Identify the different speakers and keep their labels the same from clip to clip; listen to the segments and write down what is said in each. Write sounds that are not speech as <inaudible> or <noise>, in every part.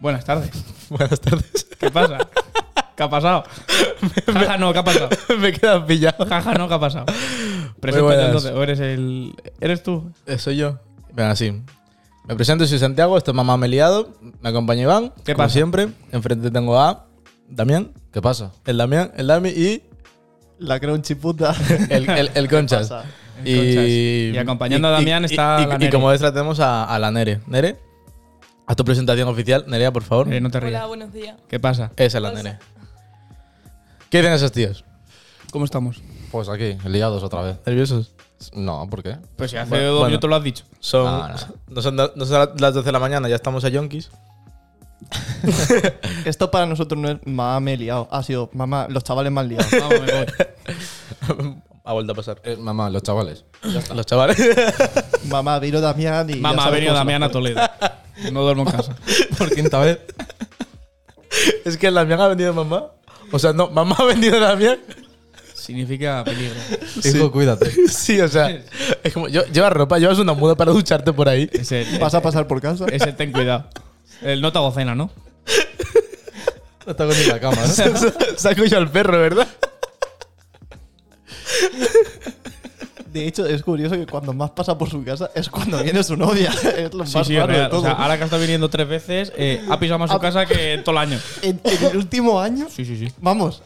Speaker 1: Buenas tardes.
Speaker 2: Buenas tardes.
Speaker 1: ¿Qué pasa? ¿Qué ha pasado? Jaja, no, ¿qué ha pasado?
Speaker 2: Me he quedado pillado.
Speaker 1: Jaja, no, ¿qué ha pasado? Preséntate
Speaker 2: buenas.
Speaker 1: entonces, o eres el. ¿Eres tú?
Speaker 2: Eh, Soy yo. Venga, sí. Me presento, soy Santiago, esto es Mamá Me he Liado, me acompaña Iván,
Speaker 1: ¿Qué
Speaker 2: como
Speaker 1: pasa?
Speaker 2: siempre. Enfrente tengo a Damián,
Speaker 3: ¿Qué pasa?
Speaker 2: el Damián, el Dami y
Speaker 4: La crunchy puta.
Speaker 2: <laughs> el, el, el Conchas.
Speaker 4: pasa?
Speaker 1: El Conchas. Y acompañando a Damián está
Speaker 2: y-
Speaker 1: la
Speaker 2: y
Speaker 1: Nere.
Speaker 2: como extra tenemos a, a la Nere. Nere, haz tu presentación oficial, Nerea, por favor.
Speaker 1: Eh, no te
Speaker 5: Hola,
Speaker 1: rías.
Speaker 5: buenos días.
Speaker 1: ¿Qué pasa?
Speaker 2: Esa es la Nere. ¿Qué dicen esos tíos?
Speaker 1: ¿Cómo estamos?
Speaker 3: Pues aquí, liados otra vez.
Speaker 2: ¿Nerviosos?
Speaker 3: No, ¿por qué?
Speaker 1: Pues si hace
Speaker 2: Bueno,
Speaker 1: dos
Speaker 2: bueno.
Speaker 1: minutos lo has dicho.
Speaker 2: Son,
Speaker 3: No, no.
Speaker 2: No son, no son las 12 de la mañana, ya estamos a Yonkis.
Speaker 4: Esto para nosotros no es mamá me he liado. Ha sido mamá, los chavales me han liado. <laughs>
Speaker 1: Vamos, me voy.
Speaker 2: ha vuelto a pasar.
Speaker 3: Eh, mamá, los chavales.
Speaker 2: Los chavales.
Speaker 3: <laughs>
Speaker 4: mamá, vino Damián y. ya
Speaker 1: Mamá, ha
Speaker 4: sabes
Speaker 1: venido
Speaker 4: cómo son
Speaker 1: Damián a
Speaker 4: las
Speaker 1: Toledo. No duermo en casa.
Speaker 2: Por quinta vez. <laughs> es que la mía ha vendido mamá. O sea, no, mamá ha vendido la mía.
Speaker 1: Significa peligro.
Speaker 3: Hijo, cuídate.
Speaker 2: <laughs> Sí, o sea, es como, yo- llevas ropa, llevas una muda para ducharte por ahí.
Speaker 1: Ese,
Speaker 4: cosas. Vas a pasar por casa.
Speaker 1: <laughs> ese ten cuidado. El no te hago cena, ¿no?
Speaker 3: No tengo ni la
Speaker 2: <laughs>
Speaker 3: cama, ¿no?
Speaker 2: Saco yo al perro, ¿verdad?
Speaker 4: <laughs> De hecho, es curioso que cuando más pasa por su casa es cuando viene su novia. <laughs> Es lo
Speaker 1: Sí,
Speaker 4: más
Speaker 1: sí, es
Speaker 4: raro de
Speaker 1: real.
Speaker 4: todo.
Speaker 1: O sea, ahora que ha estado viniendo tres veces, eh, ha pisado más su
Speaker 4: Ah.
Speaker 1: casa que todo el año.
Speaker 4: en, en el último año,
Speaker 1: Sí, sí, sí.
Speaker 4: vamos.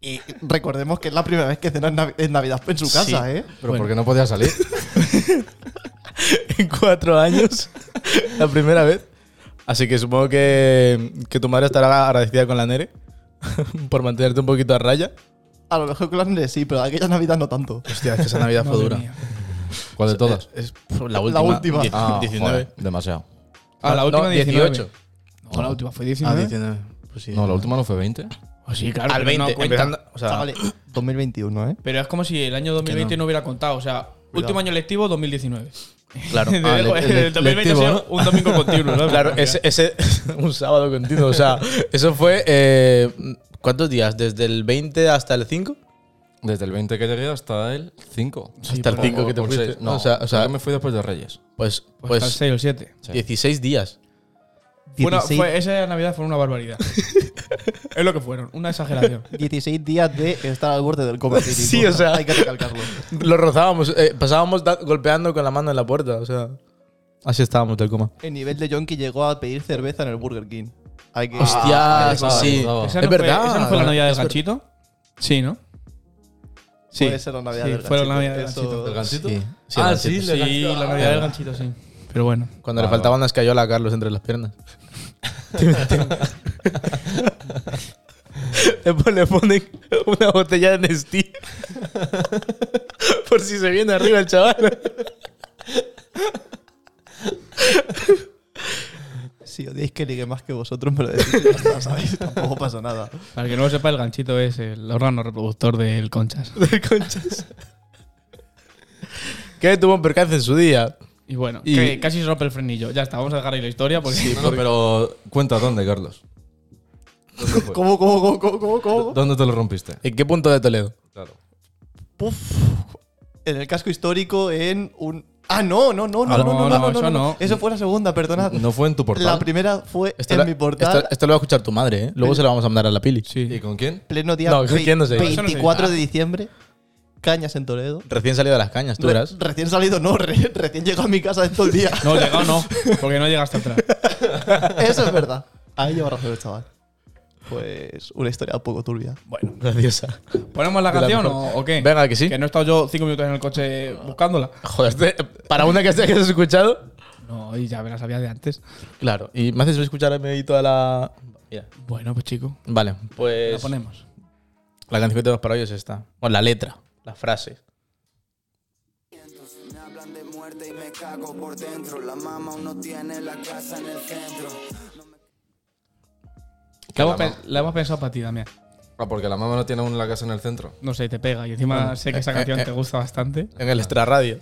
Speaker 4: Y recordemos que es la primera vez que cena en, Nav- en Navidad en su casa,
Speaker 1: Sí.
Speaker 4: ¿eh?
Speaker 3: <laughs> Pero porque no podía salir.
Speaker 2: <laughs> En cuatro años. <laughs> la primera vez. Así que supongo que, que tu madre estará agradecida con la Nere <laughs> por mantenerte un poquito a raya.
Speaker 4: A lo mejor con las nenes sí, pero aquella Navidad no tanto.
Speaker 2: Hostia, es que esa Navidad fue
Speaker 1: Madre
Speaker 2: dura.
Speaker 1: mía.
Speaker 3: ¿Cuál de todas?
Speaker 2: Es, es la última.
Speaker 4: La última.
Speaker 2: Die-
Speaker 3: Ah,
Speaker 2: 19.
Speaker 3: joder, demasiado.
Speaker 1: Ah, la
Speaker 2: No,
Speaker 1: última 19.
Speaker 2: 18.
Speaker 1: No, la última fue
Speaker 4: ¿Eh?
Speaker 1: 19.
Speaker 2: Ah, 19. Pues sí.
Speaker 3: No, la última no fue 20.
Speaker 1: Pues sí, claro.
Speaker 2: Al
Speaker 1: pero
Speaker 2: 20.
Speaker 1: no cuenta.
Speaker 2: empezando- o sea,
Speaker 4: <coughs> Chavales, 2021, ¿eh?
Speaker 1: Pero es como si el año 2020 no. hubiera contado. O sea, último año lectivo 2019. <laughs>
Speaker 2: claro.
Speaker 1: el,
Speaker 3: Ah, le- le-
Speaker 1: 2020
Speaker 3: lectivo,
Speaker 1: ha
Speaker 3: ¿no?
Speaker 1: sido un
Speaker 3: <laughs>
Speaker 1: domingo continuo, ¿no?
Speaker 2: Claro, ese, ese <laughs> un sábado continuo. O sea, eso fue. eh, ¿Cuántos días? ¿Desde el 20 hasta el 5?
Speaker 3: Desde el 20 que llegué hasta el 5.
Speaker 2: hasta el
Speaker 1: pero-
Speaker 2: 5 que te
Speaker 3: O
Speaker 2: fuiste.
Speaker 3: seis.
Speaker 2: No,
Speaker 3: No,
Speaker 2: o sea, o sea,
Speaker 3: yo me fui después de Reyes.
Speaker 2: pues,
Speaker 1: Pues,
Speaker 2: pues
Speaker 1: 6 o 7.
Speaker 3: Sí.
Speaker 2: 16 días.
Speaker 1: Bueno,
Speaker 4: 16
Speaker 1: fue, esa Navidad fue una
Speaker 2: <laughs>
Speaker 1: barbaridad. es lo que fueron, una exageración.
Speaker 4: 16 días de estar al borde del convertible.
Speaker 2: Sí, o sea.
Speaker 4: Hay que recalcarlo.
Speaker 2: Lo rozábamos, eh, pasábamos da- golpeando con la mano en la puerta. O sea, así estábamos del coma.
Speaker 4: El nivel de Jonky llegó a pedir cerveza en el Burger King. Hay que.
Speaker 2: Hostia,
Speaker 3: estaba, Ah, ahí
Speaker 2: sí.
Speaker 3: estaba.
Speaker 2: Oh. Es
Speaker 1: no fue-
Speaker 2: verdad.
Speaker 1: ¿Esa no fue la Navidad del
Speaker 2: Es ver-
Speaker 1: ganchito? Sí, ¿no? Sí.
Speaker 4: Puede ser la Navidad
Speaker 1: Sí,
Speaker 4: del
Speaker 1: fue la
Speaker 4: ganchito.
Speaker 1: Navidad del
Speaker 4: Eso-
Speaker 1: ganchito.
Speaker 3: ¿El
Speaker 2: Sí, sí,
Speaker 3: gancito?
Speaker 2: el
Speaker 3: ah,
Speaker 2: gancito.
Speaker 3: sí, le
Speaker 1: Sí,
Speaker 3: ganchito.
Speaker 1: la
Speaker 3: Ah,
Speaker 1: Navidad del ganchito, sí. Pero bueno.
Speaker 2: Cuando le
Speaker 3: Claro.
Speaker 2: faltaba una escayola a Carlos entre las piernas. Después le ponen una botella de Nestí. Por si se viene arriba el chaval.
Speaker 4: Si odiáis que ligue más que vosotros, me lo decís. y ya está, ¿sabéis? Tampoco pasa nada.
Speaker 2: Pues-
Speaker 1: Para el que no lo sepa, el ganchito es el órgano reproductor del
Speaker 2: <laughs>
Speaker 1: conchas.
Speaker 2: Del conchas. Que tuvo un percance en su día.
Speaker 1: Y bueno,
Speaker 2: Y-
Speaker 1: que casi se rompe el frenillo. Ya está, vamos a dejar ahí la historia porque
Speaker 3: No, no, pero cuenta dónde, Carlos. ¿Dónde, fue?
Speaker 4: ¿Cómo, cómo, cómo, cómo, cómo, cómo?
Speaker 3: ¿Dónde te lo rompiste?
Speaker 2: ¿En qué punto de Toledo?
Speaker 3: Claro.
Speaker 4: En el casco histórico, en un. Ah, no, no, no, no,
Speaker 1: Ah,
Speaker 4: no, no, no, no,
Speaker 1: eso
Speaker 4: no,
Speaker 1: no.
Speaker 4: Eso fue la segunda, perdonad.
Speaker 3: ¿No fue en tu portal?
Speaker 4: La primera fue en
Speaker 2: lo-
Speaker 4: mi portal,
Speaker 2: esto- esto lo va a escuchar tu madre, ¿eh? Luego se lo vamos a mandar a la pili.
Speaker 1: Sí.
Speaker 3: ¿Y con quién?
Speaker 4: pleno día
Speaker 2: No,
Speaker 4: ve-
Speaker 2: ¿quién no se iba?
Speaker 1: Eso no se
Speaker 4: 24
Speaker 1: iba. Ah.
Speaker 4: de diciembre, Cañas en Toledo.
Speaker 2: Recién salido de las cañas, tú
Speaker 4: Re-
Speaker 2: eras.
Speaker 4: recién salido, no, re- <laughs> recién llegado a mi casa de todo
Speaker 2: <laughs>
Speaker 4: el día.
Speaker 1: No, llegado no, porque no llega hasta atrás.
Speaker 4: Eso es verdad. Ahí lleva razón el chaval. Pues una historia un poco turbia.
Speaker 1: Bueno,
Speaker 2: <laughs> Graciosa.
Speaker 1: ¿ponemos la
Speaker 2: De la
Speaker 1: canción
Speaker 2: mejor.
Speaker 1: o, o qué?
Speaker 2: Venga, que sí.
Speaker 1: Que no he estado yo cinco minutos en el coche buscándola.
Speaker 2: Joder, este- para una que, que has escuchado.
Speaker 1: No, y ya me la sabía de antes.
Speaker 2: Claro, y me haces escuchar a mí ahí toda la. Mira.
Speaker 1: Bueno, pues chico,
Speaker 2: Vale,
Speaker 1: la
Speaker 2: pues. La,
Speaker 1: ponemos.
Speaker 2: canción que tenemos para hoy es esta. Bueno, la letra, la frase.
Speaker 6: Me hablan de muerte y me cago por dentro. La mamá aún no tiene la casa en el centro.
Speaker 1: La hemos, pe- la hemos pensado para ti, Damián.
Speaker 3: Ah, porque la mamá no tiene aún la casa en el centro.
Speaker 1: No sé, te pega. Y encima sé que
Speaker 2: eh,
Speaker 1: esa canción te gusta bastante.
Speaker 2: En el extra radio.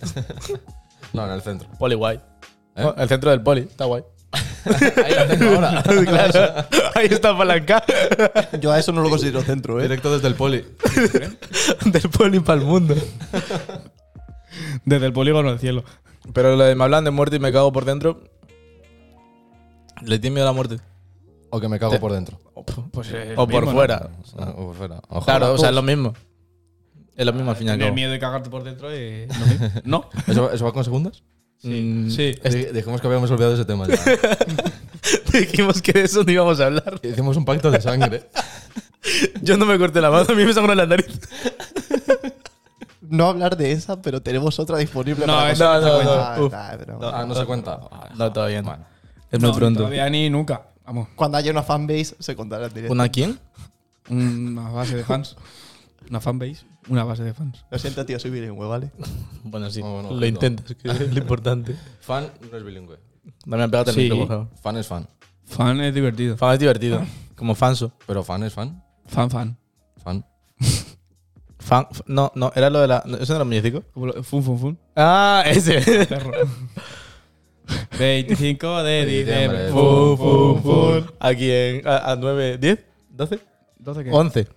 Speaker 3: No, en el centro.
Speaker 2: poli guay. No, El centro del poli, está guay.
Speaker 3: Ahí la tengo ahora.
Speaker 2: Claro, ahí está palanca.
Speaker 4: Yo a eso no lo considero centro, ¿eh?
Speaker 3: Directo desde el poli.
Speaker 2: <laughs> del poli para el mundo.
Speaker 1: Desde el polígono al cielo.
Speaker 2: Pero lo de me hablan de muerte y me cago por dentro. Le tiene miedo a la muerte.
Speaker 3: O que me cago por dentro.
Speaker 1: Pues el
Speaker 2: O por
Speaker 1: mismo, ¿no?
Speaker 2: fuera.
Speaker 3: Ah, o por fuera. Ojalá.
Speaker 2: Claro, o sea, es lo mismo. Es lo mismo al final.
Speaker 1: Tener miedo de cagarte por dentro eh,
Speaker 2: <laughs>
Speaker 1: no. no.
Speaker 3: ¿Eso, eso va con segundas?
Speaker 2: Mm,
Speaker 1: Sí.
Speaker 3: Dej- Dejemos que habíamos olvidado ese tema <laughs> ya.
Speaker 2: Dijimos que de eso no íbamos a hablar.
Speaker 3: Hicimos un pacto de sangre.
Speaker 2: Yo no me corté la mano, a mí me sangró la nariz.
Speaker 4: <laughs> No hablar de esa, pero tenemos otra disponible.
Speaker 1: No,
Speaker 3: <laughs>
Speaker 4: para
Speaker 1: eso
Speaker 2: no se cuenta.
Speaker 4: contar. Ah,
Speaker 2: Uf.
Speaker 4: ah, pero
Speaker 3: Ah, no se cuenta. Ah,
Speaker 2: No, todavía no.
Speaker 3: Bueno.
Speaker 2: Es muy
Speaker 1: No,
Speaker 2: pronto.
Speaker 1: Todavía ni nunca. Vamos.
Speaker 4: Cuando haya una fanbase, se contará en directo.
Speaker 2: ¿Una quién?
Speaker 1: Una base de fans. Una fanbase. Una base de fans.
Speaker 4: Lo siento, tío, soy bilingüe, ¿vale?
Speaker 2: Bueno, sí.
Speaker 3: Ah, bueno,
Speaker 2: lo
Speaker 3: no.
Speaker 2: intentas, que es lo importante.
Speaker 3: Fan no es bilingüe.
Speaker 2: <laughs> Dame a pegarte
Speaker 1: Sí.
Speaker 2: el micro, por favor.
Speaker 3: Fan es fan.
Speaker 1: Fan es divertido.
Speaker 2: Fan es divertido. Como fanso.
Speaker 3: Pero fan es fan.
Speaker 1: Fan, fan.
Speaker 3: Fan.
Speaker 2: Fan, f- no, no, era lo de la. no, ¿Eso no era un muñeco?
Speaker 1: Como lo- Fun, fun, fun.
Speaker 2: Ah,
Speaker 1: <laughs>
Speaker 2: ese. <laughs>
Speaker 1: Perro. 25 de diciembre.
Speaker 3: Fun,
Speaker 1: fun, fun.
Speaker 2: Aquí en. ah, A, a 9, 10, 12,
Speaker 1: Entonces, ¿qué?
Speaker 2: 11.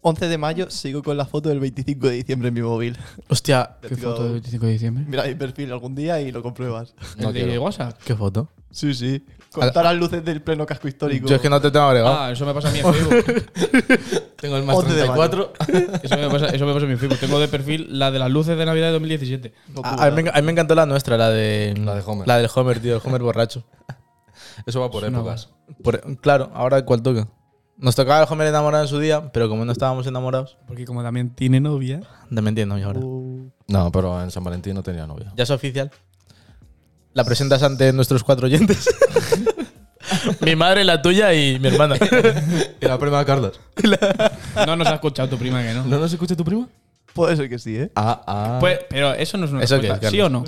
Speaker 4: 11 de mayo sigo con la foto del 25 de diciembre en mi móvil.
Speaker 2: Hostia,
Speaker 1: ¿Qué foto del 25 de diciembre?
Speaker 4: Mira mi perfil algún día y lo compruebas.
Speaker 3: No
Speaker 1: ¿El de
Speaker 3: quiero.
Speaker 1: WhatsApp?
Speaker 2: qué foto.
Speaker 4: Sí, sí. Con todas las luces del pleno casco histórico.
Speaker 2: Yo es que no te tengo agregado.
Speaker 1: Ah, eso me pasa a mí en Facebook.
Speaker 3: Tengo el más
Speaker 4: 11 de
Speaker 3: 34.
Speaker 1: Eso me pasa, eso me pasa en mi Facebook. Tengo de perfil la de las luces de Navidad de 2017.
Speaker 4: No puedo
Speaker 2: Ah, A, a mí, me enca- a mí me encantó la nuestra, la de.
Speaker 3: La de Homer.
Speaker 2: La del Homer, tío, el <laughs> Homer borracho.
Speaker 3: Eso va por
Speaker 1: Es una
Speaker 3: épocas.
Speaker 2: Por- e, claro, ahora cuál toca. Nos tocaba el Homer enamorado en su día, pero como no estábamos enamorados,
Speaker 1: Porque como también tiene novia.
Speaker 2: no me entiendo yo ahora.
Speaker 3: No, pero en San Valentín no tenía novia.
Speaker 2: Ya es oficial. La presentas ante nuestros cuatro oyentes. <laughs> mi madre, la tuya y mi hermana.
Speaker 3: ¿Y la prima de Carlos?
Speaker 1: No nos ha escuchado tu prima que no.
Speaker 3: ¿No nos escucha tu prima?
Speaker 4: Puede ser que sí, ¿eh?
Speaker 3: Ah, ah.
Speaker 1: Pues, pero eso no es una
Speaker 2: ¿Eso qué,
Speaker 1: respuesta.
Speaker 2: Carlos?
Speaker 1: ¿Sí o no?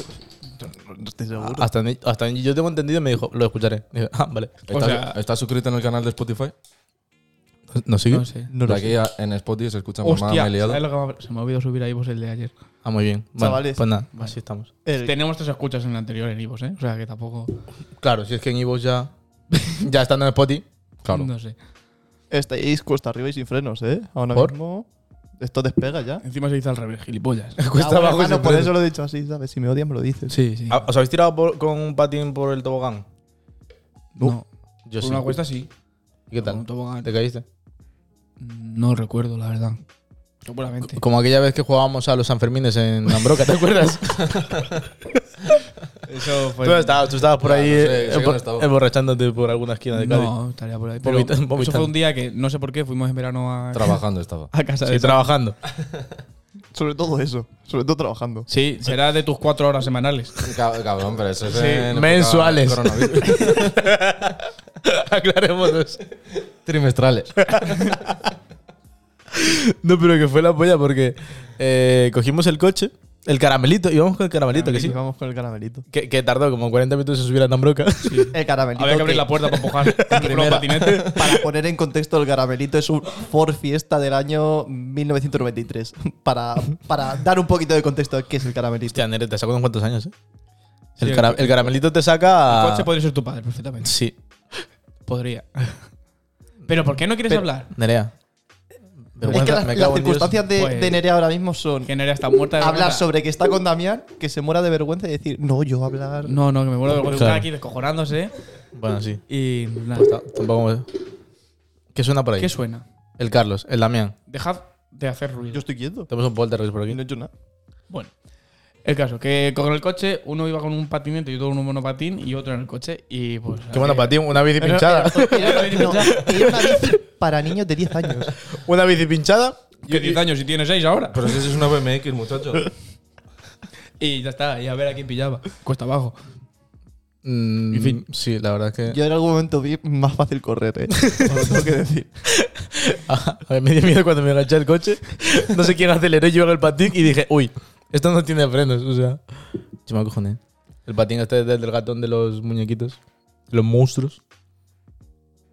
Speaker 4: No estoy Este seguro.
Speaker 2: <laughs> hasta, ni- hasta ni- yo tengo entendido y me dijo, lo escucharé. Dije, ah, vale.
Speaker 3: ¿Estás,
Speaker 1: o sea-
Speaker 3: estás suscrito en el canal de Spotify?
Speaker 2: ¿No sigue?
Speaker 1: No sé.
Speaker 4: No lo
Speaker 3: De aquí a- en Spotify se escucha mamá,
Speaker 1: Hostia,
Speaker 3: me he liado.
Speaker 1: ¿sabes lo que me ha- se me ha olvidado subir a Ivos el de ayer.
Speaker 2: Ah, muy bien. Bueno,
Speaker 4: Chavales.
Speaker 2: pues nada, así estamos.
Speaker 4: El-
Speaker 1: Tenemos tres escuchas en el anterior en Ivos, ¿eh? O sea que tampoco.
Speaker 2: Claro, si es que en Ivo <laughs> ya. ya estando en Spotify.
Speaker 3: Claro.
Speaker 1: No sé.
Speaker 4: Estáis cuesta arriba y sin frenos, ¿eh? Ahora
Speaker 2: ¿Por?
Speaker 4: mismo. Esto despega ya.
Speaker 1: Encima se dice al revés, gilipollas.
Speaker 2: Cuesta
Speaker 4: Ah, bueno,
Speaker 2: abajo
Speaker 4: hermano,
Speaker 2: sin
Speaker 4: por
Speaker 2: freno.
Speaker 4: eso lo he dicho así, ¿sabes? Si me odian, me lo dices.
Speaker 1: Sí, sí.
Speaker 2: Ah, ¿Os habéis tirado por- con un patín por el tobogán?
Speaker 1: no.
Speaker 2: Yo
Speaker 1: uh, Por una cuesta sí.
Speaker 2: ¿Y qué
Speaker 1: Por un
Speaker 2: tal?
Speaker 1: tobogán.
Speaker 2: ¿Te caíste?
Speaker 1: No recuerdo, la verdad.
Speaker 2: <laughs>
Speaker 1: Seguramente.
Speaker 2: Como aquella vez que jugábamos a los Sanfermines <laughs> en Ambroca, ¿te acuerdas?
Speaker 1: Eso fue.
Speaker 2: Pues, Tú estabas, tú estabas por
Speaker 3: Ya,
Speaker 2: ahí
Speaker 3: no sé,
Speaker 2: eh,
Speaker 3: sé que no
Speaker 2: embo-
Speaker 3: estaba.
Speaker 2: emborrachándote por alguna esquina de Cádiz.
Speaker 1: No, estaría por ahí. Pero
Speaker 2: Vomita-
Speaker 1: eso
Speaker 2: vomitando.
Speaker 1: fue un día que no sé por qué fuimos en verano a,
Speaker 3: Trabajando <laughs> estaba.
Speaker 1: a casa
Speaker 2: Sí,
Speaker 1: de.
Speaker 2: <laughs> trabajando.
Speaker 4: Sobre todo eso. Sobre todo trabajando.
Speaker 1: Sí, será de tus cuatro horas <laughs> semanales.
Speaker 3: Cab- Cabrón, pero eso es
Speaker 2: Sí,
Speaker 3: en época
Speaker 2: mensuales.
Speaker 3: coronavirus.
Speaker 2: Aclaremos eso.
Speaker 3: <laughs> Trimestrales.
Speaker 2: No, pero que fue la polla porque eh, cogimos el coche, el caramelito, íbamos con el caramelito, que sí.
Speaker 4: Y vamos con el caramelito.
Speaker 2: Que, que tardó como 40 minutos en subir a Tambroca.
Speaker 4: El caramelito.
Speaker 1: Había que abrir
Speaker 4: que-
Speaker 1: la puerta para <laughs> empujar los
Speaker 4: Primera,
Speaker 1: patinetes.
Speaker 4: <laughs> para poner en contexto, el caramelito es un Ford Fiesta del año 1993. <laughs> Para, para dar un poquito de contexto de qué es el caramelito.
Speaker 2: Hostia, Nere, te sacó unos cuantos años, ¿eh?
Speaker 1: Sí,
Speaker 2: El,
Speaker 1: el
Speaker 2: cara-
Speaker 1: coche-
Speaker 2: el caramelito te saca.
Speaker 1: Coche podría ser tu padre, perfectamente.
Speaker 2: Sí,
Speaker 1: Podría. <laughs> Pero ¿por qué no quieres hablar?
Speaker 2: Nerea.
Speaker 4: Es que
Speaker 2: Vergüenza,
Speaker 4: las,
Speaker 2: me
Speaker 4: las
Speaker 2: cago en Dios.
Speaker 4: circunstancias de,
Speaker 1: Pues-
Speaker 4: de Nerea ahora mismo son
Speaker 1: Que Nerea está muerta de
Speaker 4: hablar
Speaker 1: vergüenza.
Speaker 4: sobre que está con Damián, que se muera de vergüenza y decir, no, yo hablar.
Speaker 1: No, no, que me vuelvo de vergüenza.
Speaker 2: Claro.
Speaker 1: aquí descojonándose
Speaker 2: Bueno, sí.
Speaker 1: y nada.
Speaker 2: Ta- Tampoco. me- ¿Qué suena por ahí?
Speaker 1: ¿Qué suena?
Speaker 2: el Carlos, el Damián.
Speaker 1: Dejad de hacer ruido.
Speaker 4: Yo estoy quieto.
Speaker 2: Tenemos un poltergeist por aquí.
Speaker 4: No he hecho nada.
Speaker 1: Bueno, el caso, que con el coche uno iba con un patinete y otro con un monopatín y otro en el coche y pues...
Speaker 2: Qué bueno, para ti, una bici pinchada.
Speaker 1: <laughs>
Speaker 4: Era, no, <laughs> era una bici para niños de 10 años.
Speaker 2: <laughs> Una bici pinchada.
Speaker 1: Que 10 años y tiene 6 ahora.
Speaker 3: Pero si eso es una BMX,
Speaker 2: <laughs>
Speaker 3: muchacho.
Speaker 1: Y ya está, y a ver a quién pillaba. Cuesta abajo.
Speaker 2: Mm,
Speaker 1: En fin.
Speaker 2: Sí, la verdad es que.
Speaker 4: Yo en algún momento vi más fácil correr, ¿eh? Os tengo que decir.
Speaker 2: <laughs> A ver, me dio miedo cuando me enganché el coche. No sé quién aceleró, yo con el patín y dije, uy, esto no tiene frenos. O sea, yo me acojoné. El patín este del, del gatón de los muñequitos, los monstruos.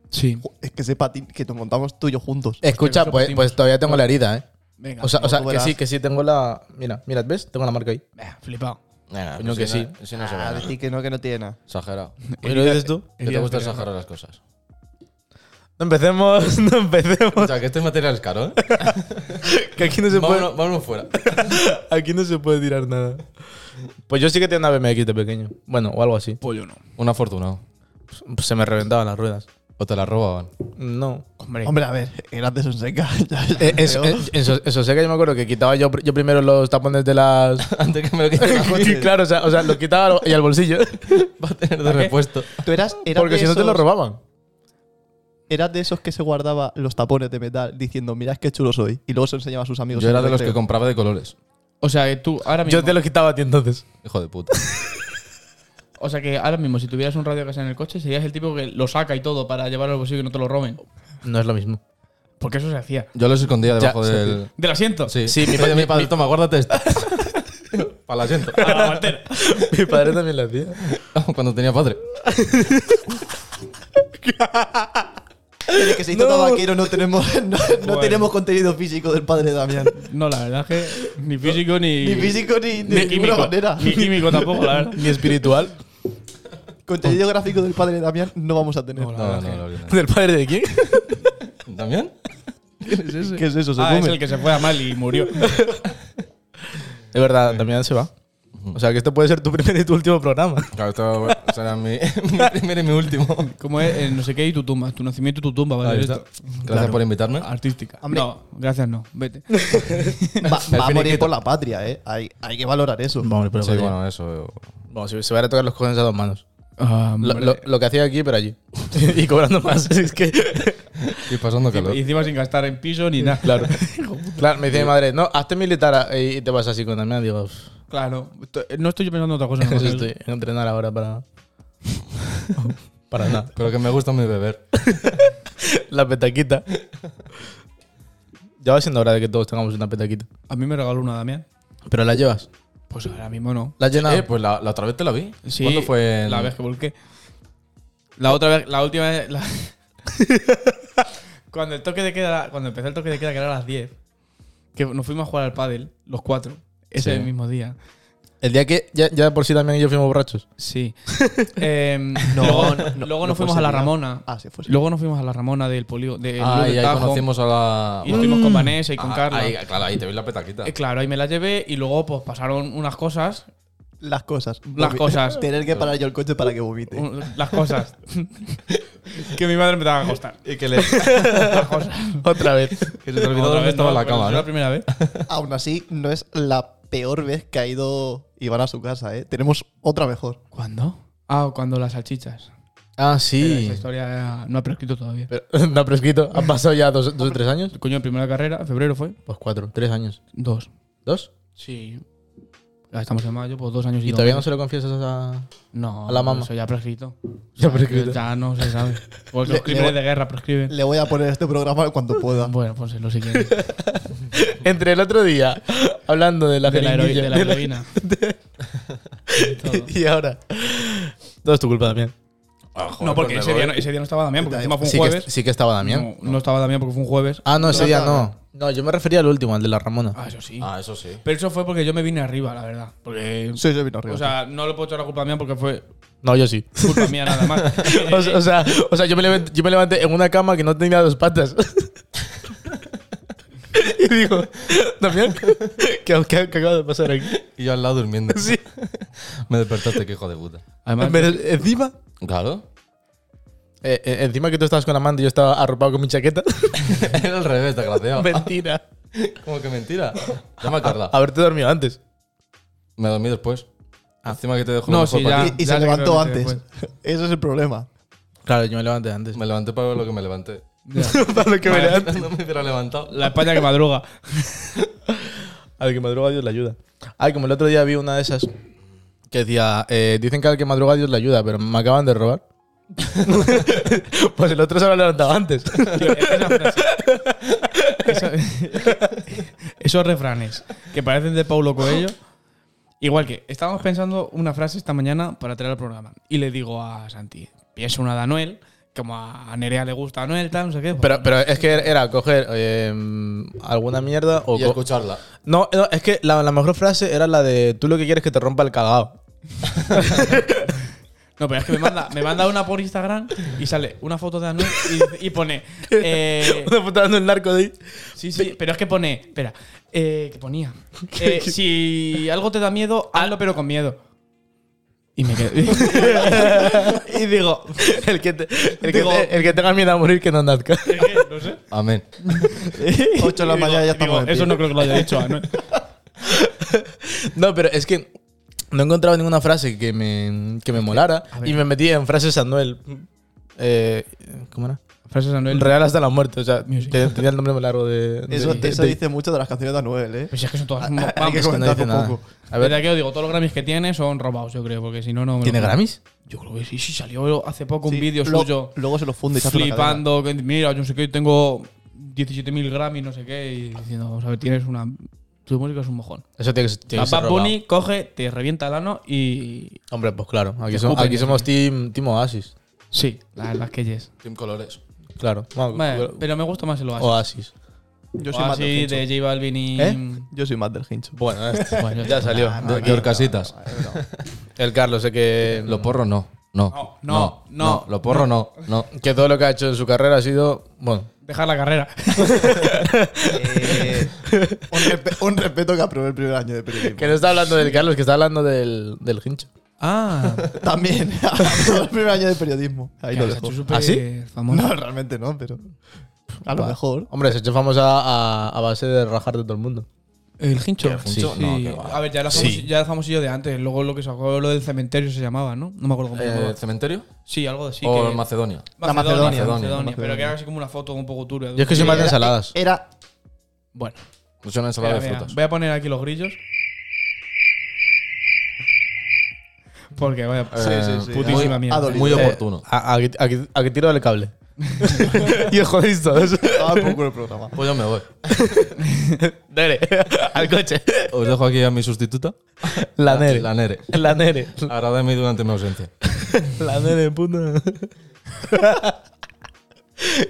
Speaker 1: Sí.
Speaker 4: Es que ese patín que nos montamos tú y yo juntos.
Speaker 2: Escucha,
Speaker 1: que
Speaker 2: pues,
Speaker 1: esos
Speaker 2: pues todavía tengo la herida, ¿eh?
Speaker 1: Venga,
Speaker 2: O sea, o sea,
Speaker 4: tú
Speaker 2: que
Speaker 4: verás.
Speaker 2: sí, que sí tengo la. Mira, mira, ¿ves? Tengo la marca ahí.
Speaker 1: venga, flipado.
Speaker 3: Venga,
Speaker 2: Coño,
Speaker 3: pues
Speaker 2: que
Speaker 3: si
Speaker 2: sí. Ah,
Speaker 3: No, si no se
Speaker 4: A
Speaker 3: ve.
Speaker 4: decir que no, que no tiene nada.
Speaker 2: <laughs>
Speaker 3: Exagerado.
Speaker 2: ¿Y lo dices tú?
Speaker 3: Que te gusta exagerar
Speaker 2: <laughs>
Speaker 3: las cosas.
Speaker 2: No empecemos, <laughs> no
Speaker 3: O
Speaker 2: empecemos.
Speaker 3: sea, que este material
Speaker 2: <laughs>
Speaker 3: es caro, ¿eh?
Speaker 2: Que aquí no se puede.
Speaker 3: vámonos,
Speaker 2: <laughs>
Speaker 3: vámonos fuera.
Speaker 2: Aquí no se puede tirar nada. Pues yo sí que tenía una BMX de pequeño. Bueno, o algo así.
Speaker 1: Pollo no.
Speaker 2: <laughs>
Speaker 3: Un afortunado.
Speaker 2: Pues se me reventaban las ruedas.
Speaker 3: O te la robaban.
Speaker 2: No.
Speaker 1: Hombre,
Speaker 4: Hombre, a ver, eras de Sonseca. ya es
Speaker 2: Eh, eso,
Speaker 4: feo.
Speaker 2: eh, eso, eso sé que yo me acuerdo que quitaba yo, pr- yo primero los tapones de las.
Speaker 3: Antes que me lo
Speaker 2: <laughs>
Speaker 3: quiten el coche.
Speaker 2: claro, o sea, o sea, los quitaba lo- y al bolsillo.
Speaker 3: Va a tener de repuesto.
Speaker 4: Tú eras,
Speaker 2: <laughs>
Speaker 4: eras
Speaker 2: Porque
Speaker 4: de
Speaker 2: si no te
Speaker 4: esos-
Speaker 2: los robaban.
Speaker 4: Eras de esos que se guardaba los tapones de metal diciendo, mirad qué chulo soy. Y luego se enseñaba a sus amigos.
Speaker 3: Yo
Speaker 4: en
Speaker 3: era
Speaker 4: el
Speaker 3: de los que
Speaker 4: recreo.
Speaker 3: compraba de colores.
Speaker 1: o sea, que tú ahora mismo.
Speaker 2: Yo te los quitaba a ti entonces.
Speaker 3: Hijo de puta.
Speaker 1: O sea, que ahora mismo, si tuvieras un radio que sea en el coche, serías el tipo que lo saca y todo para llevarlo al bolsillo y no te lo roben.
Speaker 2: No es lo mismo.
Speaker 1: Porque eso se hacía.
Speaker 3: Yo los escondía debajo
Speaker 2: sí,
Speaker 3: del.
Speaker 1: ¿Del asiento?
Speaker 3: Sí,
Speaker 2: Sí, mi
Speaker 3: Oye,
Speaker 2: pa-
Speaker 3: mi padre, toma, guárdate <laughs> esto. Para el asiento.
Speaker 2: Ah,
Speaker 1: A la guantera.
Speaker 2: <laughs> Mi padre también lo hacía.
Speaker 3: <laughs> Cuando tenía padre.
Speaker 4: Desde que se hizo tabaquero no tenemos, <laughs> no, no
Speaker 1: Bueno.
Speaker 4: tenemos contenido físico del padre Damián.
Speaker 1: <laughs> No, la verdad es que ni físico ni.
Speaker 4: Ni físico
Speaker 1: ni
Speaker 4: ni, de ninguna
Speaker 1: químico.
Speaker 4: manera.
Speaker 1: Ni químico tampoco, la verdad.
Speaker 2: Ni espiritual.
Speaker 4: <laughs> Contenido gráfico del padre Damián no vamos a tener.
Speaker 1: No,
Speaker 3: No, no, no, no.
Speaker 2: ¿Del padre de quién?
Speaker 3: Ah, ¿También?
Speaker 4: ¿Qué es eso? ¿Se
Speaker 1: Ah,
Speaker 4: come?
Speaker 1: es el que se fue a mal y murió. <laughs>
Speaker 2: Es verdad, también se va. O sea, que este puede ser
Speaker 3: <laughs>
Speaker 2: tu primer y tu último programa.
Speaker 3: Claro, esto esto era mi, <laughs> mi primero y mi último.
Speaker 1: Como es eh, no sé qué y tu tumba, tu nacimiento y tu tumba, ¿vale?
Speaker 3: Ahí está.
Speaker 1: Esto.
Speaker 3: Gracias por invitarme.
Speaker 1: Artística.
Speaker 4: Hombre.
Speaker 1: No, gracias, no. Vete.
Speaker 2: <laughs>
Speaker 4: Va, va a morir
Speaker 3: finiquito.
Speaker 4: por la patria, ¿eh? Hay, hay que valorar eso.
Speaker 2: Vamos,
Speaker 3: Sí, bueno, eso.
Speaker 2: Vamos, se se van a tocar los cojones a dos manos.
Speaker 1: Ah,
Speaker 2: Lo,
Speaker 1: hombre.
Speaker 2: lo- lo que hacía aquí, pero allí. <laughs> y cobrando
Speaker 3: <laughs>
Speaker 2: más. <laughs> Es que.
Speaker 3: Y pasando calor.
Speaker 1: y encima sin gastar en piso ni nada.
Speaker 2: Claro. claro, me dice mi madre, no, hazte militar a- y te vas así con Damián. Digo, "Uf,
Speaker 1: <laughs> Claro. Esto- eh, No estoy yo pensando en otra
Speaker 2: <laughs>
Speaker 1: cosa.
Speaker 2: no
Speaker 1: no,
Speaker 2: sé, estoy en entrenar ahora para. para nada.
Speaker 3: Pero que me gusta mi beber.
Speaker 2: La petaquita. Ya va siendo hora de que todos tengamos una petaquita.
Speaker 1: A mí me regaló una, Damián.
Speaker 2: Pero la llevas.
Speaker 1: Pues ahora mismo no.
Speaker 2: La has llenado.
Speaker 3: Eh, pues la, la otra vez te la vi.
Speaker 1: Sí,
Speaker 3: ¿Cuándo fue? en-
Speaker 1: La vez que volqué. La otra vez, la última vez. la- <laughs> cuando el toque de queda, cuando empezó el toque de queda, que era a las 10, que nos fuimos a jugar al pádel, los cuatro, ese
Speaker 3: Sí.
Speaker 1: mismo día.
Speaker 2: El día que ya, ya por sí también y yo fuimos borrachos.
Speaker 1: <laughs> Sí. Em,
Speaker 4: No,
Speaker 1: luego,
Speaker 4: no, no,
Speaker 1: luego
Speaker 4: no
Speaker 1: nos fuimos
Speaker 4: fue
Speaker 1: a la
Speaker 4: ese día.
Speaker 1: Ramona.
Speaker 4: Ah, sí, fue ese
Speaker 1: Luego nos fuimos a la Ramona del polio. del
Speaker 3: Ah,
Speaker 1: Club
Speaker 3: y
Speaker 1: de
Speaker 3: ahí
Speaker 1: Tajo,
Speaker 3: conocimos a la.
Speaker 1: y estuvimos con Vanessa y con
Speaker 3: Ah,
Speaker 1: Carla.
Speaker 3: ahí, claro, ahí te vi la petaquita.
Speaker 1: Eh, claro, ahí me la llevé y luego pues pasaron unas cosas.
Speaker 4: Las cosas.
Speaker 1: Las cosas.
Speaker 4: <laughs> Tener que parar yo el coche para que vomite.
Speaker 1: un- las cosas.
Speaker 3: <laughs>
Speaker 1: que mi madre me daba a costar.
Speaker 3: Y que le.
Speaker 1: Las cosas.
Speaker 2: <laughs> Otra vez.
Speaker 3: Que se te olvidó dónde estaba la cama,
Speaker 1: la
Speaker 3: ¿no?
Speaker 1: primera vez.
Speaker 4: Aún así, no es la peor vez que ha ido Iván a su casa, ¿eh? Tenemos otra mejor.
Speaker 1: ¿Cuándo? Ah, cuando las salchichas.
Speaker 2: Ah,
Speaker 1: Pero
Speaker 2: sí.
Speaker 1: Esa historia no ha prescrito todavía.
Speaker 2: Pero, <laughs> no, pero escrito. ¿Han pasado ya dos, dos o tres años?
Speaker 1: Coño, en primera carrera, en febrero fue.
Speaker 2: Pues cuatro, tres años.
Speaker 1: Dos.
Speaker 2: ¿Dos?
Speaker 1: Sí. Ya estamos en mayo, pues dos años y,
Speaker 2: Y
Speaker 1: dos
Speaker 2: todavía no
Speaker 1: meses.
Speaker 2: se lo confiesas a.
Speaker 1: No,
Speaker 2: a la mamá.
Speaker 1: Eso ya ha prescrito.
Speaker 2: Ya
Speaker 1: O sea,
Speaker 2: prescrito.
Speaker 1: que Ya no se sabe. Porque los
Speaker 4: Le-
Speaker 1: crímenes
Speaker 4: le-
Speaker 1: de guerra prescriben.
Speaker 4: Le voy a poner este programa cuando pueda.
Speaker 1: Bueno, pues es lo
Speaker 2: <laughs>
Speaker 1: siguiente.
Speaker 2: Entre el otro día, hablando de la
Speaker 1: De la, heroi-
Speaker 2: jeringuilla,
Speaker 1: de la
Speaker 2: de la- <laughs>
Speaker 1: heroína. Todo.
Speaker 2: Y ahora. Todo es tu culpa, Damián. Ah,
Speaker 1: No, porque ese día no, ese día no estaba Damián, porque encima fue un
Speaker 2: pues Sí que,
Speaker 1: jueves.
Speaker 2: sí que estaba Damián.
Speaker 1: No, no estaba Damián porque fue un jueves.
Speaker 2: Ah, no, ese
Speaker 4: No,
Speaker 2: día
Speaker 4: estaba
Speaker 2: no. No, yo me refería al último, al de la Ramona.
Speaker 1: Ah, eso sí.
Speaker 3: Ah, eso sí.
Speaker 1: Pero eso fue porque yo me vine arriba, la verdad. Porque.
Speaker 4: Soy yo vino arriba.
Speaker 1: O sea, no le puedo echar la culpa a Damián porque fue
Speaker 2: No, yo sí.
Speaker 1: culpa mía nada más.
Speaker 2: <laughs> O
Speaker 1: <laughs>
Speaker 2: sea, o sea, o sea, yo, me levanté, yo me levanté en una cama que no tenía dos patas. <laughs> y digo, Damián, ¿qué, qué, qué acaba de pasar aquí?
Speaker 3: Y yo al
Speaker 1: <laughs>
Speaker 3: lado durmiendo.
Speaker 2: Sí.
Speaker 3: <laughs> Me despertaste, que hijo de puta.
Speaker 1: Además,
Speaker 2: Me- encima,
Speaker 3: Claro.
Speaker 2: eh, eh, encima que tú estabas con la manta y yo estaba arropado con mi chaqueta.
Speaker 3: <laughs> Era al revés, desgraciado.
Speaker 2: Mentira.
Speaker 3: <laughs> Como que mentira. Ya me acordaba.
Speaker 2: Haberte dormido antes.
Speaker 3: Me dormí después. Encima que te dejo
Speaker 1: Ah. No,
Speaker 3: lo mejor
Speaker 1: sí,
Speaker 3: para
Speaker 1: ya.
Speaker 3: ti.
Speaker 4: y se
Speaker 1: le
Speaker 4: levantó
Speaker 1: creo que
Speaker 4: antes. <laughs> Ese es el problema.
Speaker 2: Claro, yo me levanté antes.
Speaker 3: Me levanté para ver lo que me
Speaker 1: <laughs>
Speaker 3: levanté.
Speaker 1: ya.
Speaker 2: Para lo que me levanté.
Speaker 3: no me hubiera levantado.
Speaker 1: La España que madruga.
Speaker 2: Al que madruga Dios le ayuda. Ay, como el otro día vi una de esas que decía, eh, dicen que al que madruga Dios le ayuda, pero me acaban de robar. <laughs> pues el otro se lo levantado antes.
Speaker 1: Tío, es que esa frase- esa- esos refranes que parecen de Paulo Coelho. Igual que estábamos pensando una frase esta mañana para traer al programa. Y le digo a Santi, pienso una de Anuel, como a Nerea le gusta Anuel, tal, no sé qué.
Speaker 2: Pero, pero es que era coger eh, alguna mierda o...
Speaker 3: Y
Speaker 2: co-
Speaker 3: escucharla.
Speaker 2: no, no, es que la, la mejor frase era la de tú lo que quieres es que te rompa el cagao. <laughs>
Speaker 1: No, pero es que me manda, me manda una por Instagram y sale una foto de Anuel y, y pone. eh,
Speaker 2: Una puta dando el narco de ahí.
Speaker 1: sí, sí, pero es que pone. Espera, <laughs> eh, que ponía. eh, si algo te da miedo, hazlo, pero con miedo. Y me <laughs> quedé. y digo,
Speaker 2: <laughs> El que, te- el, que
Speaker 1: Digo-
Speaker 2: te- el que tenga miedo a morir que no <laughs> nazca.
Speaker 1: no sé.
Speaker 3: Amén.
Speaker 4: 8 de la mañana ya estamos. en
Speaker 1: Eso
Speaker 4: pie.
Speaker 1: no creo que lo haya dicho Anuel.
Speaker 2: No, pero es que no he encontrado ninguna frase que me, que me molara y me metí en frases Anuel. Eh, ¿Cómo era?
Speaker 1: <laughs> Frases Anuel.
Speaker 2: Real hasta la muerte. O sea,
Speaker 1: Music.
Speaker 2: te- tenía el nombre muy largo de. de-
Speaker 4: Eso,
Speaker 2: de-
Speaker 4: eso
Speaker 2: de-
Speaker 4: dice mucho de las canciones de Anuel, ¿eh?
Speaker 1: Pues es que son todas.
Speaker 4: Hay que
Speaker 1: Vamos,
Speaker 2: no dice
Speaker 4: comentar un
Speaker 2: nada.
Speaker 4: poco.
Speaker 2: ah, A
Speaker 1: a
Speaker 2: ver,
Speaker 1: ver, aquí os digo, todos los Grammys que tiene son robados, yo creo, porque si no, no. me
Speaker 2: ¿tiene
Speaker 1: lo-
Speaker 2: Grammys?
Speaker 1: Yo creo que sí, sí, salió hace poco
Speaker 4: Sí,
Speaker 1: un vídeo
Speaker 4: lo-
Speaker 1: suyo.
Speaker 4: Luego se lo funde y se hace una
Speaker 1: flipando, que mira, yo no sé qué, tengo 17.000 Grammys, no sé qué, y diciendo, vamos a ver, tienes una. Tu música es un mojón.
Speaker 2: Eso tiene que, ser- tiene
Speaker 1: La
Speaker 2: que ser
Speaker 1: Bad
Speaker 2: robado.
Speaker 1: Bunny coge, te revienta el ano y.
Speaker 2: Hombre, pues claro. Aquí,
Speaker 1: Te
Speaker 2: somos-
Speaker 1: escupen,
Speaker 2: aquí
Speaker 1: ¿eh?
Speaker 2: somos team, team Oasis.
Speaker 1: Sí, la verdad es que yes.
Speaker 3: Team Colores.
Speaker 2: Claro. Bueno,
Speaker 1: Vale, pero me gusta más el Oasis.
Speaker 2: Oasis.
Speaker 4: cadena. Yo soy más del
Speaker 1: Oasis
Speaker 4: Hincho.
Speaker 1: de J Balvin y.
Speaker 2: ¿Eh?
Speaker 4: Yo soy más del Hincho.
Speaker 2: <laughs> Bueno, este-
Speaker 1: Bueno,
Speaker 2: ya salió.
Speaker 3: De George Casitas.
Speaker 2: El Carlos, sé que.
Speaker 3: Los porros no. No.
Speaker 1: No, no, no.
Speaker 3: Los porros no. No.
Speaker 2: que todo lo que ha hecho en su carrera ha sido. Bueno.
Speaker 1: Dejar la carrera. <laughs>
Speaker 4: Eh, <laughs> un, respe- un respeto que aprobé el primer año de periodismo.
Speaker 2: Que no está hablando del Carlos, que está hablando del, del hincho.
Speaker 1: Ah,
Speaker 4: <laughs> También, <laughs> aprobé el primer año de periodismo. Ahí
Speaker 1: que
Speaker 4: lo
Speaker 1: se ha
Speaker 4: dejo.
Speaker 1: hecho súper
Speaker 2: ¿Ah, sí?
Speaker 1: famoso.
Speaker 4: No, realmente no, pero a lo
Speaker 2: Va.
Speaker 4: mejor.
Speaker 2: Hombre, se ha hecho famosa a, a base de rajar de todo el mundo.
Speaker 1: El hincho.
Speaker 3: ¿Qué hincho?
Speaker 1: Sí.
Speaker 3: No, qué va.
Speaker 1: a ver, ya era,
Speaker 2: Sí.
Speaker 1: famosi- ya era famosillo de antes. Luego lo que sacó lo del cementerio se llamaba, ¿no? No me acuerdo cómo se llamaba.
Speaker 3: Eh, ¿Cementerio?
Speaker 1: Sí, algo así.
Speaker 3: ¿O
Speaker 1: que-
Speaker 3: Macedonia?
Speaker 1: Macedonia,
Speaker 4: La Macedonia,
Speaker 1: Macedonia,
Speaker 4: Macedonia.
Speaker 1: Pero que era así como una foto un poco turbia.
Speaker 2: Yo es que soy más de ensaladas.
Speaker 1: eh,
Speaker 4: <laughs> Era.
Speaker 1: Bueno,
Speaker 3: Es una
Speaker 1: espera,
Speaker 3: ensalada de
Speaker 1: mira,
Speaker 3: frutas.
Speaker 1: voy a poner aquí los grillos. Porque vaya
Speaker 3: Eh,
Speaker 4: sí, sí.
Speaker 1: putísima
Speaker 4: muy-
Speaker 1: mierda.
Speaker 4: adolescente.
Speaker 3: Muy
Speaker 2: Eh,
Speaker 3: oportuno.
Speaker 2: a, a que- a que- a que tiro del cable. y os jodéis
Speaker 4: <laughs>
Speaker 2: todos.
Speaker 4: Estaba por culo Ah, el programa.
Speaker 3: Pues yo me voy.
Speaker 2: Nere, <laughs>
Speaker 1: <laughs>
Speaker 2: al coche.
Speaker 3: Os dejo aquí a mi sustituta.
Speaker 2: La Nere.
Speaker 3: La Nere.
Speaker 2: La Nere.
Speaker 3: Agradadme durante mi ausencia.
Speaker 2: La Nere, puta.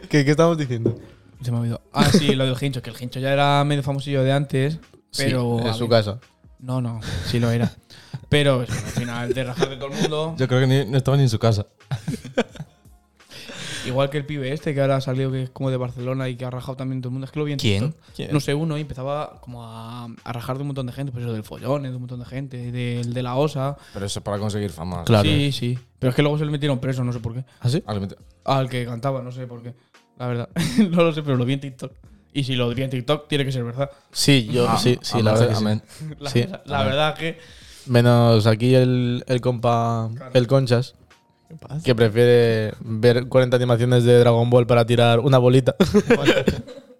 Speaker 2: ¿Qué, qué estamos diciendo?
Speaker 1: Se me ha olvidado. Ah, sí, lo del hincho, que el hincho ya era medio famosillo de antes. Pero.
Speaker 2: en
Speaker 1: a
Speaker 2: su
Speaker 1: ver,
Speaker 2: casa.
Speaker 1: No, no, sí lo era. Pero eso, al final, de rajar de todo el
Speaker 2: <laughs>
Speaker 1: mundo.
Speaker 3: Yo creo que ni, no estaba ni en su casa.
Speaker 1: Igual que el pibe este que ahora ha salido que es como de Barcelona y que ha rajado también todo el mundo. Es que lo vi en
Speaker 2: ¿Quién?
Speaker 1: TikTok. No sé, uno y empezaba como a, a rajar de un montón de gente. Pues eso del follón, de un montón de gente, del de la osa.
Speaker 3: Pero eso es para conseguir fama.
Speaker 2: Claro.
Speaker 1: Sí, sí. Pero es que luego se le metieron preso, no sé por qué.
Speaker 2: ¿Ah, sí?
Speaker 3: Al-
Speaker 1: Al que cantaba, no sé por qué. La verdad. <laughs> no lo sé, pero lo vi en TikTok. Y si lo vi en TikTok, tiene que ser verdad. <laughs>
Speaker 2: Sí, yo.
Speaker 1: Ah,
Speaker 2: sí, sí, la
Speaker 3: amén,
Speaker 2: verdad. que sí.
Speaker 3: amén.
Speaker 1: La,
Speaker 2: Sí.
Speaker 1: la verdad que.
Speaker 2: Menos aquí el, el compa, el Conchas,
Speaker 4: ¿Qué pasa?
Speaker 2: que prefiere ver 40 animaciones de Dragon Ball para tirar una bolita. <laughs>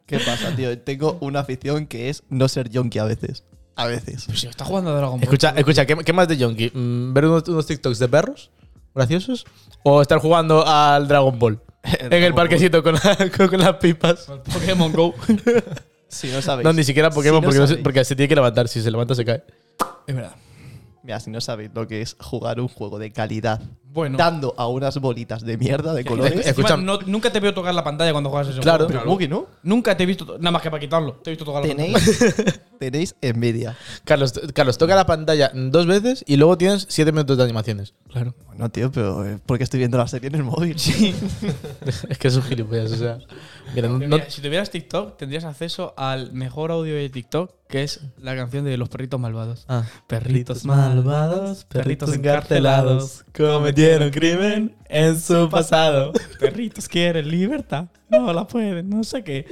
Speaker 4: ¿Qué pasa, tío? Tengo una afición que es no ser yonki a veces. A veces.
Speaker 1: Pues si está jugando a Dragon Ball.
Speaker 2: escucha, escucha, ¿qué, qué más de Yonki? Mm, ¿Ver unos, unos TikToks de perros graciosos? ¿O estar jugando al Dragon Ball? en <laughs> el parquecito con, la- <laughs> con- con las pipas.
Speaker 1: Con el Pokémon Go. <laughs>
Speaker 4: Si no sabéis.
Speaker 2: No, ni siquiera Pokémon,
Speaker 4: Si no
Speaker 2: porque, no se,
Speaker 4: sabéis.
Speaker 2: porque se tiene que levantar. Si se levanta, se cae.
Speaker 1: es verdad.
Speaker 4: Mira, si no sabéis lo que es jugar un juego de calidad.
Speaker 1: Bueno.
Speaker 4: Dando a unas bolitas de mierda de colores.
Speaker 1: Encima,
Speaker 2: escucha-
Speaker 1: no- nunca te veo tocar la pantalla cuando juegas ese
Speaker 2: Claro.
Speaker 1: juego.
Speaker 4: Pero Mugi, ¿no?
Speaker 1: Nunca te he visto. to- Nada más que para quitarlo. Te he visto tocar la pantalla.
Speaker 4: Tenéis,
Speaker 1: <laughs>
Speaker 4: tenéis envidia.
Speaker 2: Carlos, t- Carlos, toca la pantalla dos veces y luego tienes siete minutos de animaciones.
Speaker 1: Claro.
Speaker 4: Bueno, tío, pero eh, porque estoy viendo la serie en el móvil.
Speaker 2: <laughs> es que es un gilipollas, o sea. Mira, no-
Speaker 1: Mira,
Speaker 2: no-
Speaker 1: si tuvieras TikTok, tendrías acceso al mejor audio de TikTok, que es la canción de Los Perritos Malvados.
Speaker 2: Ah.
Speaker 1: Perritos malvados, perritos encarcelados,
Speaker 2: cometieron crimen en su pasado.
Speaker 1: Perritos quieren libertad. No la pueden, no sé qué.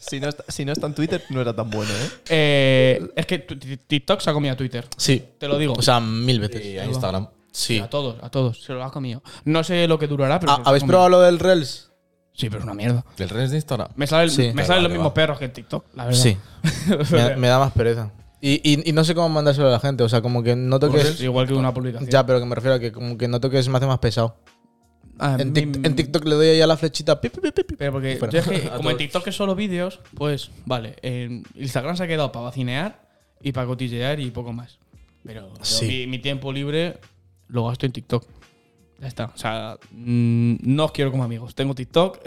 Speaker 4: si, no está, si no está en Twitter, no era tan bueno, ¿eh?
Speaker 1: es que tu- ti- TikTok se ha comido a Twitter.
Speaker 2: Sí,
Speaker 1: Te lo digo.
Speaker 2: o sea, mil veces.
Speaker 3: Y a Instagram.
Speaker 2: Sí.
Speaker 1: a todos, a todos. Se lo ha comido. No sé lo que durará, pero.
Speaker 2: Ah,
Speaker 1: se lo ha
Speaker 2: ¿Habéis
Speaker 1: comido.
Speaker 2: probado lo del Reels?
Speaker 1: Sí, pero es una mierda.
Speaker 3: ¿Del redes de Instagram?
Speaker 1: Me salen
Speaker 2: Sí.
Speaker 1: me
Speaker 3: Vale,
Speaker 1: salen
Speaker 3: vale,
Speaker 1: los mismos
Speaker 3: va.
Speaker 1: perros que en TikTok, la verdad. <laughs>
Speaker 2: Me, me da más pereza. Y, y- y no sé cómo mandárselo a la gente, o sea, como que no
Speaker 1: Pues
Speaker 2: toques.
Speaker 1: igual que una publicación.
Speaker 2: Ya, pero que me refiero a que como que no toques me hace más pesado.
Speaker 1: Ah,
Speaker 2: En,
Speaker 1: mi-
Speaker 2: Tik- en TikTok le doy ahí a la flechita. pip, pip, pip, pip.
Speaker 1: Pero porque
Speaker 2: Fuera.
Speaker 1: yo es que,
Speaker 3: A
Speaker 1: como en
Speaker 3: todos.
Speaker 1: TikTok es solo vídeos, pues vale, en Instagram se ha quedado para vacinear y para cotillear y poco más. Pero yo
Speaker 2: Sí.
Speaker 1: mi, mi tiempo libre lo gasto en TikTok. Ya está. O sea, mm, no os quiero como amigos. Tengo TikTok.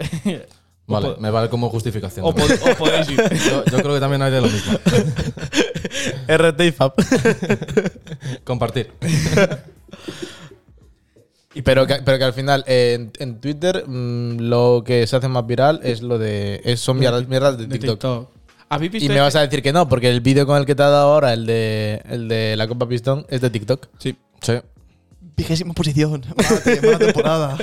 Speaker 1: <laughs>
Speaker 3: Vale,
Speaker 1: o, po-
Speaker 3: me vale como justificación.
Speaker 1: o
Speaker 3: también.
Speaker 1: pod- o podéis ir.
Speaker 3: <laughs> Yo, yo creo que también hay de lo mismo. <laughs>
Speaker 2: RT y FAP. <laughs>
Speaker 3: Compartir.
Speaker 2: Pero que, pero que al final eh, en, en Twitter mm, lo que se hace más viral es lo de. es- son mierdas, mierdas de
Speaker 1: De
Speaker 2: TikTok.
Speaker 1: TikTok. ¿Habéis visto
Speaker 2: Y me
Speaker 1: este?
Speaker 2: vas a decir que no, porque el vídeo con el que te ha dado ahora, el de, el de la Copa Pistón, es de TikTok.
Speaker 3: Sí. Sí.
Speaker 4: Vigésima <laughs> posición. Mala, te- mala temporada.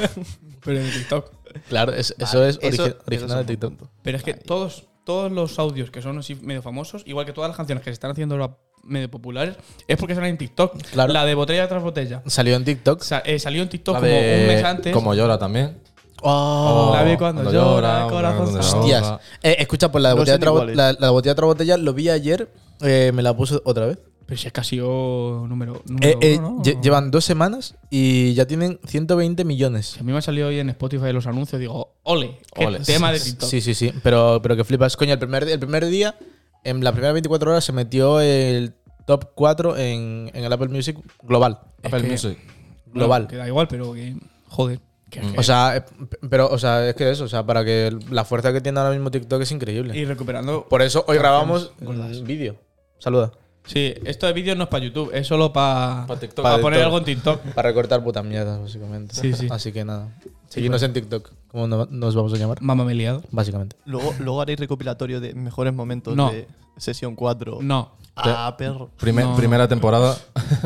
Speaker 1: Pero en TikTok.
Speaker 2: Claro, es- <laughs> eso es
Speaker 4: eso-
Speaker 2: origi-
Speaker 4: eso es
Speaker 2: original
Speaker 4: un
Speaker 2: de TikTok.
Speaker 1: Pero es que todos, todos los audios que son así medio famosos, igual que todas las canciones que se están haciendo ahora medio populares, es porque salen en TikTok.
Speaker 2: Claro.
Speaker 1: La de botella tras botella.
Speaker 2: Salió en TikTok.
Speaker 1: Sa- eh, salió en TikTok
Speaker 3: La
Speaker 1: como
Speaker 3: de
Speaker 1: un mes antes.
Speaker 3: Como llora también. Ah.
Speaker 4: Oh.
Speaker 1: la vi cuando,
Speaker 3: Cuando
Speaker 1: llora,
Speaker 3: llora,
Speaker 1: corazón.
Speaker 3: cuando
Speaker 1: santo.
Speaker 3: llora.
Speaker 2: Hostias. Eh, escucha, pues la de
Speaker 4: No
Speaker 2: botella,
Speaker 4: son
Speaker 2: tras bo-
Speaker 4: iguales.
Speaker 2: la, la de botella tras botella lo vi ayer. eh, me la puse otra vez.
Speaker 1: Pero si es casi o número,
Speaker 2: Eh,
Speaker 1: número
Speaker 2: eh,
Speaker 1: uno, ¿no?
Speaker 2: lle- Llevan dos semanas y ya tienen 120 millones.
Speaker 1: Si a mí me ha salido hoy en Spotify los anuncios, digo, ole, qué
Speaker 3: Ole.
Speaker 1: tema de TikTok.
Speaker 2: Sí, sí, sí. Pero, pero que flipas. Coño, el primer, el primer día, en las primeras 24 horas, se metió el top 4 en, en el Apple Music global.
Speaker 3: Apple
Speaker 1: que-
Speaker 3: Music.
Speaker 1: Bueno,
Speaker 2: Global.
Speaker 1: Que da igual, pero que. Joder. que- que-
Speaker 2: O sea, eh, p- pero, o sea, es que eso, o sea, para que el- la fuerza que tiene ahora mismo TikTok es increíble.
Speaker 1: y recuperando.
Speaker 2: Por eso hoy grabamos
Speaker 1: gordas.
Speaker 2: un vídeo. Saluda.
Speaker 1: Sí, esto de vídeo no es para YouTube, es solo para.
Speaker 3: Pa' TikTok.
Speaker 1: Para
Speaker 2: Pa'
Speaker 1: poner
Speaker 2: TikTok.
Speaker 1: algo en TikTok.
Speaker 2: Para recortar putas mierdas, básicamente.
Speaker 1: Sí, sí. pues.
Speaker 2: Así que nada. Seguidnos en TikTok, como no- nos vamos a llamar,
Speaker 1: Mamá me he liado.
Speaker 2: básicamente.
Speaker 4: Luego, luego haréis recopilatorio de mejores momentos
Speaker 1: No.
Speaker 4: de sesión 4.
Speaker 1: No.
Speaker 4: Ah, perro.
Speaker 3: Primer-
Speaker 1: No.
Speaker 3: Primera <laughs> temporada.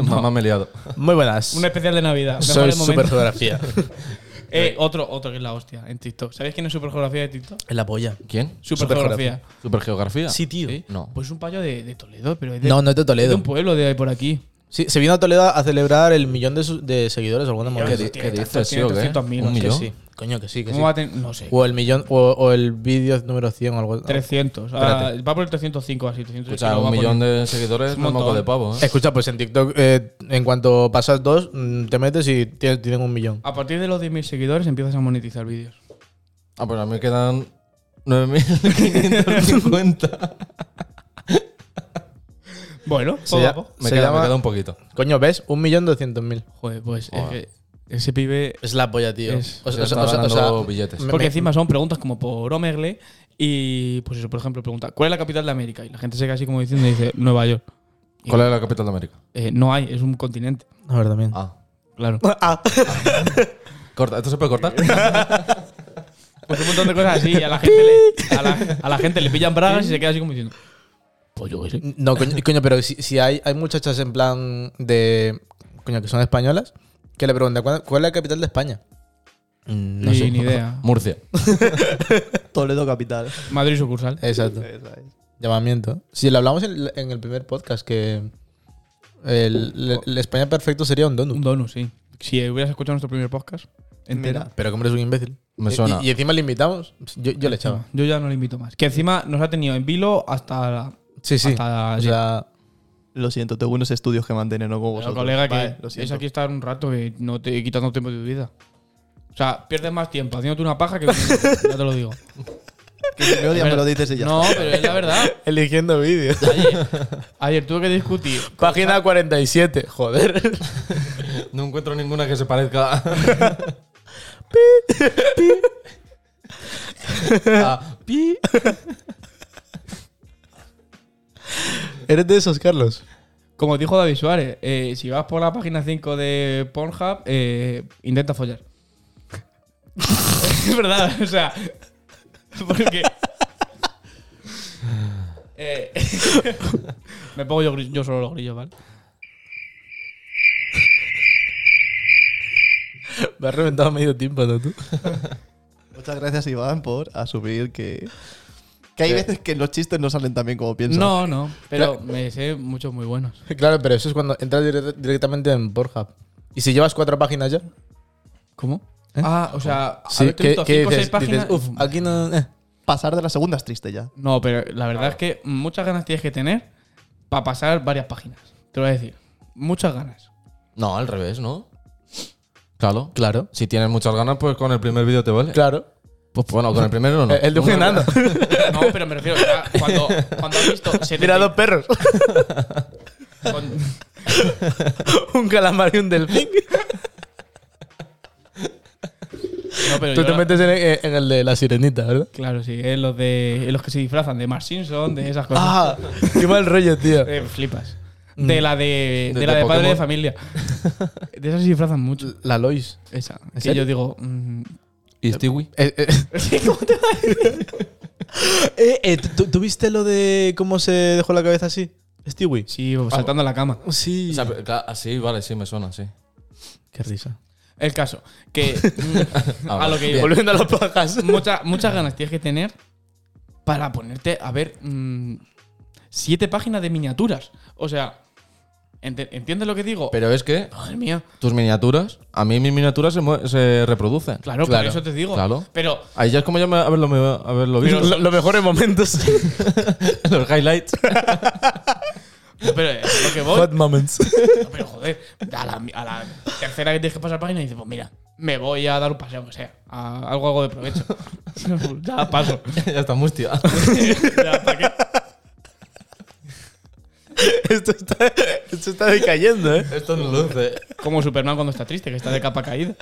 Speaker 3: Mamá me he liado.
Speaker 2: Muy buenas.
Speaker 1: Un especial de Navidad.
Speaker 2: Soy
Speaker 1: mejores momentos. <laughs>
Speaker 2: supergeografía.
Speaker 1: Eh, otro, otro que es la hostia en TikTok. ¿Sabéis quién es Supergeografía de TikTok?
Speaker 2: Es la polla.
Speaker 3: ¿Quién?
Speaker 1: Supergeografía.
Speaker 3: ¿Supergeografía?
Speaker 2: Sí, tío.
Speaker 3: No.
Speaker 1: Pues es un payo de, de Toledo, pero es de,
Speaker 2: No, no es de
Speaker 1: es de
Speaker 2: Toledo.
Speaker 1: un pueblo de ahí por aquí.
Speaker 2: Sí, se vino a Toledo a celebrar el millón de, sus- de seguidores o alguna movida.
Speaker 3: ¿Qué,
Speaker 1: Eso
Speaker 3: di-
Speaker 1: tiene
Speaker 3: qué dices,
Speaker 1: 300,
Speaker 3: tío? ¿qué?
Speaker 1: 300.000, no
Speaker 3: ¿Un
Speaker 1: sé.
Speaker 2: Que
Speaker 3: millón?
Speaker 2: sí. Coño, que sí, que sí.
Speaker 1: ¿Cómo va a tener.? No sé.
Speaker 2: O el millón, o, o el vídeo número 100 o algo.
Speaker 1: 300. Ah,
Speaker 2: Espérate.
Speaker 1: va por el 305 así. 300,
Speaker 3: O sea, un millón de seguidores,
Speaker 1: Un
Speaker 3: no moco
Speaker 1: montón.
Speaker 3: de pavo, ¿eh?
Speaker 2: Escucha, pues en TikTok, eh, en cuanto pasas dos, mm, te metes y tienes, tienen un millón.
Speaker 1: A partir de los 10.000 seguidores empiezas a monetizar vídeos.
Speaker 3: Ah, pues a mí me quedan
Speaker 2: <laughs>
Speaker 3: 9.550.
Speaker 1: Bueno,
Speaker 2: Se
Speaker 1: poco a
Speaker 2: llama-
Speaker 1: poco.
Speaker 3: me,
Speaker 2: Se
Speaker 3: queda,
Speaker 2: llama-
Speaker 3: me queda un poquito.
Speaker 2: Coño, ¿ves? Un millón doscientos mil.
Speaker 1: Joder, pues es
Speaker 3: Joder.
Speaker 1: que ese pibe.
Speaker 2: Es la polla, tío.
Speaker 1: Es-
Speaker 2: O sea, o sea-
Speaker 3: Ya
Speaker 2: o
Speaker 3: está
Speaker 2: sea- o sea,
Speaker 3: ganando billetes.
Speaker 2: me-
Speaker 1: Porque
Speaker 2: me-
Speaker 1: encima son preguntas como por Omegle y, pues eso, por ejemplo, pregunta, ¿cuál es la capital de América? Y la gente se queda así como diciendo y dice, Nueva York. Y-
Speaker 3: ¿Cuál es la capital de América?
Speaker 1: Eh, no hay, es un continente,
Speaker 2: A ver, también.
Speaker 3: Ah.
Speaker 1: claro.
Speaker 3: Corta, ¿esto se puede
Speaker 2: <laughs>
Speaker 3: cortar?
Speaker 1: Pues un montón de cosas así y a la gente le, a la, a la gente le pillan bragas y se queda así como diciendo, pues yo qué sé.
Speaker 2: No, <laughs> coño, coño, pero si, si hay, hay muchachas en plan de. Coño, que son españolas, que le preguntan, ¿cuál, cuál es la capital de España? Mm, No
Speaker 1: Ni-
Speaker 2: sé.
Speaker 1: ni
Speaker 2: <laughs>
Speaker 1: idea.
Speaker 3: Murcia.
Speaker 4: Toledo Capital.
Speaker 1: Madrid sucursal.
Speaker 2: Exacto.
Speaker 4: Esa es.
Speaker 2: Llamamiento. Si lo hablamos en, en el primer podcast, que el, el- el España perfecto sería un
Speaker 1: Un
Speaker 2: donut.
Speaker 1: donut, sí. Si hubieras escuchado nuestro primer podcast entera.
Speaker 4: Mira.
Speaker 2: Pero que hombre es un imbécil.
Speaker 3: Me
Speaker 2: Y-
Speaker 3: suena.
Speaker 2: Y, y encima le invitamos. Yo, yo le echaba.
Speaker 1: Mm. Yo ya no le invito más. Que encima nos ha tenido en vilo hasta... la-
Speaker 2: Sí, sí.
Speaker 1: Hasta-
Speaker 2: o sea, lo
Speaker 4: Lo siento, tengo unos estudios que mantener, no como
Speaker 1: Pero,
Speaker 4: vosotros.
Speaker 1: colega, que
Speaker 4: Vale, lo
Speaker 1: es
Speaker 4: siento.
Speaker 1: aquí estar un rato que no te quitando tiempo de tu vida. O sea, pierdes más tiempo haciéndote una paja que. ya te lo
Speaker 4: <laughs>
Speaker 1: digo.
Speaker 4: Que si me odias, me lo dices y ya.
Speaker 1: no, pero es la verdad.
Speaker 2: eligiendo vídeos.
Speaker 1: Ayer, ayer tuve que discutir.
Speaker 2: Página 47. Joder.
Speaker 3: No encuentro ninguna que se parezca. Ah, pi.
Speaker 2: <laughs> ¿Eres de esos, Carlos?
Speaker 1: Como dijo David Suárez, eh, si vas por la página 5 de Pornhub, eh, intenta follar. <laughs> es verdad, o sea.
Speaker 4: <laughs>
Speaker 1: Porque. Eh, <laughs> me pongo yo, gri- yo solo los grillos, ¿vale?
Speaker 2: Me has reventado medio tiempo, ¿no, tú?
Speaker 4: Muchas gracias, Iván, por asumir que. Que hay veces que los chistes no salen tan bien como piensas.
Speaker 1: No, no, pero me sé muchos muy buenos.
Speaker 2: <laughs> Claro, pero eso es cuando entras dire- directamente en Pornhub. ¿Y si llevas cuatro páginas ya?
Speaker 1: ¿Cómo? Ah, o sea,
Speaker 2: Sí,
Speaker 1: haberte visto cinco o seis páginas.
Speaker 2: Uf, aquí no... eh".
Speaker 4: Pasar de la segunda es triste ya.
Speaker 1: No, pero la verdad es que muchas ganas tienes que tener para pasar varias páginas. Te lo voy a decir. Muchas <laughs> ganas.
Speaker 3: No, al revés, ¿no? Claro.
Speaker 2: Claro.
Speaker 3: Si tienes muchas ganas, pues con el primer vídeo te vale.
Speaker 2: Claro.
Speaker 3: Pues bueno, con el primero no.
Speaker 2: <laughs> El de un enano.
Speaker 1: No, pero me refiero, ya, cuando, cuando has <laughs> visto. 70
Speaker 2: Mira dos perros.
Speaker 1: cuando-
Speaker 2: <laughs> un calamar y un delfín.
Speaker 1: no, <laughs> pero
Speaker 2: Tú
Speaker 1: yo
Speaker 2: te
Speaker 1: la-
Speaker 2: metes en el, eh, en el de la sirenita, ¿verdad?
Speaker 1: Claro, sí, es los, de, es los que se disfrazan de Mark Simpson, de esas cosas.
Speaker 2: ¡Ah! <laughs> ¡Qué mal rollo, tío!
Speaker 1: Eh, flipas. De la de, de,
Speaker 3: De-
Speaker 1: la
Speaker 3: de
Speaker 1: de padre de <laughs>
Speaker 3: Pokémon.
Speaker 1: familia. De esas se disfrazan mucho.
Speaker 2: La Lois. <laughs>
Speaker 1: Esa.
Speaker 2: ¿En
Speaker 1: Que
Speaker 2: serio?
Speaker 1: yo digo. <laughs> mm,
Speaker 3: ¿Y Stewie?
Speaker 2: Eh, eh. Eh, eh, ¿tú- ¿tú, tú viste lo de cómo se dejó la cabeza así? Stewie.
Speaker 1: sí, o saltando a la cama.
Speaker 2: Sí.
Speaker 3: O sea, pero, claro, ah, sí, vale, sí, me suena, sí.
Speaker 2: Qué risa.
Speaker 1: El caso,
Speaker 2: <laughs>
Speaker 1: que
Speaker 3: Ah,
Speaker 1: mm, a lo que iba.
Speaker 2: Volviendo a las pajas.
Speaker 1: Mucha- muchas ganas tienes que tener para ponerte a ver mm, siete páginas de miniaturas. O sea, ente- ¿entiendes lo que digo?
Speaker 3: Pero es que
Speaker 1: Madre mía.
Speaker 3: tus miniaturas, a mí mis miniaturas se, mue- se reproducen.
Speaker 1: Claro, por
Speaker 2: Claro,
Speaker 1: eso te digo.
Speaker 3: claro.
Speaker 1: Pero
Speaker 3: Ahí ya es como yo me, haberlo, me- haberlo visto.
Speaker 2: Los lo los mejores momentos.
Speaker 3: <laughs> los highlights. <laughs>
Speaker 1: Pero es lo que voy.
Speaker 2: Hot moments.
Speaker 1: No, pero joder, a la, a la tercera que tienes que pasar página dices, pues mira, me voy a dar un paseo, que sea, a algo, algo de provecho. <laughs> ya paso. <laughs>
Speaker 3: ya está Ah, mustia.
Speaker 1: Ya, ¿para qué?
Speaker 2: Esto está, esto está decayendo, ¿eh?
Speaker 3: Esto no luce.
Speaker 1: Como Superman cuando está triste, que está de capa caída.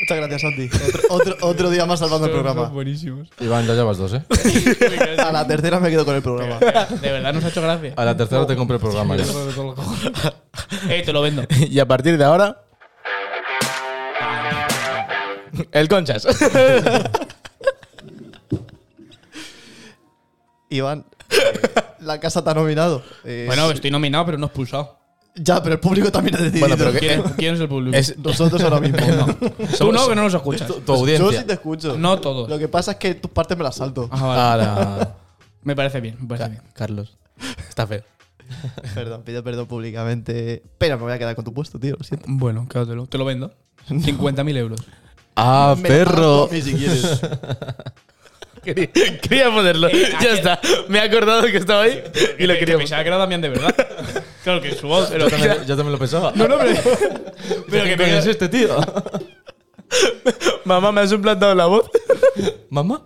Speaker 4: Muchas gracias, Santi. Otro, otro- otro día más salvando el programa.
Speaker 1: buenísimos.
Speaker 3: Iván, ya llevas dos, ¿eh?
Speaker 4: A la tercera me quedo con el programa.
Speaker 1: De verdad nos ha hecho
Speaker 3: <laughs>
Speaker 1: gracia.
Speaker 3: A la tercera te compré el programa ya.
Speaker 1: Eh, te lo vendo.
Speaker 2: Y a partir de ahora. El conchas.
Speaker 1: <laughs>
Speaker 4: Iván, la casa te ha nominado. Eh,
Speaker 1: Bueno, pues- estoy nominado, pero no expulsado.
Speaker 4: Ya, pero el público también ha decidido.
Speaker 2: Bueno, pero que-
Speaker 1: ¿Quién, quién es el público?
Speaker 2: Es-
Speaker 4: Nosotros ahora mismo.
Speaker 1: Tú no, que no nos escuchas.
Speaker 3: Tu
Speaker 4: Yo sí
Speaker 3: audiencia.
Speaker 4: te escucho.
Speaker 1: No todos.
Speaker 4: Lo que pasa es que tus partes me las salto.
Speaker 1: Ah, vale.
Speaker 2: Ahora.
Speaker 1: Me parece bien, me parece bien.
Speaker 2: Carlos. Está feo.
Speaker 4: Perdón, pido perdón públicamente. Pero me voy a quedar con tu puesto, tío. Lo siento.
Speaker 1: Bueno, quédatelo. Te lo vendo. 50.000 euros.
Speaker 3: Ah,
Speaker 4: Me
Speaker 3: perro.
Speaker 4: mato a mí si quieres.
Speaker 1: <laughs>
Speaker 2: Quería, <laughs> quería ponerlo. ya está. Me he acordado que estaba ahí y lo quería poner.
Speaker 1: Pensaba que era Damián de verdad. Claro que su voz. Pero,
Speaker 3: Yo <laughs> también, yo también lo pensaba.
Speaker 1: pero que
Speaker 3: ¿Qué coño es este <laughs> tío?
Speaker 2: Mamá, me has implantado la voz. <laughs>
Speaker 3: ¿Mamá?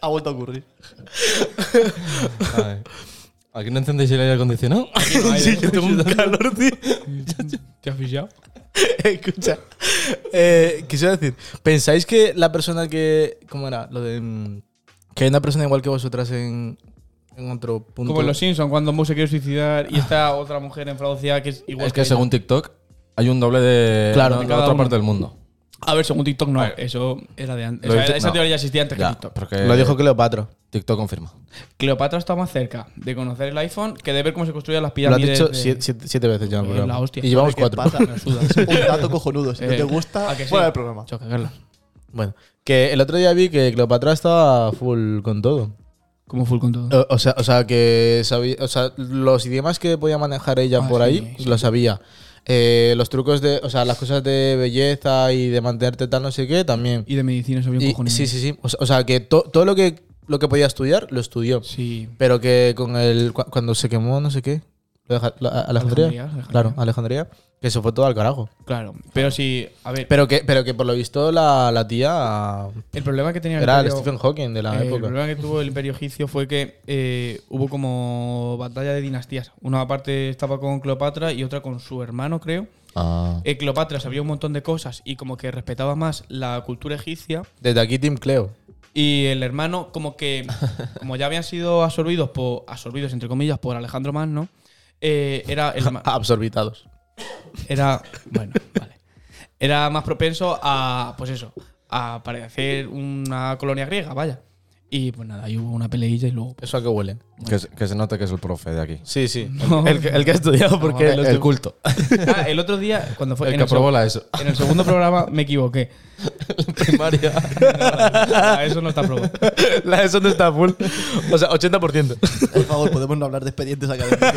Speaker 4: Ha vuelto a ocurrir.
Speaker 3: Ay. ¿Aquí no encendéis el aire acondicionado?
Speaker 2: Sí, que tengo un calor, tío. <laughs>
Speaker 1: ¿Te has fichado?
Speaker 2: Escucha. Eh, quisiera decir, ¿pensáis que la persona que. ¿Cómo era? Lo de. mm, Que hay una persona igual que vosotras en. En otro punto.
Speaker 1: Como en Los Simpsons, cuando Moe se quiere suicidar y está otra mujer en Francia que es igual
Speaker 3: Es que
Speaker 1: ella.
Speaker 3: según TikTok hay un doble de
Speaker 2: Claro,
Speaker 3: de
Speaker 1: de
Speaker 3: la
Speaker 1: cada
Speaker 3: otra
Speaker 1: uno.
Speaker 3: parte del mundo.
Speaker 1: A ver, según TikTok no. Eso era de antes.
Speaker 3: Lo
Speaker 1: O sea,
Speaker 3: dice-
Speaker 1: esa
Speaker 3: no.
Speaker 1: teoría ya existía antes
Speaker 3: Ya,
Speaker 1: que TikTok.
Speaker 3: porque
Speaker 2: Lo dijo Cleopatra.
Speaker 3: TikTok confirma.
Speaker 1: Cleopatra está más cerca de conocer el iPhone que de ver cómo se construían las
Speaker 2: Lo has
Speaker 1: pirámides.
Speaker 2: dicho
Speaker 1: de-
Speaker 2: siete, siete- siete veces ya en el
Speaker 1: Eh,
Speaker 2: programa.
Speaker 1: la hostia.
Speaker 2: Y llevamos
Speaker 4: ¿Qué
Speaker 2: cuatro.
Speaker 1: <laughs>
Speaker 4: pasa?
Speaker 1: Me suda.
Speaker 4: Un dato cojonudo. Si no
Speaker 1: Eh,
Speaker 4: te gusta,
Speaker 1: ¿a que sí?
Speaker 4: fuera del programa.
Speaker 1: Chao, cagarla.
Speaker 2: <laughs> Bueno, que el otro día vi que Cleopatra estaba full con todo.
Speaker 1: Como full con todo.
Speaker 2: O, o sea, o sea, que sabía, o sea, los idiomas que podía manejar ella
Speaker 1: Ah,
Speaker 2: por
Speaker 1: sí,
Speaker 2: ahí,
Speaker 1: sí.
Speaker 2: lo sabía. Eh, los trucos de, o sea, las cosas de belleza y de mantenerte tal, no sé qué, también.
Speaker 1: Y de medicina sabía un
Speaker 2: Y-
Speaker 1: cojón.
Speaker 2: sí, sí, sí. O sea, o sea, que to- todo lo que, lo que podía estudiar, lo estudió.
Speaker 1: Sí.
Speaker 2: Pero que con el, cu- cuando se quemó, no sé qué, lo deja- la- Alejandría,
Speaker 1: Alejandría, Alejandría.
Speaker 2: Claro, Alejandría. Que se fue todo al carajo.
Speaker 1: Claro. Pero sí, a ver,
Speaker 2: Pero que, pero que por lo visto la, la tía
Speaker 1: el problema que tenía
Speaker 2: era el
Speaker 1: imperio-
Speaker 2: Stephen Hawking de la
Speaker 1: eh, el
Speaker 2: época.
Speaker 1: problema que tuvo el imperio egipcio fue que eh, hubo como batalla de dinastías. Una parte estaba con Cleopatra y otra con su hermano, creo.
Speaker 3: Ah.
Speaker 1: Eh, Cleopatra sabía un montón de cosas y como que respetaba más la cultura egipcia.
Speaker 2: Desde aquí, Team Cleo.
Speaker 1: Y el hermano, como
Speaker 4: <laughs>
Speaker 1: que, como ya habían sido absorbidos, por, absorbidos entre comillas, por Alejandro Magno, eh, era, el ma-
Speaker 2: Ah, Absorbitados.
Speaker 1: era, bueno, vale. era más propenso a, pues eso, a parecer una colonia griega, vaya. Y pues nada, ahí hubo una peleilla y luego... pues,
Speaker 2: ¿Eso a qué huele?
Speaker 3: Que, se- que se note que es el profe de aquí.
Speaker 2: Sí, <laughs> sí. El, que- el que ha estudiado porque
Speaker 1: Vamos a
Speaker 2: los
Speaker 3: El
Speaker 2: de-
Speaker 3: culto.
Speaker 1: Ah, el otro día, cuando fue...
Speaker 3: El
Speaker 1: en
Speaker 3: que
Speaker 1: el
Speaker 3: aprobó
Speaker 1: seg-
Speaker 2: E
Speaker 3: la ESO.
Speaker 1: En el segundo programa me
Speaker 3: <laughs>
Speaker 1: equivoqué.
Speaker 2: <laughs>
Speaker 3: Primaria.
Speaker 1: Ah, Eso no está aprobado.
Speaker 2: la ESO no está full. O sea, 80%.
Speaker 4: Por favor, podemos no hablar de expedientes <laughs> académicos.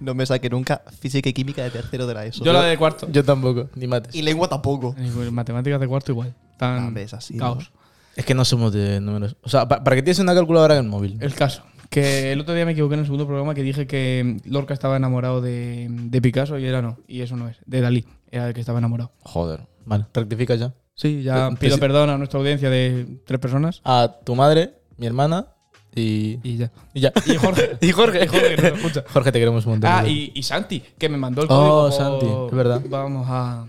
Speaker 4: no me saque nunca física y química de tercero de la ESO.
Speaker 1: Yo la de cuarto.
Speaker 2: <laughs>
Speaker 1: pues,
Speaker 2: Yo tampoco, ni mates.
Speaker 4: Y lengua tampoco.
Speaker 1: Matemáticas de cuarto igual.
Speaker 4: Ah,
Speaker 1: Tan
Speaker 4: ves, así, ¿no?
Speaker 1: caos.
Speaker 2: Es que no somos de números. O sea, pa- para que tienes una calculadora en el móvil.
Speaker 1: El caso. Que el otro día me equivoqué en el segundo programa que dije que Lorca estaba enamorado de, de Picasso y era no. Y eso no es. De Dalí. Era el que estaba enamorado.
Speaker 3: Joder.
Speaker 2: Vale, rectifica ya.
Speaker 1: Sí, ya pido
Speaker 2: Pero- pero-
Speaker 1: perdón a nuestra audiencia de tres personas
Speaker 2: A tu madre, mi hermana y.
Speaker 1: y ya.
Speaker 2: Y <laughs> ya.
Speaker 1: Y Jorge.
Speaker 2: Y Jorge.
Speaker 1: <laughs> Y Jorge, que no lo
Speaker 2: <laughs>
Speaker 1: escucha.
Speaker 2: Jorge, te queremos un montón.
Speaker 1: Ah, y, y Santi, que me mandó el código.
Speaker 2: Oh,
Speaker 1: por-
Speaker 2: Santi, es verdad.
Speaker 1: Vamos a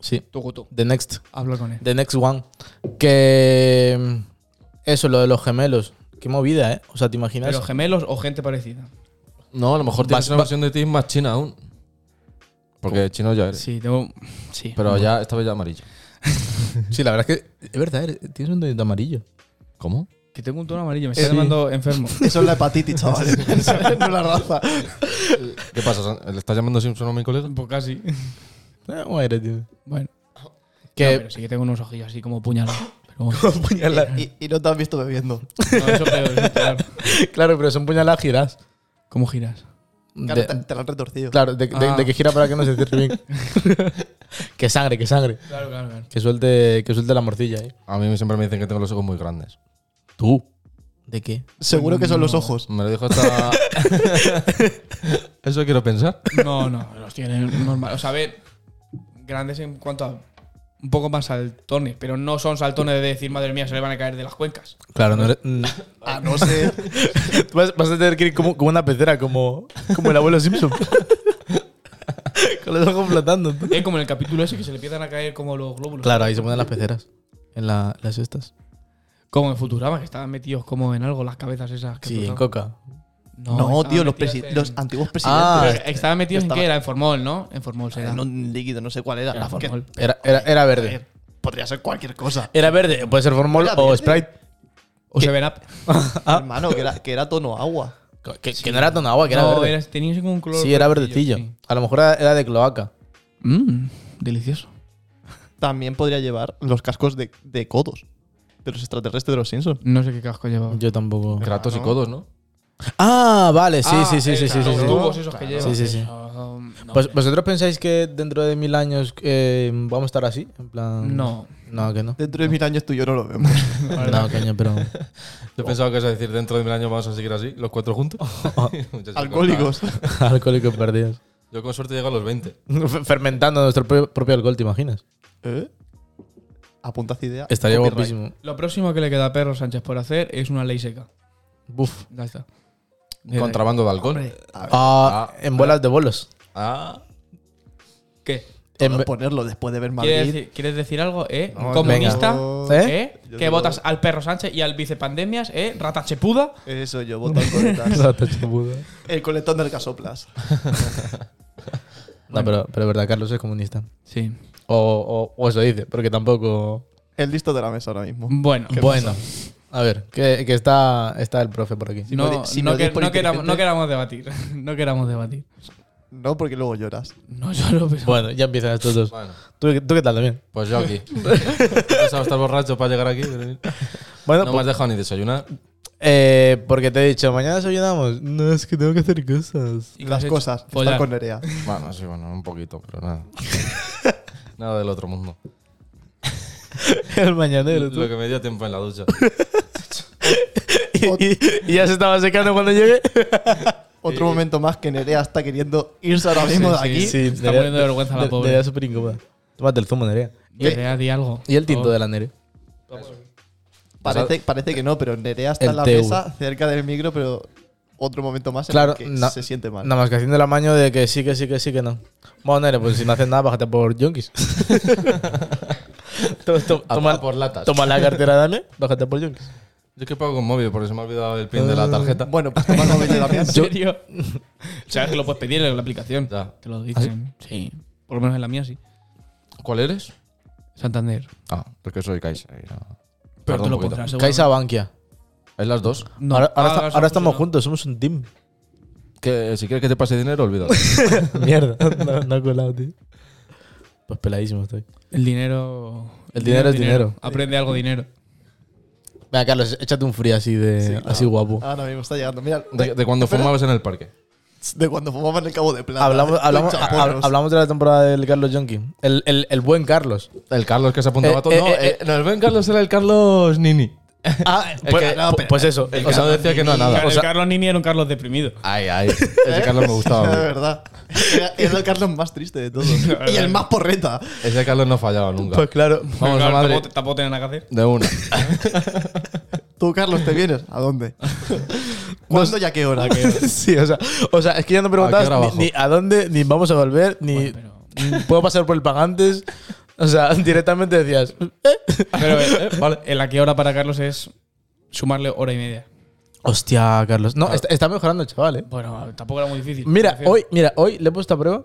Speaker 2: Sí.
Speaker 1: tu gusto.
Speaker 2: The next.
Speaker 1: Habla con él.
Speaker 2: The next one. Que. mm, Eso, lo de los gemelos. Qué movida, ¿eh? O sea, ¿te imaginas?
Speaker 1: ¿Pero gemelos o gente parecida?
Speaker 3: No, a lo mejor tienes
Speaker 2: Vas-
Speaker 3: una
Speaker 2: va-
Speaker 3: versión de ti más china aún. Porque chino ya eres.
Speaker 1: Sí, tengo. Sí.
Speaker 3: Pero ya esta vez ya amarillo.
Speaker 1: <laughs>
Speaker 2: Sí, la verdad es que. Es verdad, eres- tienes un dedito amarillo. <laughs>
Speaker 3: ¿Cómo?
Speaker 1: Que tengo un tono amarillo, me
Speaker 2: Sí.
Speaker 1: está llamando enfermo.
Speaker 4: Eso es la hepatitis,
Speaker 1: <laughs>
Speaker 4: chavales. no es la raza.
Speaker 3: ¿Qué pasa? San- ¿Le estás llamando Simpson a mi <laughs> colega?
Speaker 1: Pues casi.
Speaker 2: Eh, muere, tío.
Speaker 1: Bueno. No,
Speaker 2: Que
Speaker 1: pero sí que tengo unos ojillos así como puñalos. Pero bueno.
Speaker 2: puñalada.
Speaker 4: Y, y no te has visto bebiendo.
Speaker 1: No, eso peor, eso peor.
Speaker 2: Claro, pero son puñaladas giras.
Speaker 1: <laughs> ¿Cómo giras?
Speaker 4: Claro,
Speaker 2: De-
Speaker 4: te, te la han retorcido.
Speaker 2: claro, de, de-
Speaker 1: Ah.
Speaker 2: de que gira para que no se
Speaker 1: <laughs>
Speaker 2: cierre bien. que sangre, que sangre.
Speaker 1: Claro, claro, claro.
Speaker 2: Que suelte, que suelte la morcilla, ¿eh?
Speaker 3: A mí siempre me dicen que tengo los ojos muy grandes.
Speaker 2: ¿Tú? ¿De qué?
Speaker 4: Seguro que son los ojos.
Speaker 3: Me lo dijo hasta. <laughs> Eso quiero pensar.
Speaker 1: No, no, los tienen normal. O sea, a ver, grandes en cuanto a un poco más saltones, pero no son saltones de decir, madre mía, se le van a caer de las cuencas.
Speaker 2: Claro, no <laughs> eres-
Speaker 1: Ah,
Speaker 4: A no ser.
Speaker 2: <laughs> vas, vas a tener que ir como, como una pecera, como, como el abuelo
Speaker 1: <laughs>
Speaker 2: Simpson. <laughs> Con los ojos flotando. tú.
Speaker 1: Es como en el capítulo ese que se le empiezan a caer como los glóbulos.
Speaker 2: Claro, ahí se ponen las peceras. En la- las estas.
Speaker 1: Como en Futurama, que estaban metidos como en algo, las cabezas esas. Que
Speaker 2: Sí, en
Speaker 1: explotaban.
Speaker 2: coca.
Speaker 4: No,
Speaker 1: estaban
Speaker 4: tío, los,
Speaker 1: metidas
Speaker 4: presi-
Speaker 1: en-
Speaker 4: los antiguos
Speaker 2: Ah,
Speaker 4: presidentes.
Speaker 1: Pero estaban metidos en
Speaker 4: estaba-
Speaker 1: qué era, en formol, ¿no? En formol será.
Speaker 4: en un líquido, no sé cuál era.
Speaker 1: Era
Speaker 4: Que- <laughs>
Speaker 1: formol.
Speaker 2: Era, era, era verde.
Speaker 4: joder, podría ser cualquier cosa.
Speaker 2: Era verde, puede ser formol
Speaker 4: ¿Era
Speaker 2: o
Speaker 4: verde?
Speaker 2: Sprite.
Speaker 1: O Seven Up.
Speaker 4: Hermano, que era, que era tono agua.
Speaker 2: Que- Que, que no era tonagua, que era
Speaker 1: no,
Speaker 2: verde.
Speaker 1: era- tenía así como un color.
Speaker 2: sí, era
Speaker 1: verdecillo,
Speaker 2: verdecillo. A lo mejor era, era de cloaca.
Speaker 1: sí. Mm, delicioso.
Speaker 4: También podría llevar los cascos de, de codos. De los extraterrestres de los Simpsons.
Speaker 1: No sé qué casco llevaba.
Speaker 2: Yo tampoco.
Speaker 3: Kratos y codos, ¿no?
Speaker 2: Ah, vale, sí,
Speaker 1: Ah,
Speaker 2: sí, sí,
Speaker 1: eh,
Speaker 2: sí, sí, sí,
Speaker 1: Los
Speaker 2: sí.
Speaker 1: tubos esos que
Speaker 2: Claro.
Speaker 1: llevan. Ah,
Speaker 2: Sí, sí, sí.
Speaker 1: Eso, no,
Speaker 2: Pues, ¿Vosotros pensáis que dentro de mil años eh, vamos a estar así? En plan.
Speaker 1: No.
Speaker 2: No, que no.
Speaker 4: Dentro de mil años tú y yo no lo vemos.
Speaker 2: No,
Speaker 1: <laughs>
Speaker 2: coño, pero.
Speaker 3: Yo pensaba que ibas a decir dentro de mil años vamos a seguir así, los cuatro <laughs> juntos.
Speaker 4: <laughs>
Speaker 3: Muchachos,
Speaker 4: Alcohólicos.
Speaker 2: Alcohólicos perdidos.
Speaker 3: Yo con suerte llego a los 20.
Speaker 2: Fer- Fermentando nuestro pro- propio alcohol, ¿te imaginas?
Speaker 4: <laughs> ¿Eh? Apuntas idea.
Speaker 2: Estaría
Speaker 4: Copyright.
Speaker 2: guapísimo.
Speaker 1: Lo próximo que le queda a Perro Sánchez por hacer es una ley seca.
Speaker 2: Buf.
Speaker 1: Ya está.
Speaker 3: Contrabando de alcohol.
Speaker 4: Hombre, a ver,
Speaker 2: Ah,
Speaker 3: Ah.
Speaker 2: en bolas de bolos.
Speaker 3: Ah,
Speaker 1: ¿Qué?
Speaker 2: En <laughs>
Speaker 4: puedo
Speaker 2: ve-
Speaker 4: ponerlo después de ver
Speaker 1: ¿Quieres
Speaker 4: Madrid.
Speaker 1: decir, quieres decir algo? ¿Eh?
Speaker 4: No,
Speaker 1: ¿Comunista?
Speaker 4: yo-
Speaker 1: ¿Eh?
Speaker 4: yo
Speaker 1: ¿Que
Speaker 4: no.
Speaker 1: votas al Perro Sánchez y al Vicepandemias? ¿Eh? ¿Rata chepuda?
Speaker 4: Eso, yo voto al coletas.
Speaker 2: Rata chapuda.
Speaker 4: El coletón del gasoplas.
Speaker 2: No, pero, pero es verdad, Carlos es comunista.
Speaker 1: Sí.
Speaker 2: O, o, o eso dice, porque tampoco.
Speaker 4: El listo de la mesa ahora mismo.
Speaker 1: Bueno.
Speaker 2: Bueno, a ver, que, que está, está el profe por aquí.
Speaker 4: Si me
Speaker 1: No,
Speaker 4: di- si
Speaker 1: no
Speaker 4: me lo
Speaker 1: que-
Speaker 4: dices por
Speaker 1: no queramos,
Speaker 4: inteligente.
Speaker 1: no queramos debatir. <laughs> No queramos debatir.
Speaker 4: No, porque luego lloras.
Speaker 1: No, yo lo veo.
Speaker 2: Bueno, ya empiezan estos dos.
Speaker 3: bueno.
Speaker 2: ¿Tú, tú qué tal también?
Speaker 3: Pues <laughs> yo aquí. Pensaba estar borracho para llegar aquí. pero-
Speaker 2: Bueno,
Speaker 3: No me
Speaker 2: pues,
Speaker 3: has dejado ni desayunar.
Speaker 2: eh, porque te he dicho, mañana desayunamos. No, es que tengo que hacer cosas.
Speaker 1: ¿Y
Speaker 2: <laughs>
Speaker 1: qué has
Speaker 4: Las
Speaker 1: hecho?
Speaker 4: cosas. Estar
Speaker 1: Follar.
Speaker 4: con Nerea.
Speaker 3: Bueno, sí, bueno, un poquito, pero nada. <laughs> nada del otro mundo.
Speaker 2: el mañanero. tú.
Speaker 3: Lo que me dio tiempo en la ducha.
Speaker 2: y, y- <laughs> y ya se estaba secando cuando <laughs> llegué.
Speaker 4: Otro momento más que Nerea está queriendo irse ahora
Speaker 1: Sí,
Speaker 4: mismo de
Speaker 1: sí,
Speaker 4: aquí.
Speaker 1: sí. está muriendo de vergüenza la
Speaker 2: Nerea-
Speaker 1: pobre.
Speaker 2: Nerea súper incómoda. Tómate el zumo, Nerea.
Speaker 1: Nerea, di algo.
Speaker 2: Y el tinto de la Nerea.
Speaker 4: Parece, parece que no, pero Nerea está
Speaker 2: El
Speaker 4: en la
Speaker 2: TV.
Speaker 4: mesa, cerca del micro, pero otro momento más en
Speaker 2: Claro,
Speaker 4: el que
Speaker 2: na-
Speaker 4: se siente mal.
Speaker 2: Nada más que haciendo el amaño de que sí, que sí, que sí, que no. Bueno, Nerea, pues si no haces nada, bájate por junkies. To- to-
Speaker 3: A-
Speaker 2: toma,
Speaker 3: a por latas.
Speaker 2: toma la cartera, dame, bájate por junkies.
Speaker 3: Yo es que pago con móvil porque se me ha olvidado el pin de la tarjeta.
Speaker 4: Bueno, pues toma el móvil de Damián.
Speaker 1: ¿En serio? <laughs> ¿Sabes que lo puedes pedir en la aplicación?
Speaker 3: Ya.
Speaker 1: Te
Speaker 2: ¿Ah,
Speaker 1: lo dicen. Sí. Por lo menos en la mía sí.
Speaker 3: ¿Cuál eres?
Speaker 1: Santander.
Speaker 3: Ah, porque soy Caixa. y no.
Speaker 1: Pero
Speaker 3: Tarda
Speaker 1: te
Speaker 3: un
Speaker 1: lo
Speaker 3: poquito.
Speaker 1: pondrás seguro.
Speaker 2: <laughs> Caixa Bankia.
Speaker 3: Es las dos.
Speaker 1: No.
Speaker 2: ahora ahora
Speaker 1: Ah, ahora
Speaker 2: está- ahora
Speaker 1: somos
Speaker 2: estamos
Speaker 1: uno.
Speaker 2: juntos, somos un team. <laughs>
Speaker 3: Que si quieres que te pase dinero, olvídate.
Speaker 2: Mierda, no, no he colado, tío. Pues peladísimo estoy.
Speaker 1: El dinero.
Speaker 2: El dinero es dinero.
Speaker 1: Aprende algo dinero.
Speaker 2: Venga, Carlos, échate un frío así de
Speaker 4: Sí, claro.
Speaker 2: así guapo.
Speaker 4: Ahora mismo está llegando. Mira,
Speaker 3: De, de cuando fumabas en el parque.
Speaker 4: de cuando fumaba en el Cabo de Plata.
Speaker 2: Hablamos,
Speaker 4: Los
Speaker 2: hablamos,
Speaker 4: chaporros.
Speaker 2: hab- hablamos de la temporada del Carlos Jonky. El, el, el buen Carlos.
Speaker 3: El Carlos que se apuntaba
Speaker 2: Eh,
Speaker 3: a todo.
Speaker 2: eh,
Speaker 3: no,
Speaker 2: eh,
Speaker 3: eh, no, el buen Carlos era el Carlos Nini.
Speaker 2: Ah,
Speaker 3: El
Speaker 2: pues,
Speaker 3: que- no,
Speaker 2: pu-
Speaker 3: pero-
Speaker 2: pues eso.
Speaker 3: El
Speaker 2: o
Speaker 3: que
Speaker 2: sea,
Speaker 3: no decía que no a nada.
Speaker 1: el Carlos Nini era un Carlos deprimido.
Speaker 3: Ay, ay. Ese Carlos me
Speaker 4: <laughs>
Speaker 3: gustaba.
Speaker 4: De
Speaker 3: a mí.
Speaker 4: verdad. Era, era el Carlos más triste de todos. y el más porreta.
Speaker 3: Ese Carlos no fallaba nunca.
Speaker 2: pues claro.
Speaker 1: Pero
Speaker 3: Vamos a
Speaker 1: claro,
Speaker 3: Madrid.
Speaker 1: Tampoco, tampoco tenía nada que hacer.
Speaker 3: De una.
Speaker 4: Tú, Carlos, ¿te vienes? ¿A dónde? <laughs> ¿Cuándo y a qué hora?
Speaker 2: <laughs> sí, o sea, o sea, es que ya no
Speaker 1: Ah,
Speaker 3: ¿A qué hora
Speaker 2: preguntabas
Speaker 3: bajo?
Speaker 2: ni, ni a dónde, ni vamos a volver, ni
Speaker 1: Bueno,
Speaker 2: <laughs> puedo pasar por el pagantes. O sea, <laughs> directamente decías,
Speaker 1: Pero
Speaker 2: <laughs>
Speaker 1: eh, vale, en la que hora para Carlos es sumarle hora y media.
Speaker 2: Hostia, Carlos. No, está, está mejorando el chaval, eh.
Speaker 1: Bueno, tampoco era muy difícil. Me
Speaker 2: Mira,
Speaker 1: refiero.
Speaker 2: hoy, mira, hoy le he puesto a prueba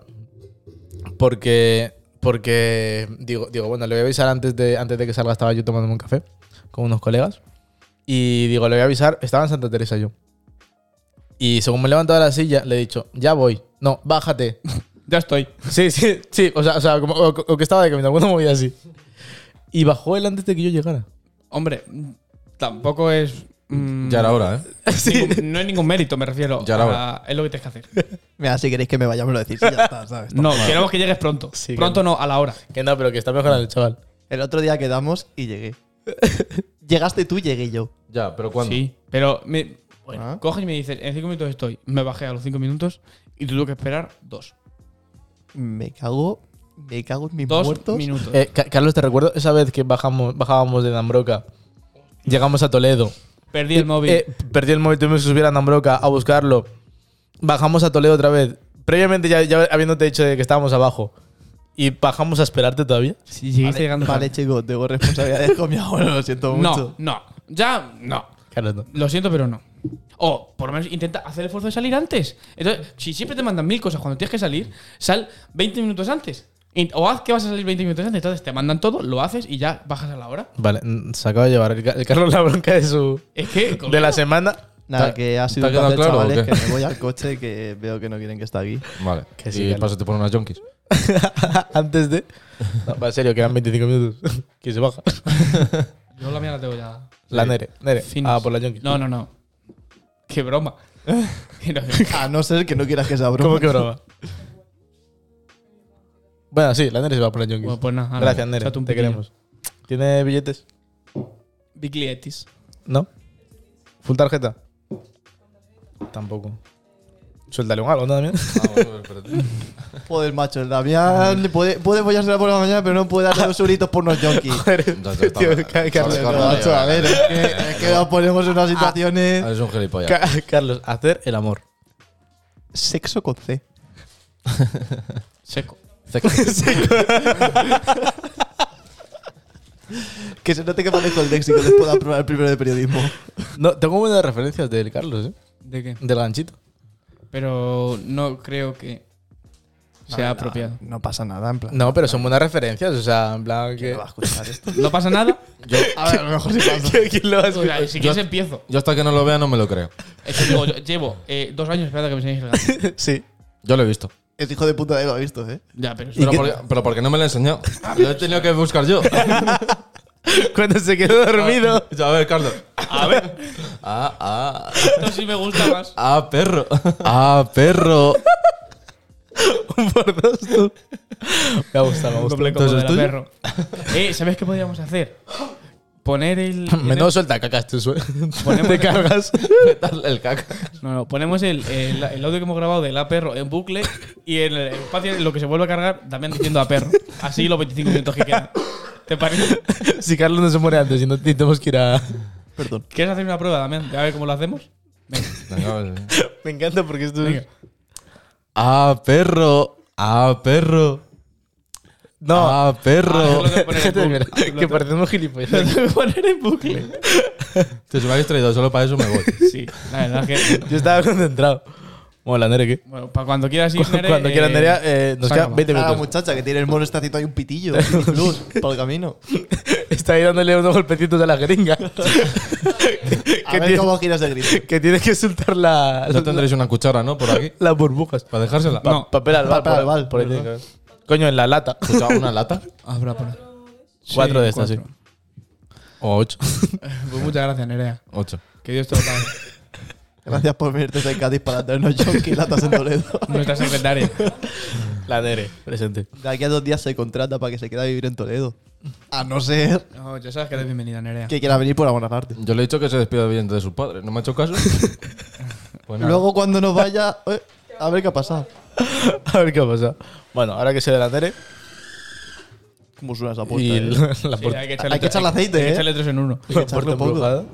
Speaker 2: porque. Porque. Digo, digo bueno, le voy a avisar antes de, antes de que salga, estaba yo tomándome un café con unos colegas. Y digo, le voy a avisar. Estaba en Santa Teresa yo. Y según me he levantado de la silla, le he dicho, ya voy. No, bájate.
Speaker 1: Ya estoy.
Speaker 2: Sí, sí, sí. O sea, o, sea, como- o- o que estaba de camino, alguna movida así. Y bajó él antes de que yo llegara.
Speaker 1: Hombre, tampoco es. mm,
Speaker 3: Ya era
Speaker 1: <laughs>
Speaker 3: hora, ¿eh?
Speaker 1: ningún- no hay ningún mérito, me refiero.
Speaker 3: Ya era hora.
Speaker 1: a- es lo que tienes que hacer.
Speaker 4: Mira, si queréis que me vaya, me lo decís y ya está, ¿sabes?
Speaker 1: No, queremos que llegues pronto.
Speaker 2: Sí,
Speaker 1: pronto no, a la hora.
Speaker 2: Que no, pero que está mejorando el chaval.
Speaker 4: El otro día quedamos y llegué. Llegaste tú, llegué yo.
Speaker 3: Ya, pero ¿cuándo?
Speaker 1: Sí. Pero me.
Speaker 4: Bueno.
Speaker 1: Ah. Coges y me dices, en cinco minutos estoy. Me bajé a los cinco minutos y tuve que esperar dos.
Speaker 4: Me cago, me cago en mis
Speaker 1: Dos
Speaker 4: muertos.
Speaker 1: minutos.
Speaker 2: Eh, Ca- Carlos, te recuerdo esa vez que bajamos, bajábamos de Nambroca. Llegamos a Toledo.
Speaker 1: Perdí el móvil.
Speaker 2: Eh, perdí el móvil, tuvimos que subir a Nambroca a buscarlo. Bajamos a Toledo otra vez. Previamente ya, ya habiéndote dicho de que estábamos abajo. Y bajamos a esperarte
Speaker 4: <laughs>
Speaker 2: todavía.
Speaker 1: si llegaste
Speaker 4: Vale,
Speaker 1: llegando.
Speaker 4: vale, chicos, tengo responsabilidades con mi abuelo, lo siento
Speaker 1: no,
Speaker 4: mucho.
Speaker 1: no. Ya, no.
Speaker 2: Carlos, no.
Speaker 1: Lo siento, pero no. O, por lo menos, intenta hacer el esfuerzo de salir antes. Entonces, si siempre te mandan mil cosas cuando tienes que salir, sal 20 minutos antes. Y- O haz que vas a salir 20 minutos antes. Entonces, te mandan todo, lo haces y ya bajas a la hora.
Speaker 2: Vale, mm, se acaba de llevar el, ca- el Carlos la bronca de su.
Speaker 1: Es que.
Speaker 2: de la semana.
Speaker 4: Nada,
Speaker 3: ¿Te-
Speaker 4: que ha sido
Speaker 3: te ha
Speaker 4: un
Speaker 3: quedado
Speaker 4: placer,
Speaker 3: claro o
Speaker 4: chavales,
Speaker 3: qué?
Speaker 4: que me voy al coche que veo que no quieren que esté aquí.
Speaker 3: Vale.
Speaker 2: Que sí,
Speaker 3: y
Speaker 2: Carlos.
Speaker 3: pásate por unas junkies.
Speaker 2: Antes de. No, va, en serio, quedan 25 <laughs> minutos. que se baja.
Speaker 1: Yo la mía la tengo ya.
Speaker 2: La Nere. Nere.
Speaker 1: Finis.
Speaker 2: Ah, por la Yonki.
Speaker 1: No, no, no. Qué broma.
Speaker 4: A no ser que no quieras que se abra.
Speaker 2: ¿Cómo que broma? <laughs> bueno, sí, la Nere se va por la Yonki.
Speaker 1: Bueno, pues nada, ahora,
Speaker 2: Gracias, Nere.
Speaker 1: échate un
Speaker 2: Te
Speaker 1: piquillo.
Speaker 2: queremos. ¿Tiene billetes?
Speaker 1: Biglietis.
Speaker 2: ¿No? ¿Full tarjeta? Tampoco. Suéltale un algo, ¿no, <laughs> Damián?
Speaker 4: <laughs> Joder, macho, el Damián puede, puede follársela por la mañana, pero no puede darle dos euritos por unos junkies.
Speaker 2: Tío, Ca- Carlos,
Speaker 4: Pero, macho, a ver, es
Speaker 2: eh.
Speaker 4: que, es que nos ponemos en unas situaciones.
Speaker 3: <laughs> Es un gilipollas.
Speaker 2: Ca- Carlos, hacer el <laughs> amor.
Speaker 4: Sexo con C.
Speaker 1: Seco.
Speaker 4: Que se note que manejo el léxico después de aprobar el primero de <laughs> periodismo.
Speaker 2: No, tengo buenas referencias del Carlos, ¿eh?
Speaker 1: ¿De qué?
Speaker 2: Del ganchito.
Speaker 1: Pero no creo que sea apropiado.
Speaker 4: No pasa nada, en plan.
Speaker 2: No, pero son buenas referencias, o sea, en plan que...
Speaker 4: ¿Quién va a escuchar esto?
Speaker 1: No pasa <laughs> nada.
Speaker 4: A ver, a lo mejor sí pasa.
Speaker 2: ¿Quién lo va a
Speaker 1: O sea,
Speaker 2: escuchar?
Speaker 1: si quieres empiezo.
Speaker 3: Yo hasta que no lo vea no me lo creo.
Speaker 1: Es que digo, yo llevo eh, dos años esperando a que me enseñéis el gato.
Speaker 2: Sí.
Speaker 3: Yo lo he visto.
Speaker 4: El hijo de puta de lo ha visto, ¿eh?
Speaker 1: Ya, pero
Speaker 2: <laughs>
Speaker 3: Pero porque, pero porque no me lo he enseñado. Lo he tenido que buscar yo.
Speaker 2: <laughs> Cuando se quedó
Speaker 4: Ah.
Speaker 3: <laughs>
Speaker 2: dormido.
Speaker 3: A ver, Carlos.
Speaker 1: A ver,
Speaker 3: Ah, ah.
Speaker 1: esto sí me gusta más.
Speaker 3: Ah, perro. <laughs> Ah, perro.
Speaker 2: Por dos, tú. Me ha gustado, me ha
Speaker 1: Un
Speaker 2: gustado.
Speaker 1: doble combo de
Speaker 2: Entonces,
Speaker 1: la
Speaker 2: tú-
Speaker 1: perro. Eh, ¿sabes qué podríamos hacer? Poner
Speaker 2: <laughs>
Speaker 1: el.
Speaker 2: Menudo suelta cacas, tú sue-
Speaker 3: <laughs>
Speaker 1: Ponemos-
Speaker 2: Te cargas.
Speaker 3: Petarle el caca.
Speaker 1: No, no, ponemos el, el, el audio que hemos grabado del A perro en bucle y en el espacio lo que se vuelve a cargar también diciendo A perro. Así los 25 minutos que quedan. ¿Te parece?
Speaker 2: si Carlos no se muere antes y no y tenemos que ir a...
Speaker 4: Perdón.
Speaker 1: ¿Quieres hacer una prueba, Damián? A ver cómo lo hacemos. Venga,
Speaker 2: Me encanta porque esto
Speaker 1: venga.
Speaker 3: Ah, perro. Ah, perro.
Speaker 2: No.
Speaker 3: Ah, perro.
Speaker 1: Ah, es lo
Speaker 2: <laughs>
Speaker 1: que poner en
Speaker 2: Déjate de
Speaker 1: bucle.
Speaker 2: mirar, que parecemos gilipollas.
Speaker 1: poner en bucle.
Speaker 3: Tío, <laughs> si me habéis traído solo para eso me voy.
Speaker 1: Sí, la verdad es que.
Speaker 2: Yo estaba concentrado. Mola, Nere, ¿qué?
Speaker 1: Bueno, para cuando quieras ir.
Speaker 2: Cu-
Speaker 1: Nere,
Speaker 2: Cuando quieras,
Speaker 1: eh,
Speaker 2: Nerea, eh, nos
Speaker 1: saca
Speaker 2: quedan
Speaker 1: más.
Speaker 2: 20
Speaker 4: Ah,
Speaker 2: minutos.
Speaker 4: muchacha, que tiene el mono estacito hay un <laughs> pitillo. Plus, por el <laughs> camino.
Speaker 2: Está ahí dándole unos golpecitos a la
Speaker 4: <laughs>
Speaker 2: jeringa.
Speaker 4: A
Speaker 2: ¿Qué
Speaker 4: ver
Speaker 2: tiene?
Speaker 4: cómo giras el grito.
Speaker 2: que tienes que soltar la,
Speaker 3: No tendréis una cuchara, ¿no? Por aquí.
Speaker 2: <laughs> las burbujas.
Speaker 3: Para dejársela.
Speaker 2: Pa-
Speaker 1: No.
Speaker 2: papel al bal.
Speaker 4: Papel
Speaker 2: por-
Speaker 4: al bal,
Speaker 2: por ahí tiene que haber. Coño, en la
Speaker 4: <laughs>
Speaker 2: lata.
Speaker 3: Escucha, ¿Una lata?
Speaker 1: Habrá por ahí.
Speaker 2: Cuatro de estas, sí.
Speaker 1: cuatro.
Speaker 3: O ocho. <laughs>
Speaker 1: Pues muchas gracias, Nerea.
Speaker 3: Ocho.
Speaker 1: Que Dios te lo pague.
Speaker 4: Gracias por venirte desde Cádiz para traernos Jonky y latas en Toledo. <laughs>
Speaker 1: Nuestra secretaria.
Speaker 2: La Nere, presente.
Speaker 4: De aquí a dos días se contrata para que se quede a vivir en Toledo. A no <laughs> ser
Speaker 1: No, ya sabes que eres bienvenida, Nerea.
Speaker 4: que quiera venir por Aguanararte.
Speaker 3: Yo le he dicho que se despida bien de sus padres. ¿No me ha hecho caso? Pues nada.
Speaker 4: Luego cuando nos vaya, eh, a ver qué ha pasado.
Speaker 2: <laughs> A ver qué ha pasado. Bueno, ahora que se de la Nere
Speaker 4: ¿Cómo suena esa puerta?
Speaker 2: y
Speaker 4: eh? <laughs>
Speaker 2: la, la
Speaker 1: Sí,
Speaker 2: puerta-
Speaker 1: hay que
Speaker 4: Hay que echarle
Speaker 1: hay-
Speaker 4: aceite,
Speaker 1: hay que
Speaker 4: ¿eh?
Speaker 1: echarle tres en uno.
Speaker 2: la
Speaker 4: echarle
Speaker 2: puerta
Speaker 4: un poco.
Speaker 2: embrujada.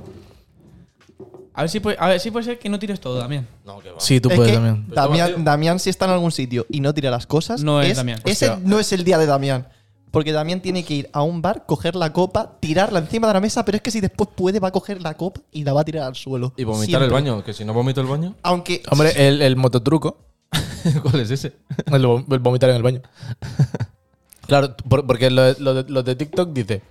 Speaker 1: A ver, si puede, a ver si puede ser que no tires todo, Damián.
Speaker 3: No, que va.
Speaker 2: Sí, tú
Speaker 4: Es
Speaker 2: puedes
Speaker 4: que
Speaker 2: también.
Speaker 4: Damián, Damián, si está en algún sitio y no tira las cosas,
Speaker 1: No es Damián.
Speaker 4: ese
Speaker 2: Hostia.
Speaker 4: no es el día de Damián. Porque Damián tiene que ir a un bar, coger la copa, tirarla encima de la mesa, pero es que si después puede, va a coger la copa y la va a tirar al suelo.
Speaker 3: Y vomitar
Speaker 4: Siempre.
Speaker 3: el baño. Que si no vomito el baño, <laughs>
Speaker 4: Aunque.
Speaker 2: Hombre, eh. el, el mototruco.
Speaker 3: ¿cuál es ese?
Speaker 2: El, vom-
Speaker 3: <laughs>
Speaker 2: el vomitar en el baño. Claro, por- porque lo- lo de- los de TikTok dice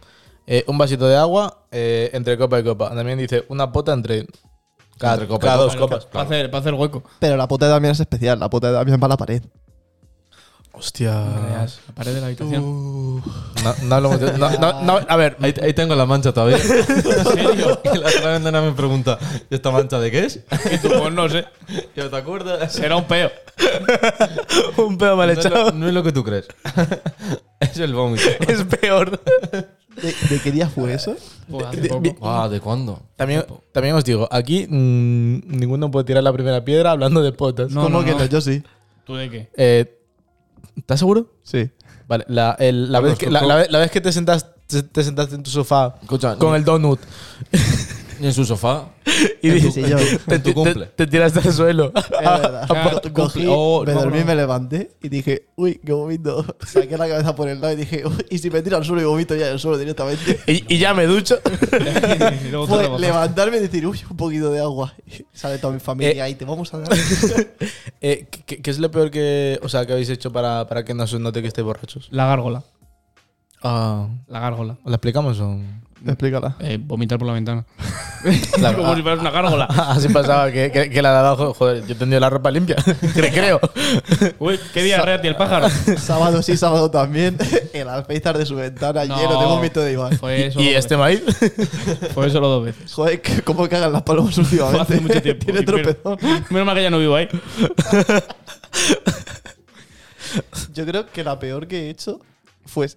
Speaker 2: eh, un vasito de agua eh, entre copa y copa. También dice una pota entre cada,
Speaker 3: Entre copa y
Speaker 2: cada
Speaker 3: copa.
Speaker 2: dos copas.
Speaker 1: Para hacer, para hacer hueco.
Speaker 4: Pero la pota de Damián es especial, la pota de Damián va a la pared.
Speaker 1: Ah.
Speaker 3: Hostia.
Speaker 1: La pared de la habitación.
Speaker 2: No, no hablamos de- no- no- no, a ver,
Speaker 3: Ahí, ahí tengo la mancha todavía. <laughs> ¿En serio? La otra ventana me pregunta, ¿y esta mancha de qué es?
Speaker 1: <laughs> Y tú, pues no sé.
Speaker 3: ¿Ya te acuerdas?
Speaker 1: Será un peo.
Speaker 2: <laughs> un pedo mal
Speaker 3: No es,
Speaker 2: echado
Speaker 3: lo, no es lo que tú <laughs> crees. es el <laughs> vómito.
Speaker 2: es peor.
Speaker 4: ¿De, de qué día fue eso?
Speaker 1: Pues hace poco.
Speaker 3: Ah, ¿de cuándo?
Speaker 2: También, también os digo, aquí mm, ninguno puede tirar la primera piedra hablando de potas.
Speaker 1: No,
Speaker 4: ¿Cómo
Speaker 1: no,
Speaker 4: que
Speaker 1: no.
Speaker 4: no? Yo sí.
Speaker 1: ¿Tú de <laughs> qué?
Speaker 2: Eh, ¿Estás seguro?
Speaker 4: Sí.
Speaker 2: Vale, la, el- la, vez, que, la, la vez- la vez que te sentas- te- te sentaste en tu sofá
Speaker 3: Escucha,
Speaker 2: con
Speaker 3: ni-
Speaker 2: el donut
Speaker 3: ni en su sofá.
Speaker 2: y
Speaker 4: tu-
Speaker 2: dices,
Speaker 4: en tu-
Speaker 2: te,
Speaker 3: en tu
Speaker 2: te-
Speaker 3: cumple.
Speaker 2: te tiraste al suelo.
Speaker 4: Es verdad.
Speaker 1: Ah, tu cumple.
Speaker 4: Cogí,
Speaker 1: Oh,
Speaker 4: me
Speaker 1: no,
Speaker 4: dormí,
Speaker 1: no.
Speaker 4: me levanté y dije, uy, qué vomito. <laughs> Saqué la cabeza por el lado y dije, uy, y si me tiro al suelo y vomito ya en el suelo <laughs> directamente.
Speaker 2: y, y ya me ducho.
Speaker 1: Y luego te
Speaker 4: Fue
Speaker 1: remojas.
Speaker 4: levantarme y decir, uy, un poquito de agua. <laughs> Y sale toda mi familia y te vamos a dar.
Speaker 2: Eh, ¿qué, qué es lo peor que, o sea, que habéis hecho para, para que no se note que estéis borrachos?
Speaker 1: La gárgola.
Speaker 2: Ah,
Speaker 1: La gárgola.
Speaker 2: ¿La explicamos <laughs> o...?
Speaker 4: <laughs> Explícala.
Speaker 1: Eh, vomitar por la ventana.
Speaker 2: La-
Speaker 1: Como si fueras una <laughs> gárgola.
Speaker 2: ah, <laughs> Así pasaba, que, que, que la de abajo, joder, yo he tenido la ropa limpia. <laughs> Cre- Creo.
Speaker 1: Uy, qué diarrea tiene el <laughs> pájaro.
Speaker 4: <laughs> Sábado sí, sábado también. <laughs> El alféizar de su ventana
Speaker 1: No.
Speaker 4: lleno de vómito de Iván.
Speaker 1: Fue eso.
Speaker 2: y este maíz.
Speaker 1: Fue solo dos veces.
Speaker 4: Joder, que- ¿cómo cagan las palomas últimamente?
Speaker 1: Hace
Speaker 4: <laughs>
Speaker 1: mucho tiempo.
Speaker 4: Tiene
Speaker 1: y pero-
Speaker 4: tropezón.
Speaker 1: Menos mal que ya no vivo ahí.
Speaker 4: Yo creo que la peor que he hecho fue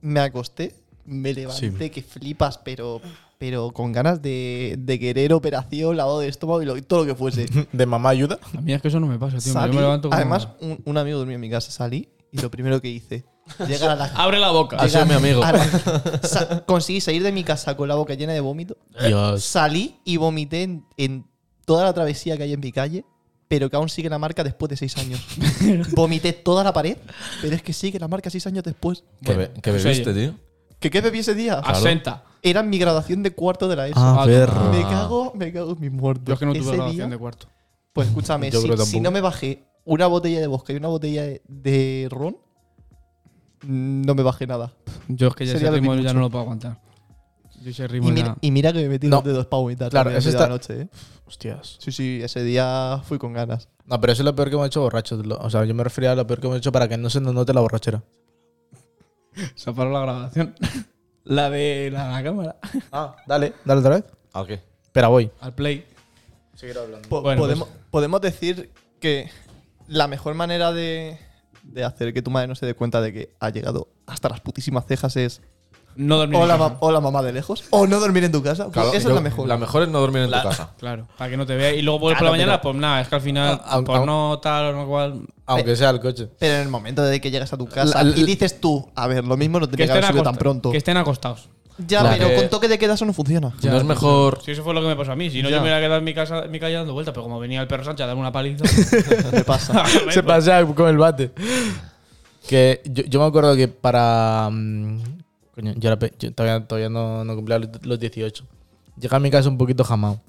Speaker 4: me acosté, me levanté, que flipas, pero, pero con ganas de, de querer operación, lavado de estómago y lo- todo lo que fuese.
Speaker 2: ¿De mamá ayuda?
Speaker 1: A mí es que eso no Pues me pasa, tío.
Speaker 4: Salí-
Speaker 1: yo me levanto como-
Speaker 4: además, un, un amigo durmió en mi casa, salí y lo primero que hice, llegar a la
Speaker 1: Abre la boca.
Speaker 3: Así- sido mi amigo.
Speaker 4: <laughs> a la- sa- conseguí salir de mi casa con la boca llena de vómito.
Speaker 2: Dios.
Speaker 4: Salí y vomité en, en toda la travesía que hay en mi calle, pero que aún sigue la marca después de seis
Speaker 2: <laughs>
Speaker 4: años. vomité toda la pared, pero es que sigue la marca seis años después.
Speaker 3: ¿Qué,
Speaker 1: Bueno,
Speaker 3: be- qué
Speaker 1: pues
Speaker 3: bebiste,
Speaker 1: oye.
Speaker 3: tío?
Speaker 4: ¿Que qué bebí ese día?
Speaker 1: Ah. Asenta.
Speaker 4: Era mi graduación de cuarto de la ESO.
Speaker 1: Ah, ver.
Speaker 4: Me cago, me cago en mis muertos.
Speaker 1: Yo es que no tuve
Speaker 4: Ese
Speaker 1: grabación
Speaker 4: día-
Speaker 1: de cuarto.
Speaker 4: Pues escúchame,
Speaker 2: Yo
Speaker 4: si,
Speaker 2: creo
Speaker 4: si
Speaker 2: tampoco.
Speaker 4: no me bajé una botella de bosque y una botella de, de ron, no me bajé nada.
Speaker 1: Yo es que ya
Speaker 4: Sería
Speaker 1: ese ritmo
Speaker 4: dormir
Speaker 1: ya
Speaker 4: mucho.
Speaker 1: no lo puedo aguantar. Yo ese
Speaker 4: Y
Speaker 1: ritmo
Speaker 4: mira,
Speaker 1: ya...
Speaker 4: y mira que me metí
Speaker 2: No.
Speaker 4: los dedos para vomitar.
Speaker 2: Claro,
Speaker 4: también
Speaker 2: eso
Speaker 4: a media de
Speaker 2: está-
Speaker 4: la noche, ¿eh?
Speaker 2: Hostias.
Speaker 4: Sí, sí, ese día fui con ganas.
Speaker 2: No, pero eso es lo peor que hemos hecho borrachos. lo- O sea, yo me refería a lo peor que hemos hecho para que no se nos note la borrachera.
Speaker 1: Se paró la grabación. <laughs> la de la, la cámara.
Speaker 2: Ah, dale, dale otra vez.
Speaker 3: ¿A qué?
Speaker 2: Espera, voy.
Speaker 1: Al play.
Speaker 4: Po-
Speaker 1: Bueno,
Speaker 4: podemos, podemos decir que la mejor manera de, de hacer que tu madre no se dé cuenta de que ha llegado hasta las putísimas cejas es
Speaker 1: No dormí. en
Speaker 4: hola,
Speaker 1: casa.
Speaker 4: ma- hola, mamá de lejos o no dormir en tu casa. Pues
Speaker 3: Claro,
Speaker 4: esa
Speaker 3: yo-
Speaker 4: es la mejor.
Speaker 3: La mejor es no dormir en tu casa.
Speaker 1: Claro, para que no te vea. Y luego
Speaker 4: Ah,
Speaker 1: vuelves por la mañana, pues nada, es que al final,
Speaker 2: Ah, aun-
Speaker 1: por
Speaker 2: aun-
Speaker 1: no tal o no cual.
Speaker 4: Eh.
Speaker 2: Aunque sea el coche.
Speaker 4: Pero en el momento de que llegas a tu casa
Speaker 2: La- la-
Speaker 4: y dices tú, a ver, lo mismo no
Speaker 1: Que
Speaker 4: tenía que
Speaker 1: estén,
Speaker 4: haber sido tan
Speaker 1: acosta-
Speaker 4: pronto.
Speaker 1: que estén acostados.
Speaker 4: Ya,
Speaker 3: Claro.
Speaker 4: pero
Speaker 3: Que-
Speaker 4: con toque de queda eso no funciona.
Speaker 3: no es mejor.
Speaker 1: Si eso fue lo que me pasó a mí. Si no, yo me hubiera quedado en mi, casa, en mi calle dando vueltas, pero como venía el perro Sánchez a darme una
Speaker 4: <laughs>
Speaker 1: paliza. pues, <laughs>
Speaker 4: Me pasa.
Speaker 2: Se pasea con el bate. Que yo, yo me acuerdo que para. mm, Coño, yo, era pe- yo todavía, todavía no, no cumplía los- los 18. Llega a mi casa un poquito jamado.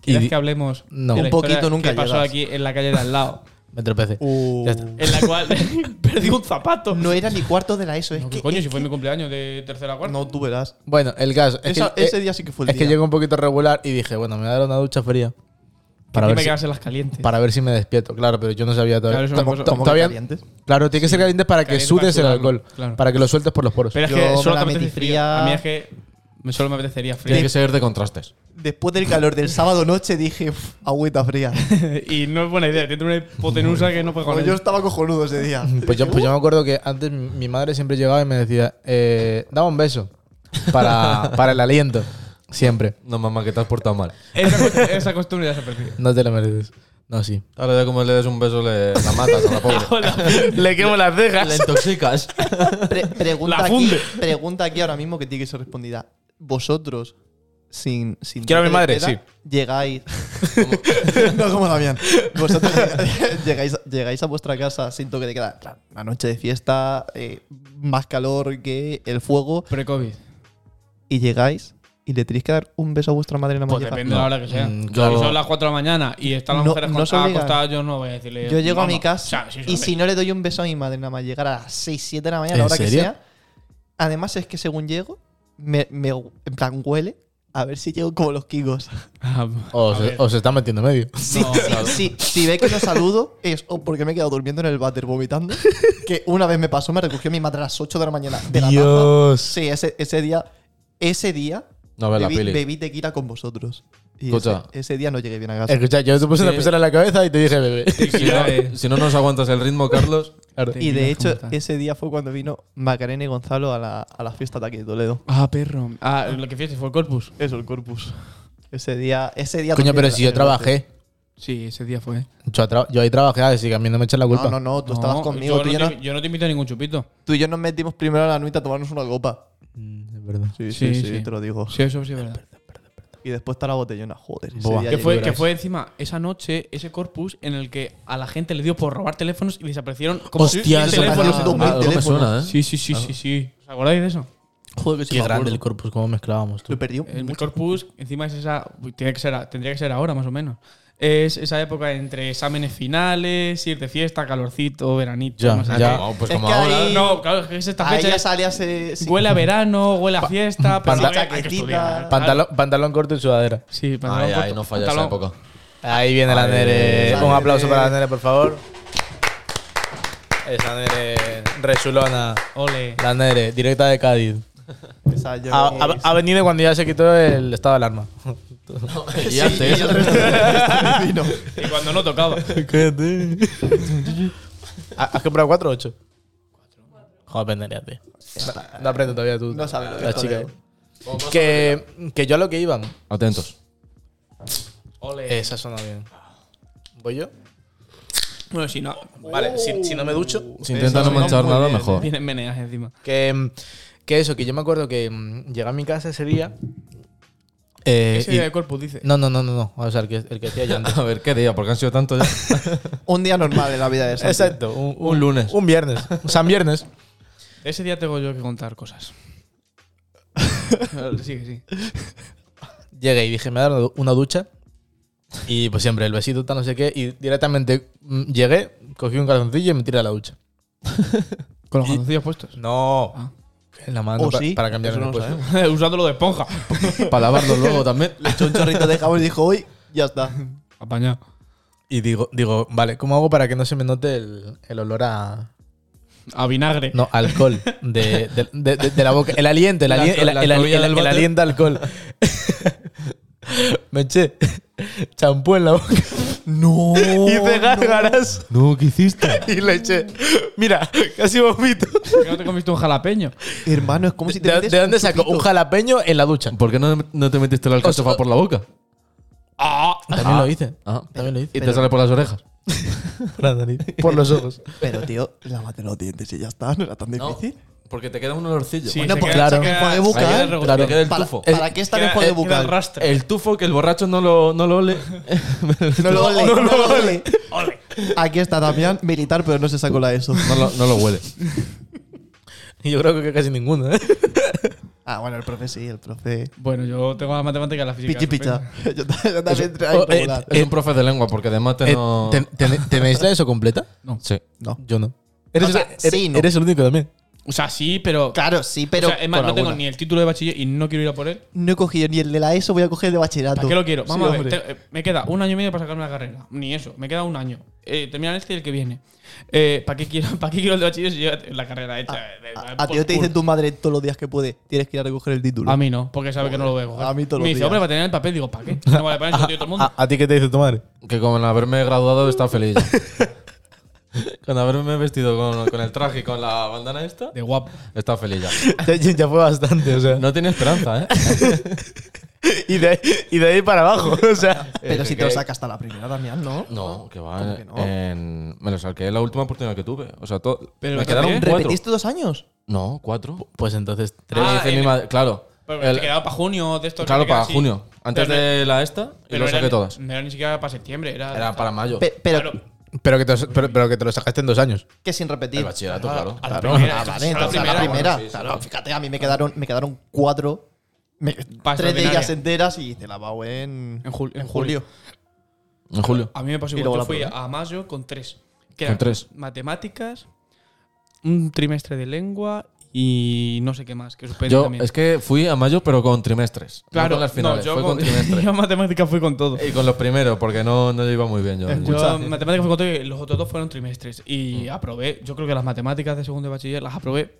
Speaker 2: Y
Speaker 1: ¿Quieres
Speaker 2: di-
Speaker 1: que hablemos?
Speaker 2: No.
Speaker 1: de la
Speaker 4: Un poquito
Speaker 1: historia
Speaker 4: nunca
Speaker 1: que pasó
Speaker 4: llegas.
Speaker 1: aquí en la calle de al lado?
Speaker 2: me tropecé.
Speaker 4: Uh.
Speaker 2: Ya está.
Speaker 1: En la
Speaker 4: <laughs>
Speaker 1: cual <laughs> perdí un zapato.
Speaker 4: No era ni cuarto de la ESO, es
Speaker 1: No,
Speaker 4: que.
Speaker 1: ¿qué coño? Si fue mi cumpleaños de tercera a cuarta.
Speaker 4: No, tú verás.
Speaker 2: Bueno, el caso. Es
Speaker 4: Esa-
Speaker 2: que, eh,
Speaker 4: ese día sí que fue el
Speaker 2: es que
Speaker 4: día.
Speaker 2: llego un poquito regular y dije, bueno, me voy a dar una ducha fría.
Speaker 1: Y
Speaker 2: Para ver,
Speaker 1: me
Speaker 2: si,
Speaker 1: quedas en las calientes.
Speaker 2: para ver si me despierto, claro, pero yo no sabía
Speaker 1: Este. Claro,
Speaker 2: todavía.
Speaker 1: eso es una cosa-
Speaker 2: to-
Speaker 4: ¿Cómo que
Speaker 2: todavía-
Speaker 4: calientes?
Speaker 2: claro, tiene que ser caliente para que
Speaker 1: Caliente para
Speaker 2: sudes el
Speaker 1: sudar,
Speaker 2: alcohol.
Speaker 1: claro.
Speaker 2: Pero Para que lo sueltes por los poros.
Speaker 1: Pero es
Speaker 4: Yo
Speaker 1: que
Speaker 4: me
Speaker 1: solo
Speaker 4: la
Speaker 1: te apetece
Speaker 4: metí
Speaker 1: frío.
Speaker 4: fría.
Speaker 1: A mí es que me- solo me apetecería frío. <laughs>
Speaker 3: Tiene que ser de contrastes.
Speaker 4: Después del calor del sábado noche dije, "Uf,
Speaker 2: <laughs>
Speaker 4: agüita fría.
Speaker 1: y no es buena idea. Tiene una hipotenusa que no puede con
Speaker 4: Como
Speaker 1: él.
Speaker 4: yo estaba cojonudo ese día.
Speaker 2: Pues yo, pues yo me acuerdo que antes mi- mi madre siempre llegaba y me decía, eh, dame un beso
Speaker 1: <laughs>
Speaker 2: para, para el aliento. Siempre.
Speaker 3: No, mamá, que te has portado mal.
Speaker 1: Esa, cost- <laughs> esa costumbre ya se ha perdido.
Speaker 2: <laughs> No te lo mereces. No, sí.
Speaker 3: Ahora ya como le des un beso le la matas a la <laughs> pobre.
Speaker 2: Le quemo las
Speaker 3: La
Speaker 2: cejas.
Speaker 3: intoxicas.
Speaker 4: Pre- pregunta,
Speaker 1: La
Speaker 4: aquí,
Speaker 1: funde.
Speaker 4: pregunta aquí ahora mismo que tiene que ser respondida. Vosotros, sin. sin
Speaker 2: Quiero a mi
Speaker 4: toque de
Speaker 2: madre,
Speaker 4: queda, Llegáis. no como la mía. Vosotros <laughs> lleg- llegáis, llegáis a vuestra casa sin toque de queda. En plan, Una noche de fiesta, eh, más calor que el fuego.
Speaker 1: Pre-COVID.
Speaker 4: Y llegáis y le tenéis que dar un beso a vuestra madre en la
Speaker 1: Pues
Speaker 4: molleja.
Speaker 1: depende de la hora que sea.
Speaker 2: Mm,
Speaker 1: Si
Speaker 2: claro.
Speaker 1: son las 4 de la mañana y están las
Speaker 4: No-
Speaker 1: mujeres
Speaker 4: no
Speaker 1: con-
Speaker 4: se obliga.
Speaker 1: acostadas, yo no voy a decirle.
Speaker 4: Yo llego a
Speaker 1: "Vamos".
Speaker 4: mi casa
Speaker 1: O sea, sí,
Speaker 4: y
Speaker 1: sí.
Speaker 4: si no le doy un beso a mi madre nada más llegar a las 6, 7 de la mañana, a la
Speaker 2: ¿En
Speaker 4: hora que
Speaker 2: serio?
Speaker 4: sea. Además es que según llego, me, me- en plan, huele a ver si llego como los kikos.
Speaker 1: Ah,
Speaker 2: O
Speaker 1: a
Speaker 2: se,
Speaker 1: ver.
Speaker 2: o se está metiendo en medio.
Speaker 4: <laughs> Si,
Speaker 1: No,
Speaker 4: si-
Speaker 1: claro.
Speaker 4: si- si ve que no saludo, es o porque me he quedado durmiendo en el váter
Speaker 3: <laughs>
Speaker 4: vomitando, que una vez me pasó, me recogió mi madre a las 8 de la mañana de la taza.
Speaker 2: Dios.
Speaker 4: Sí, ese, ese día, ese día
Speaker 3: No ves la
Speaker 4: bebí,
Speaker 3: peli.
Speaker 4: bebí tequila con vosotros. Y ese,
Speaker 3: Escucha.
Speaker 4: ese día no llegué bien a casa.
Speaker 2: Escucha, yo te puse una
Speaker 3: Sí.
Speaker 2: pistola en la cabeza y te dije, bebé.
Speaker 3: Si no, si no nos aguantas el ritmo, Carlos.
Speaker 2: Claro.
Speaker 1: pues, Te-
Speaker 4: Y de
Speaker 1: Tequila
Speaker 4: hecho,
Speaker 1: con tal.
Speaker 4: ese día fue cuando vino Macarena y Gonzalo a la, a la fiesta de aquí de Toledo.
Speaker 1: Ah, perro. Ah, lo que fieste fue el corpus.
Speaker 4: Eso, el corpus. Ese día, ese día
Speaker 2: Coño,
Speaker 4: también
Speaker 2: pero
Speaker 4: en-
Speaker 2: si
Speaker 4: en
Speaker 2: yo
Speaker 4: el bote.
Speaker 2: trabajé.
Speaker 1: Sí, ese día fue.
Speaker 2: Yo, tra- yo ahí trabajé, así que a mí no me echen la culpa.
Speaker 4: No, no, no, tú estabas
Speaker 1: No,
Speaker 4: conmigo. Tú y,
Speaker 1: Yo
Speaker 4: yo
Speaker 1: no,
Speaker 4: nos,
Speaker 1: te, yo no te invito a ningún chupito.
Speaker 4: tú y yo nos metimos primero a la nuit a tomarnos una copa.
Speaker 2: Mm, Es verdad.
Speaker 4: Sí,
Speaker 1: Sí,
Speaker 4: sí, sí,
Speaker 1: sí.
Speaker 4: te lo digo.
Speaker 1: Sí, eso sí es verdad.
Speaker 4: Y después está la botellona. Joder, ese
Speaker 2: Buah.
Speaker 4: día
Speaker 1: Que fue,
Speaker 4: llegué-
Speaker 1: que fue encima esa noche, ese corpus en el que a la gente le dio por robar teléfonos y desaparecieron como
Speaker 2: Hostia,
Speaker 1: mil
Speaker 2: eso
Speaker 1: teléfonos.
Speaker 4: me
Speaker 1: en
Speaker 4: ha
Speaker 1: tu
Speaker 4: dado
Speaker 1: mano.
Speaker 4: mal.
Speaker 3: Algo me
Speaker 4: teléfono.
Speaker 3: suena, ¿eh?
Speaker 1: Sí, sí, sí, sí, sí. ¿Os acordáis de eso?
Speaker 4: Joder, que sí
Speaker 2: Qué
Speaker 4: me
Speaker 2: grande
Speaker 4: acuerdo.
Speaker 2: el corpus, cómo mezclábamos tú.
Speaker 4: Lo perdí un-
Speaker 1: El corpus, encima es esa. uy, Tiene que ser, a- tendría que ser ahora, más o menos. Es esa época entre exámenes finales, ir de fiesta, calorcito, veranito.
Speaker 2: Ya,
Speaker 1: no sé
Speaker 2: ya.
Speaker 3: Oh, pues
Speaker 4: Es
Speaker 3: como
Speaker 4: que
Speaker 3: ahora.
Speaker 4: ahí-
Speaker 1: qué. No, claro, es que es esta
Speaker 4: Ahí
Speaker 1: fecha.
Speaker 4: ya
Speaker 1: es-
Speaker 4: salías. eh, sí.
Speaker 1: Huele a verano, huele a fiesta, pero
Speaker 2: pantal-
Speaker 1: no, hay que estudiar.
Speaker 2: Pantalón, pantalón corto y sudadera.
Speaker 1: Sí, pantalón
Speaker 3: Ay, ay,
Speaker 1: corto,
Speaker 3: no falla esa
Speaker 1: pantalón-
Speaker 3: época.
Speaker 2: Ahí viene la
Speaker 3: Ahí
Speaker 2: Nere.
Speaker 4: viene.
Speaker 2: Un aplauso
Speaker 4: Nere.
Speaker 2: para la Nere, por favor. Esa Nere resulona.
Speaker 1: Ole.
Speaker 2: La Nere, directa de Cádiz.
Speaker 4: Esa yo-
Speaker 2: Ha, ha- ha venido cuando ya se quitó el estado de
Speaker 4: <laughs>
Speaker 2: alarma.
Speaker 3: Y antes.
Speaker 1: Y cuando no tocaba.
Speaker 2: Cállate. <laughs> ¿Has comprado 4 o 8? Joder, Nere, tío. No, no aprendo todavía tú.
Speaker 4: No sabes lo que
Speaker 2: La
Speaker 4: es
Speaker 2: chica.
Speaker 4: Toledo.
Speaker 2: Que, que yo a lo que iban.
Speaker 3: Atentos.
Speaker 1: Ole.
Speaker 2: Esa suena bien. ¿Voy yo?
Speaker 1: Bueno, si no,
Speaker 2: Vale, si, si no me ducho.
Speaker 3: Si intentas no
Speaker 4: suena
Speaker 3: manchar
Speaker 4: muy
Speaker 3: nada,
Speaker 4: bien,
Speaker 3: mejor.
Speaker 1: vienen meneas encima.
Speaker 2: Uh. Que, que eso, que yo me acuerdo que mm, llegué a mi casa ese día. eh,
Speaker 1: Ese
Speaker 2: y-
Speaker 1: día de corpus dice.
Speaker 2: no, no, no, no, no. O sea, el que, el que hacía yo antes.
Speaker 3: A ver, ¿qué día? Porque han sido tanto ya.
Speaker 4: Un día normal en la vida de Santi.
Speaker 2: Exacto, un,
Speaker 3: Un lunes.
Speaker 2: Un viernes. un San <laughs> Viernes.
Speaker 1: Ese día tengo yo que contar cosas. Sigue, sí.
Speaker 2: Llegué y dije, me voy a dar una du- una ducha. Y pues siempre el besito, tal, no sé qué. Y directamente mm, llegué, cogí un calzoncillo y me tiré a la ducha.
Speaker 1: Con los
Speaker 2: <laughs>
Speaker 1: calzoncillos puestos.
Speaker 2: No.
Speaker 1: Ah.
Speaker 2: En la mano
Speaker 4: Oh,
Speaker 2: pa-
Speaker 4: sí,
Speaker 2: para cambiar
Speaker 4: eso
Speaker 2: el
Speaker 4: no lo
Speaker 2: puesto.
Speaker 4: sabemos.
Speaker 1: <laughs> Usándolo de esponja.
Speaker 2: <laughs>
Speaker 3: Para lavarlo luego también.
Speaker 4: Le echó un chorrito de jabón y dijo, hoy ya está.
Speaker 1: Apañado.
Speaker 2: Y digo, digo, vale, ¿cómo hago para que no se me note el, el olor a.
Speaker 1: A vinagre.
Speaker 2: No, alcohol. De, de, de- de- de la boca. El aliento, el,
Speaker 3: La-
Speaker 2: aliento, el,
Speaker 3: la
Speaker 2: el- el-
Speaker 3: colilla del
Speaker 2: el
Speaker 3: váter.
Speaker 2: aliento a alcohol. <laughs> me eché champú en la boca.
Speaker 4: No.
Speaker 2: Hice gárgaras
Speaker 3: <laughs> No, ¿qué hiciste?
Speaker 2: y le eché. Mira, casi vomito.
Speaker 1: ¿Por qué no te comiste un jalapeño?
Speaker 4: Hermano, es como si te
Speaker 2: ¿De,
Speaker 4: metes
Speaker 2: de dónde
Speaker 4: un
Speaker 2: sacó? Un
Speaker 4: chupito.
Speaker 2: jalapeño en la ducha.
Speaker 3: ¿Por qué no, no te metiste la alcachofa por la boca?
Speaker 2: También lo hice.
Speaker 3: Ah.
Speaker 2: También lo
Speaker 3: Y
Speaker 2: hice.
Speaker 3: te sale por las orejas.
Speaker 2: Por la nariz, por los ojos.
Speaker 4: Pero, tío, lávate los dientes y ya está. No era tan difícil.
Speaker 3: Porque te queda un olorcillo.
Speaker 2: Bueno,
Speaker 1: se
Speaker 2: pues
Speaker 1: queda- se
Speaker 2: claro.
Speaker 1: queda-
Speaker 4: Enjuague
Speaker 1: se
Speaker 4: bucal,
Speaker 1: queda el rebote.
Speaker 3: Claro. Te queda el
Speaker 4: ¿Para,
Speaker 3: tufo.
Speaker 4: ¿para qué está en el
Speaker 1: Queda-
Speaker 4: juego de
Speaker 1: queda el
Speaker 4: bucal?
Speaker 1: rastre.
Speaker 3: El tufo que el borracho no lo, no lo ole.
Speaker 4: <laughs> No lo ole. No lo ole. Aquí está Damián, militar, pero no se sacó la
Speaker 2: <laughs>
Speaker 4: ESO.
Speaker 3: No lo, no
Speaker 1: <laughs>
Speaker 3: lo huele.
Speaker 2: Y <laughs> yo creo que casi ninguno, ¿eh?
Speaker 4: Ah, bueno, el profe sí, el profe.
Speaker 1: Bueno, yo tengo la matemática y la física.
Speaker 4: Pichi picha. <laughs> Yo ta- yo también entré ahí
Speaker 2: oh, eh,
Speaker 1: Ah,
Speaker 4: regular.
Speaker 3: Es un profe de lengua porque de mate
Speaker 2: Eh,
Speaker 3: no.
Speaker 2: ¿te- te- ¿Tenéis la eso completa?
Speaker 3: Sí.
Speaker 4: No.
Speaker 2: Yo no. Eres,
Speaker 4: O sea,
Speaker 2: eres-
Speaker 4: sí, no.
Speaker 2: eres el único también.
Speaker 1: O sea, sí, pero.
Speaker 4: Claro, sí, pero.
Speaker 1: o sea, es más,
Speaker 4: por
Speaker 1: no tengo
Speaker 4: alguna.
Speaker 1: ni el título de bachiller y no quiero ir a por él.
Speaker 4: No he cogido ni el de la ESO, voy a coger el de bachillerato.
Speaker 1: ¿Para qué lo quiero? Vamos
Speaker 4: Sí,
Speaker 1: a ver.
Speaker 4: hombre.
Speaker 1: te- eh, me queda un año y medio para sacarme la carrera. Ni eso. Me queda un año. Eh, terminan este y el que viene. Eh, ¿Para qué quiero, <laughs> para qué quiero el de bachiller si yo ya tengo la carrera hecha? Eh,
Speaker 4: Ah,
Speaker 1: eh,
Speaker 4: A, a ti
Speaker 1: por
Speaker 4: no te
Speaker 1: culo.
Speaker 4: dicen tu madre todos los días que puede. Tienes que ir a recoger el título. <laughs>
Speaker 1: A mí no, porque sabe que no lo veo.
Speaker 4: A mí todos
Speaker 1: Me
Speaker 4: los
Speaker 1: dice,
Speaker 4: días. Ah,
Speaker 1: hombre, para tener el papel. Digo, ¿para
Speaker 4: <laughs>
Speaker 1: qué? No vale para eso, tío, todo el mundo.
Speaker 2: Ah, ¿A, a ti qué te dice tu madre?
Speaker 3: Que con haberme graduado
Speaker 1: <laughs>
Speaker 3: está feliz. con haberme vestido con, con el traje y con la bandana
Speaker 4: ah.
Speaker 3: esta,
Speaker 1: De guapo.
Speaker 3: está feliz ya.
Speaker 2: ya, ya fue bastante, o sea.
Speaker 3: No tiene esperanza, ¿eh?
Speaker 2: Y, de ahí, y de ahí para abajo, o sea.
Speaker 4: Pero
Speaker 3: Eh,
Speaker 4: si
Speaker 3: que-
Speaker 4: te lo sacas hasta la primera, Damián, ¿no?
Speaker 3: No, que
Speaker 4: ¿Cómo
Speaker 3: va.
Speaker 4: que no?
Speaker 3: en- me lo saqué la última oportunidad que tuve. O sea, todo.
Speaker 1: Pero
Speaker 3: me
Speaker 1: ¿qué
Speaker 3: quedaron
Speaker 1: también?
Speaker 3: cuatro.
Speaker 4: ¿Repetiste dos años?
Speaker 3: No, cuatro.
Speaker 2: Pues entonces, tres.
Speaker 1: Ah,
Speaker 3: Dice mi
Speaker 1: el-
Speaker 3: madre- claro.
Speaker 1: Pero
Speaker 3: El-
Speaker 1: te quedaba para junio de esto. que
Speaker 3: claro,
Speaker 1: te queda
Speaker 3: para
Speaker 1: así.
Speaker 3: junio. Antes
Speaker 1: Pero no-
Speaker 3: de la esta, y lo
Speaker 1: era
Speaker 3: saqué
Speaker 1: ni-
Speaker 3: todas.
Speaker 1: No era ni siquiera para septiembre, era.
Speaker 3: Era para mayo.
Speaker 4: Pe- pero
Speaker 1: Claro.
Speaker 2: Pero que, te, lo- pero, pero que te lo sacaste en dos años.
Speaker 4: que sin repetir.
Speaker 3: El bachillerato, claro.
Speaker 1: a la primera,
Speaker 4: Ah, vale,
Speaker 1: a la
Speaker 4: entonces a la
Speaker 1: primera.
Speaker 4: primera.
Speaker 3: Bueno, sí, sí.
Speaker 4: Claro, fíjate, a mí me quedaron, me quedaron cuatro. me- tres de
Speaker 1: extraordinaria.
Speaker 4: ellas enteras y te la pago en,
Speaker 1: En jul- en
Speaker 3: En julio.
Speaker 1: A mí me pasó
Speaker 4: Y
Speaker 1: igual.
Speaker 4: luego
Speaker 1: Yo
Speaker 4: la
Speaker 1: fui
Speaker 4: probé.
Speaker 1: a mayo con tres. Que
Speaker 3: Con
Speaker 1: eran
Speaker 3: tres.
Speaker 1: Matemáticas, un trimestre de lengua y no sé qué más, que suspendí
Speaker 3: Yo
Speaker 1: también.
Speaker 3: es que fui a mayo, pero con trimestres. no
Speaker 1: claro,
Speaker 3: con las finales,
Speaker 1: no, yo,
Speaker 3: fue con,
Speaker 1: con-
Speaker 3: trimestres.
Speaker 1: <laughs>
Speaker 3: Eh,
Speaker 1: yo a matemáticas fui con todo.
Speaker 3: y con los primeros, porque no, no iba muy bien yo.
Speaker 1: Yo matemáticas fue con todo y los otros dos fueron trimestres.
Speaker 3: Mm.
Speaker 1: Y aprobé, yo creo que las matemáticas de segundo de bachiller las aprobé porque,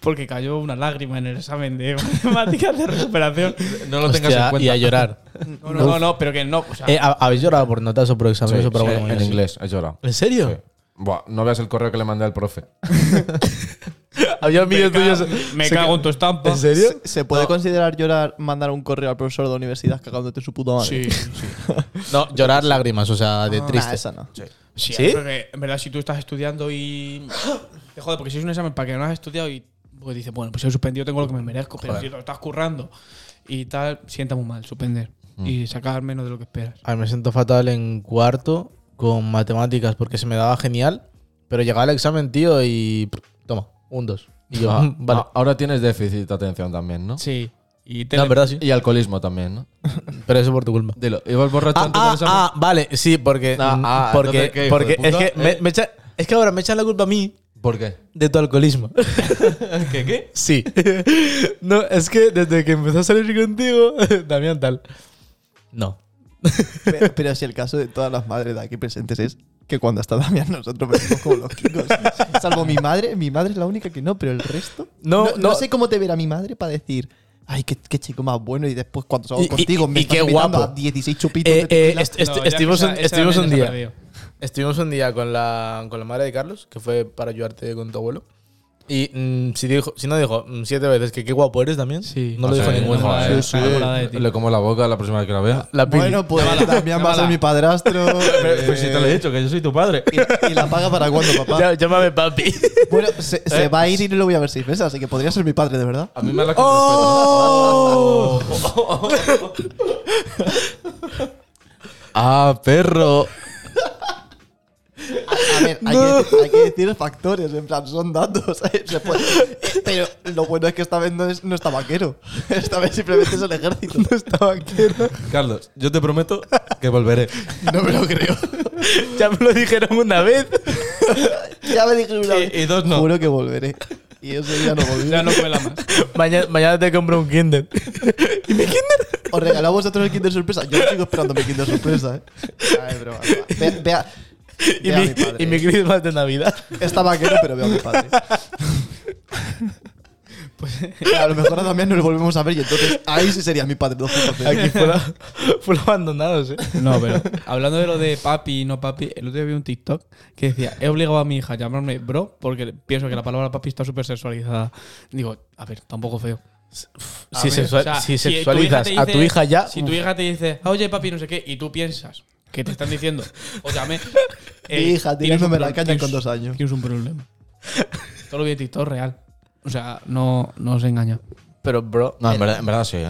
Speaker 1: porque cayó una lágrima en el examen de <laughs> matemáticas de
Speaker 3: <laughs>
Speaker 1: recuperación.
Speaker 3: No lo tengas
Speaker 2: Hostia,
Speaker 3: en cuenta.
Speaker 2: Y a llorar.
Speaker 1: No, no, no, no, pero que no. O sea,
Speaker 2: Eh, ¿ha- ¿Habéis llorado por notas o por
Speaker 3: Sí,
Speaker 2: exámenes o por
Speaker 3: sí,
Speaker 2: alguna movida
Speaker 3: en
Speaker 2: así?
Speaker 3: inglés, he llorado.
Speaker 2: ¿En serio?
Speaker 3: Buah, no veas el correo que le mandé al profe.
Speaker 2: Había
Speaker 1: me
Speaker 2: amigos tuyos.
Speaker 1: cago, me cago en tu estampa.
Speaker 2: ¿En serio?
Speaker 4: ¿Se, se puede considerar llorar mandar un correo al profesor de universidad cagándote su puta madre?
Speaker 1: Sí, sí.
Speaker 2: No, llorar lágrimas, o sea, de
Speaker 4: Nah,
Speaker 2: triste.
Speaker 4: esa no.
Speaker 1: Sí,
Speaker 2: Ah, ¿Sí?
Speaker 1: porque en verdad, si tú estás estudiando y. Te jode, porque si es un examen para que no has estudiado y. Pues dices, bueno, pues he suspendido, tengo lo que me merezco, pero si lo estás currando y tal, sienta muy mal suspender y sacar menos de lo que esperas.
Speaker 2: A ver, me siento fatal en cuarto con matemáticas porque se me daba genial, pero llegaba el examen, tío, y. pff, Toma, un dos. Y
Speaker 3: <laughs>
Speaker 2: yo,
Speaker 3: Ah,
Speaker 2: vale.
Speaker 3: ah, Ahora tienes déficit de atención también, ¿no?
Speaker 1: Sí. Y te
Speaker 2: No, en verdad sí.
Speaker 3: Y alcoholismo también, ¿no?
Speaker 2: Pero eso por tu culpa.
Speaker 3: Dilo, ¿ibas borracho
Speaker 2: Ah,
Speaker 3: antes del
Speaker 2: ah,
Speaker 3: examen?
Speaker 2: ah, vale, sí, porque.
Speaker 3: Ah,
Speaker 2: mm,
Speaker 3: ah,
Speaker 2: porque
Speaker 3: entonces, ¿qué, hijo
Speaker 2: porque
Speaker 3: de
Speaker 2: es
Speaker 3: puta?
Speaker 2: que me-
Speaker 3: Eh.
Speaker 2: me echa- es que ahora me echan la culpa a mí
Speaker 3: ¿Por qué?
Speaker 2: de tu alcoholismo.
Speaker 3: <laughs> ¿Qué? ¿Qué?
Speaker 2: Sí. <laughs> No, es que desde que empezó a salir contigo, <laughs> Damián tal. No.
Speaker 4: Pero, pero si el caso de todas las madres de aquí presentes es que cuando está Damián nosotros parecemos como los
Speaker 1: <laughs>
Speaker 4: chicos. Salvo mi madre, mi madre es la única que no, pero el resto.
Speaker 2: No, no. eh,
Speaker 4: sé cómo te verá mi madre para decir. Ay, qué, qué chico más bueno. Y después cuando salgo
Speaker 2: Y- y-
Speaker 4: contigo, me
Speaker 2: y
Speaker 4: estás
Speaker 2: qué
Speaker 4: invitando
Speaker 2: guapo.
Speaker 4: a 16 chupitos.
Speaker 2: Eh,
Speaker 4: de
Speaker 2: eh,
Speaker 4: tequila.
Speaker 2: est- est-
Speaker 1: No, ya
Speaker 2: estuvimos
Speaker 1: esa-
Speaker 2: un,
Speaker 1: esa
Speaker 2: estuvimos
Speaker 1: también
Speaker 2: un
Speaker 1: se
Speaker 2: día.
Speaker 1: perdió.
Speaker 2: Estuvimos un día con la, con la madre de Carlos, que fue para ayudarte con tu abuelo. Y mm, si, dijo, si no dijo mm, siete veces que qué guapo eres también,
Speaker 1: Sí.
Speaker 2: Ah, no lo
Speaker 3: O
Speaker 2: dijo
Speaker 3: sea,
Speaker 2: ninguno.
Speaker 3: no,
Speaker 1: Joder,
Speaker 3: eh,
Speaker 1: está enamorada de ti.
Speaker 3: Le como la boca la próxima vez que la vea.
Speaker 2: La pili.
Speaker 4: bueno, pues Damián va a ser mi
Speaker 3: <laughs>
Speaker 4: padrastro. eh,
Speaker 3: Pues si te lo he dicho, que yo soy tu padre.
Speaker 4: y, y la paga para cuando, papá.
Speaker 2: Llá- llámame <laughs> papi.
Speaker 4: Bueno, se, se
Speaker 2: Eh.
Speaker 4: va a ir y no lo voy a ver seis veces, así que podría ser mi padre, de verdad.
Speaker 3: A mí me la
Speaker 2: ¡Oh! <laughs>
Speaker 3: ¡Ah, perro!
Speaker 4: A ver, hay, que, hay que decir factores, en plan, son datos. <laughs> ¿sabes? Se puede- Pero lo bueno es que esta vez no, es, no está vaquero. <laughs> Esta vez simplemente es el ejército. No está vaquero.
Speaker 3: Carlos, yo te prometo que volveré.
Speaker 4: <laughs> No me lo creo.
Speaker 2: <laughs> ya me lo dijeron una vez.
Speaker 4: <laughs>
Speaker 2: Eh,
Speaker 4: Ya me dijeron una vez.
Speaker 3: Y, y dos no.
Speaker 4: Juro que volveré. Y ese día no volví.
Speaker 1: Ya no cuela más.
Speaker 2: mañana, mañana te compro un
Speaker 4: <laughs>
Speaker 2: Kindle. ¿Y mi Kindle?
Speaker 4: Os regalamos vosotros el Kinder Sorpresa. Yo sigo esperando mi Kinder Sorpresa, ¿eh? Ay, broma. broma. Ve, vea.
Speaker 2: Y
Speaker 4: Ve a
Speaker 2: mi,
Speaker 4: mi padre.
Speaker 2: y mi Christmas de Navidad.
Speaker 4: Está vaquero, pero veo a mi padre.
Speaker 2: Pues,
Speaker 4: a lo mejor también nos lo volvemos a ver y entonces ahí sí sería mi padre. 2.0.
Speaker 2: Aquí <laughs> fueron fueron abandonados, eh.
Speaker 1: No, pero hablando de lo de papi y no papi, el otro día vi un TikTok que decía, he obligado a mi hija a llamarme bro porque pienso que la palabra papi está súper sexualizada. Digo, a ver, tampoco feo. A
Speaker 2: Si,
Speaker 1: ver,
Speaker 2: sexua-
Speaker 1: o sea,
Speaker 2: si
Speaker 1: si tu
Speaker 2: sexualizas
Speaker 1: hija te
Speaker 2: a tu
Speaker 1: dice-
Speaker 2: hija ya.
Speaker 1: Si tu hija te dice, "Ah, oye papi, no sé qué, y tú piensas que te están
Speaker 2: <laughs>
Speaker 1: diciendo, óyame. eh,
Speaker 4: Mi hija tirándome la caña con dos años.
Speaker 1: Tienes un
Speaker 4: <laughs>
Speaker 1: problema. Todo lo vi en TikTok real. O sea, no, no os engaña.
Speaker 2: Pero, bro.
Speaker 3: No, en verdad, en verdad sí, ¿eh?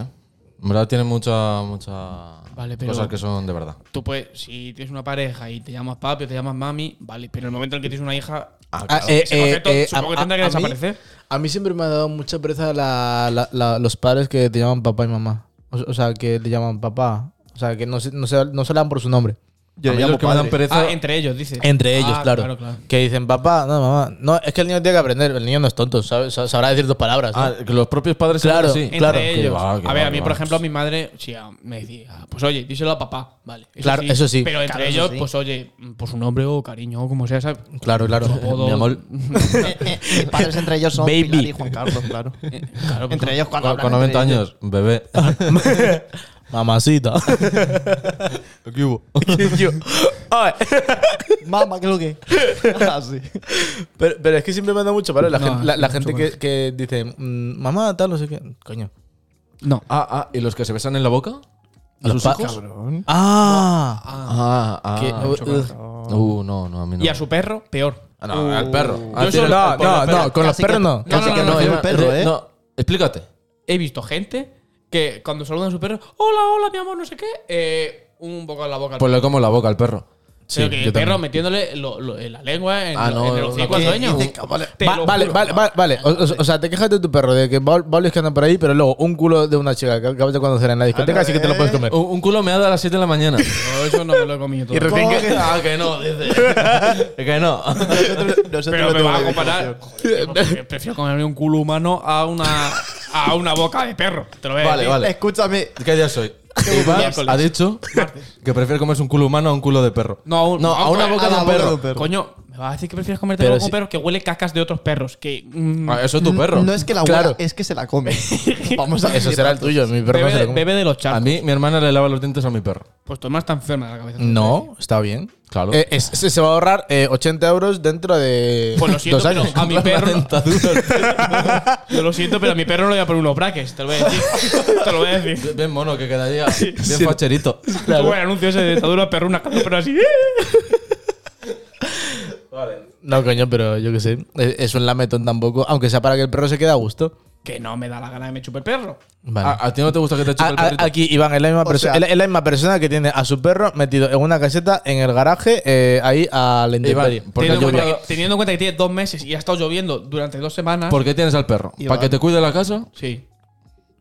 Speaker 3: En verdad tiene muchas mucha
Speaker 1: Vale, pero-
Speaker 3: cosas que son de verdad.
Speaker 1: Tú puedes, si tienes una pareja y te llamas papi o te llamas mami, vale, pero en el momento en que tienes una hija,
Speaker 2: Ah, eh,
Speaker 1: ese concepto
Speaker 2: eh, eh,
Speaker 1: supongo que tendrá que
Speaker 2: mí-
Speaker 1: desaparecer.
Speaker 2: a mí siempre me ha dado mucha pereza la- la- la- los padres que te llaman papá y mamá. O, o sea, que le llaman papá. O sea, que no se, no se, no se le dan por su nombre.
Speaker 4: Yo
Speaker 3: A mí
Speaker 4: llamo
Speaker 3: los que me dan
Speaker 4: padre.
Speaker 3: pereza.
Speaker 1: Ah, entre ellos, dices.
Speaker 2: Entre ellos,
Speaker 1: Ah,
Speaker 2: claro.
Speaker 1: claro, claro.
Speaker 2: Que dicen papá, no, mamá. No, es que el niño tiene que aprender. El niño no es tonto, sabe- sa- sabrá decir dos palabras. ¿no?
Speaker 3: Ah, que los propios padres
Speaker 2: Claro,
Speaker 3: sí.
Speaker 1: Entre
Speaker 2: claro.
Speaker 1: ellos.
Speaker 3: Que va, que
Speaker 1: a ver,
Speaker 3: va,
Speaker 1: a mí,
Speaker 3: que
Speaker 1: por
Speaker 3: va.
Speaker 1: ejemplo, mi madre sí, ah, me decía, pues oye, díselo a papá. Vale.
Speaker 2: Claro, eso sí.
Speaker 1: Pero entre
Speaker 4: Claro, eso
Speaker 1: ellos,
Speaker 4: sí.
Speaker 1: pues oye, pues un nombre o cariño o como sea, ¿sabes?
Speaker 2: Claro, claro.
Speaker 1: Apodo. <laughs>
Speaker 2: Mi amor.
Speaker 4: Mis padres entre ellos son
Speaker 2: Baby.
Speaker 4: Pilar y Juan Carlos,
Speaker 2: <laughs>
Speaker 4: claro.
Speaker 1: Claro, pues,
Speaker 4: Entre ellos cuando hablan
Speaker 3: Con, con
Speaker 4: entre
Speaker 3: 90
Speaker 4: ellos.
Speaker 3: años, bebé.
Speaker 2: Mamacita.
Speaker 3: <laughs> ¿Qué hubo?
Speaker 2: Yo, <laughs> "Ay".
Speaker 4: Mamá, ¿qué es lo que? Así.
Speaker 2: Ah, Pero, pero es que siempre me da mucho para la,
Speaker 1: No,
Speaker 2: gente, la, la
Speaker 1: mucho
Speaker 2: gente que, que dice, "Mm, mamá, tal, no sé qué. Coño.
Speaker 1: No.
Speaker 3: Ah, ah, ¿y los que se besan en la boca? ¿A
Speaker 2: Los
Speaker 3: sus
Speaker 2: pa-
Speaker 3: hijos?
Speaker 4: Cabrón.
Speaker 2: Ah,
Speaker 3: Ah, ah.
Speaker 2: Que-
Speaker 1: chocolate.
Speaker 3: Uh, no, no, a mí no. Ah,
Speaker 1: Y a su perro, peor.
Speaker 3: No, al perro.
Speaker 2: Ah,
Speaker 1: Yo
Speaker 3: Al
Speaker 1: solo-
Speaker 3: perro,
Speaker 2: no,
Speaker 3: al perro,
Speaker 2: no,
Speaker 3: al perro.
Speaker 2: no, con los
Speaker 4: Casi que-
Speaker 2: perros no.
Speaker 4: casi
Speaker 3: No, no,
Speaker 4: que
Speaker 3: no,
Speaker 4: no,
Speaker 3: no,
Speaker 4: yo
Speaker 3: yo-
Speaker 4: el perro, ¿eh?
Speaker 3: No, explícate.
Speaker 1: He visto gente que cuando saludan a su perro, hola, hola, mi amor, no sé qué, eh, un bocado en la boca. al
Speaker 3: Pues le como la boca al perro.
Speaker 2: Sí,
Speaker 1: pero que
Speaker 2: yo
Speaker 1: el perro
Speaker 2: también.
Speaker 1: metiéndole lo- lo- en la lengua en,
Speaker 2: Ah,
Speaker 1: lo-
Speaker 2: no,
Speaker 1: en el
Speaker 2: no,
Speaker 1: hocico
Speaker 2: no.
Speaker 1: al dueño.
Speaker 6: Vale.
Speaker 1: Te
Speaker 2: Va-
Speaker 1: lo
Speaker 2: vale,
Speaker 1: juro.
Speaker 2: vale, vale, vale. O, o- o sea, te quejas de tu perro, de que bab- bables que andan por ahí, pero luego un culo de una chica que acabas de conocer en la discoteca,
Speaker 4: Ah,
Speaker 2: así que te lo puedes comer.
Speaker 3: Un, un culo meado a las 7 de la mañana.
Speaker 1: No, eso no me lo he comido todo.
Speaker 2: recién que-
Speaker 3: ah, que no, dice. que no.
Speaker 4: Nosotros,
Speaker 1: <laughs>
Speaker 4: nosotros
Speaker 1: Pero
Speaker 4: no
Speaker 1: me vas a
Speaker 4: tenemos
Speaker 1: comparar.
Speaker 4: información.
Speaker 1: Joder, Prefiero comerme un culo humano a una, a una boca de perro. Te lo voy a <laughs>
Speaker 3: Vale,
Speaker 1: decir.
Speaker 3: vale.
Speaker 4: Escúchame,
Speaker 3: ¿Qué día soy? Iván
Speaker 1: miércoles.
Speaker 3: ha dicho que prefiere comerse un culo humano a un culo de perro.
Speaker 1: No, a un-
Speaker 3: no, a una
Speaker 1: a
Speaker 3: boca
Speaker 4: la
Speaker 3: de un
Speaker 4: boca de
Speaker 3: perro.
Speaker 4: un perro.
Speaker 1: Coño, me vas a decir que prefieres comerte
Speaker 2: Pero
Speaker 1: algo con
Speaker 2: si-
Speaker 1: perros que huele cacas de otros perros. Que. mm,
Speaker 3: Ah, eso es tu perro.
Speaker 4: No es que la huela,
Speaker 2: Claro.
Speaker 4: es que se
Speaker 1: <laughs>
Speaker 4: la come. Vamos a
Speaker 2: Eso será el tuyo, mi perro no
Speaker 1: bebe,
Speaker 2: se
Speaker 1: de-
Speaker 2: lo come.
Speaker 1: bebe de los
Speaker 3: a
Speaker 1: charcos.
Speaker 3: mí, mi hermana le lava los dientes a mi perro.
Speaker 1: Pues tu hermana está enferma de la cabeza.
Speaker 3: Mm.
Speaker 2: No, está bien.
Speaker 3: Claro.
Speaker 2: Eh, es- se se va a ahorrar eh, 80 euros dentro de
Speaker 3: <laughs>
Speaker 1: Pues lo siento,
Speaker 2: dos
Speaker 1: pero
Speaker 2: años.
Speaker 1: a
Speaker 2: <laughs>
Speaker 1: mi
Speaker 3: La
Speaker 1: perro.
Speaker 3: dentadura.
Speaker 1: <laughs> Yo lo siento, pero a mi perro no le voy a poner unos brackets. Te lo voy a decir. <laughs> te lo voy a decir.
Speaker 3: Bien mono, que quedaría bien facherito.
Speaker 1: Como el anuncio ese de dentadura perruna, pero así. <laughs>
Speaker 2: No, coño, pero yo qué sé. Eh, Es, es un lametón tampoco, aunque sea para que el perro se quede a gusto.
Speaker 1: Que no me da la gana de me chupe el perro.
Speaker 2: Vale.
Speaker 3: ¿A, a ti no te gusta que te
Speaker 2: A-
Speaker 3: chupe el
Speaker 2: a-
Speaker 3: perrito?
Speaker 2: aquí, Iván, es la, misma
Speaker 4: O
Speaker 2: perso-
Speaker 4: sea-
Speaker 2: es la- es la misma persona que tiene a su perro metido en una caseta en el garaje, eh, ahí a la intemperie.
Speaker 3: Porque
Speaker 1: teniendo, en
Speaker 3: yo-
Speaker 1: cuenta que, teniendo en cuenta que tiene dos meses y ha estado lloviendo durante dos semanas.
Speaker 3: ¿Por qué tienes al perro?
Speaker 4: Iván.
Speaker 3: ¿Para que te cuide la casa?
Speaker 1: sí.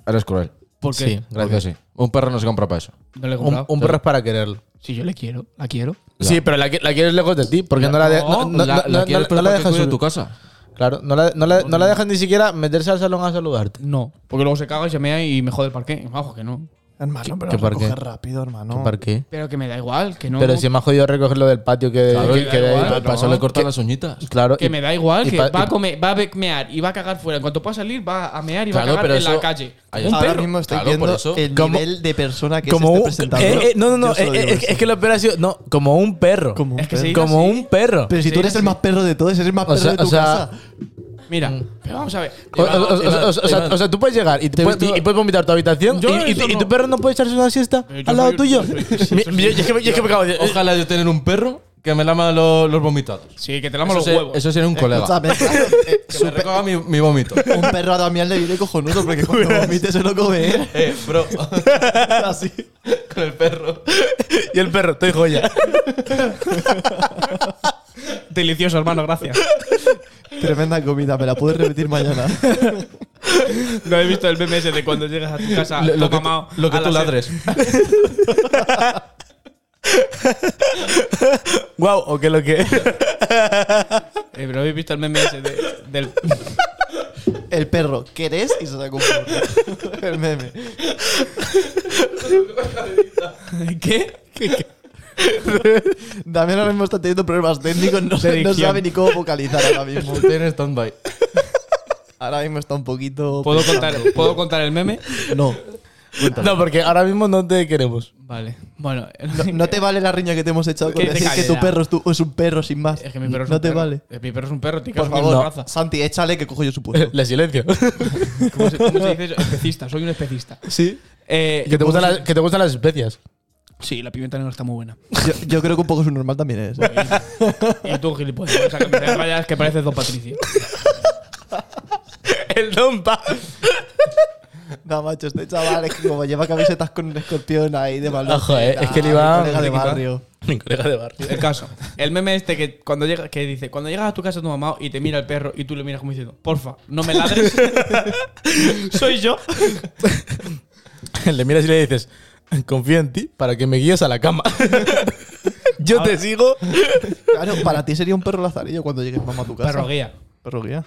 Speaker 3: Eres cruel.
Speaker 1: ¿Por qué?
Speaker 2: Sí.
Speaker 3: Porque
Speaker 2: Gracias.
Speaker 3: sí. Un perro no se compra para eso.
Speaker 1: No le he
Speaker 2: Un,
Speaker 1: comprado.
Speaker 2: un perro es para quererlo.
Speaker 1: Si yo le quiero, la quiero.
Speaker 2: Sí, pero la, que- la quieres lejos de ti, porque no
Speaker 3: Ah,
Speaker 2: la, de- no, no-
Speaker 3: la,
Speaker 2: no-
Speaker 3: la
Speaker 2: no-
Speaker 3: quieres,
Speaker 2: no- no
Speaker 3: pero
Speaker 2: la
Speaker 3: para que
Speaker 2: dejan
Speaker 3: cuide
Speaker 2: subir.
Speaker 3: tu casa.
Speaker 2: Claro, no la, no la- no la dejan ni siquiera meterse al salón a saludarte.
Speaker 1: No. Porque luego se caga y se mea y me jode el parque. Bajo que no.
Speaker 4: Hermano, pero
Speaker 2: ¿Qué
Speaker 4: vas a
Speaker 2: por qué?
Speaker 4: coger rápido, hermano.
Speaker 2: ¿Para qué?
Speaker 1: Pero que me da igual, que no.
Speaker 2: Pero si me ha jodido recogerlo del patio que,
Speaker 1: Claro,
Speaker 2: que-
Speaker 1: que da
Speaker 2: que de ahí
Speaker 1: igual,
Speaker 2: pa-
Speaker 1: ¿no?
Speaker 2: pasó
Speaker 3: Pasó
Speaker 2: le
Speaker 3: le
Speaker 2: cortó-
Speaker 3: corta las uñitas.
Speaker 2: Claro,
Speaker 1: que
Speaker 2: y-
Speaker 1: me da igual,
Speaker 2: y
Speaker 1: que
Speaker 2: pa-
Speaker 1: va a
Speaker 2: y-
Speaker 1: comer, va a be- mear y va a cagar fuera. En cuanto pueda salir, va a mear y va a
Speaker 3: Claro,
Speaker 1: cagar
Speaker 3: pero
Speaker 1: en la
Speaker 3: eso-
Speaker 1: calle.
Speaker 3: Ahí
Speaker 1: Un
Speaker 3: está.
Speaker 4: Ahora
Speaker 1: perro.
Speaker 4: mismo estoy
Speaker 3: Claro, por
Speaker 4: viendo
Speaker 3: eso.
Speaker 4: el
Speaker 2: Como-
Speaker 4: nivel de persona que
Speaker 2: como
Speaker 4: es este
Speaker 2: un,
Speaker 4: presentador.
Speaker 2: eh, eh, no, no, no,
Speaker 4: Yo solo
Speaker 2: eh,
Speaker 4: digo
Speaker 2: eh, es,
Speaker 4: eso.
Speaker 2: que lo peor ha sido, no, como un perro.
Speaker 4: Como un
Speaker 1: Es que
Speaker 4: perro.
Speaker 1: se dice
Speaker 2: Como
Speaker 1: así.
Speaker 2: un perro.
Speaker 4: Pero si tú eres el más perro de todos, eres el más
Speaker 2: O
Speaker 4: perro
Speaker 2: sea-
Speaker 4: de tu
Speaker 2: o sea-
Speaker 4: casa.
Speaker 1: Mira,
Speaker 3: Mm.
Speaker 1: pero vamos a ver.
Speaker 2: O, o- o- o- o- o sea, o sea, tú puedes llegar y, te puedes, y- y puedes vomitar tu habitación y,
Speaker 1: Yo
Speaker 2: y-
Speaker 1: eso
Speaker 2: y
Speaker 1: no.
Speaker 2: tu perro no puede echarse una siesta
Speaker 1: Pero yo
Speaker 2: al lado
Speaker 1: soy-
Speaker 2: tuyo.
Speaker 1: yo soy-
Speaker 2: <laughs> Mi- mi- yo- yo es que me- yo es que me acabo de-
Speaker 3: Ojalá yo tener un perro que me lama lo- los vomitados.
Speaker 1: Sí, que te lamo
Speaker 3: Eso,
Speaker 1: los
Speaker 3: se-
Speaker 1: huevos.
Speaker 3: eso sería un colega.
Speaker 4: Escúchame, claro, eh,
Speaker 3: que me recoja mi, mi vómito.
Speaker 4: un perro a Damián le viene cojonudo porque
Speaker 2: <laughs>
Speaker 4: cuando
Speaker 2: Pues
Speaker 4: vomite se lo come. ¿eh?
Speaker 3: eh, bro.
Speaker 4: <laughs> Así.
Speaker 3: Con el perro.
Speaker 2: Y el perro, estoy joya.
Speaker 1: Delicioso, hermano,
Speaker 3: <laughs>
Speaker 1: gracias.
Speaker 4: Tremenda comida, me la puedes repetir mañana.
Speaker 1: No he visto el BMS de cuando llegas a tu casa,
Speaker 3: Lo, lo que,
Speaker 1: todo
Speaker 3: tú-
Speaker 1: mamado,
Speaker 3: lo que
Speaker 1: a
Speaker 3: tú
Speaker 1: las-
Speaker 3: ladres.
Speaker 2: Guau, o qué lo que.
Speaker 1: Eh, pero habéis visto el meme ese de- del.
Speaker 4: El perro, ¿querés? Y se saca un perro. <laughs> El meme.
Speaker 1: <laughs> ¿Qué?
Speaker 4: <laughs> Damián ahora mismo está teniendo problemas técnicos, no, sé- no
Speaker 1: Dicción.
Speaker 4: sabe ni cómo vocalizar ahora mismo.
Speaker 3: Ten stand-by.
Speaker 4: Ahora mismo está un poquito.
Speaker 3: <laughs>
Speaker 1: ¿Puedo contar, ¿Puedo contar el meme?
Speaker 4: No.
Speaker 2: No, porque ahora mismo no te queremos.
Speaker 1: Vale. Bueno, <laughs>
Speaker 4: No te vale la riña que te hemos echado con
Speaker 1: Que te
Speaker 4: decir que
Speaker 1: calles
Speaker 4: tu
Speaker 1: ya.
Speaker 4: perro es, tu- es un perro sin más.
Speaker 1: es que mi perro es
Speaker 4: no
Speaker 1: un
Speaker 4: te
Speaker 1: perro.
Speaker 4: vale.
Speaker 1: Eh, Mi perro es un perro, tío.
Speaker 4: Por favor, Santi, échale que cojo yo
Speaker 1: <laughs>
Speaker 4: su puesto.
Speaker 2: Le silencio.
Speaker 1: ¿Cómo se, cómo se dice eso? Especista, soy un especista.
Speaker 2: Sí.
Speaker 1: Eh,
Speaker 2: Que te, gustan las, que te gustan las especias.
Speaker 1: Sí, la pimienta negra está muy buena.
Speaker 4: Yo, yo creo que un poco su normal también es. ¿eh?
Speaker 1: Y tú, gilipollas. O sea, que me rayas que pareces Don Patricio.
Speaker 2: El dompa.
Speaker 4: No, macho, este chaval es que como lleva camisetas con un escorpión ahí de malo.
Speaker 2: Ojo, eh, es que le iba-
Speaker 4: Colega de
Speaker 2: le iba-
Speaker 4: barrio.
Speaker 2: Mi colega de barrio.
Speaker 1: El caso. El meme este que cuando llega, que dice, cuando llegas a tu casa tu mamá y te mira el perro y tú le miras como diciendo, porfa, no me ladres. soy yo.
Speaker 2: <laughs> Le miras y le dices, confío en ti para que me guíes a la cama. Yo te sigo.
Speaker 4: Claro, Ah, para ti sería un perro lazarillo cuando llegues mamá a tu casa.
Speaker 1: Perro guía.
Speaker 4: Perro guía.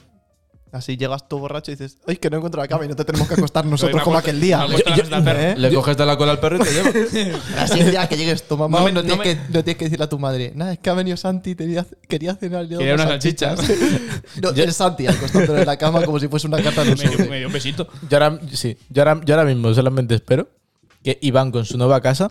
Speaker 4: Así llegas tú borracho y dices, ¡ay, que no encuentro la cama y no te tenemos
Speaker 1: <laughs>
Speaker 4: que acostar nosotros
Speaker 1: Me
Speaker 4: como
Speaker 1: acuerdo-
Speaker 4: aquel día!
Speaker 1: me acuerdo la casa del perro.
Speaker 4: ¿Eh?
Speaker 3: Le coges de la cola al perro y te llevas.
Speaker 4: Así el día que llegues tu mamá,
Speaker 1: No
Speaker 4: no,
Speaker 1: me- no
Speaker 4: tienes,
Speaker 1: me-
Speaker 4: que, no tienes que decirle a tu madre, nada, es que ha venido Santi y tenía- quería cenar. yo
Speaker 1: Quería unas salchichas. <laughs>
Speaker 4: no, el Santi
Speaker 2: <laughs>
Speaker 4: acostándolo en la cama como si fuese una carta de un
Speaker 1: Me dio,
Speaker 4: sobre.
Speaker 1: me dio un besito.
Speaker 2: Yo ahora, sí, yo ahora, yo ahora mismo solamente espero que Iván con su nueva casa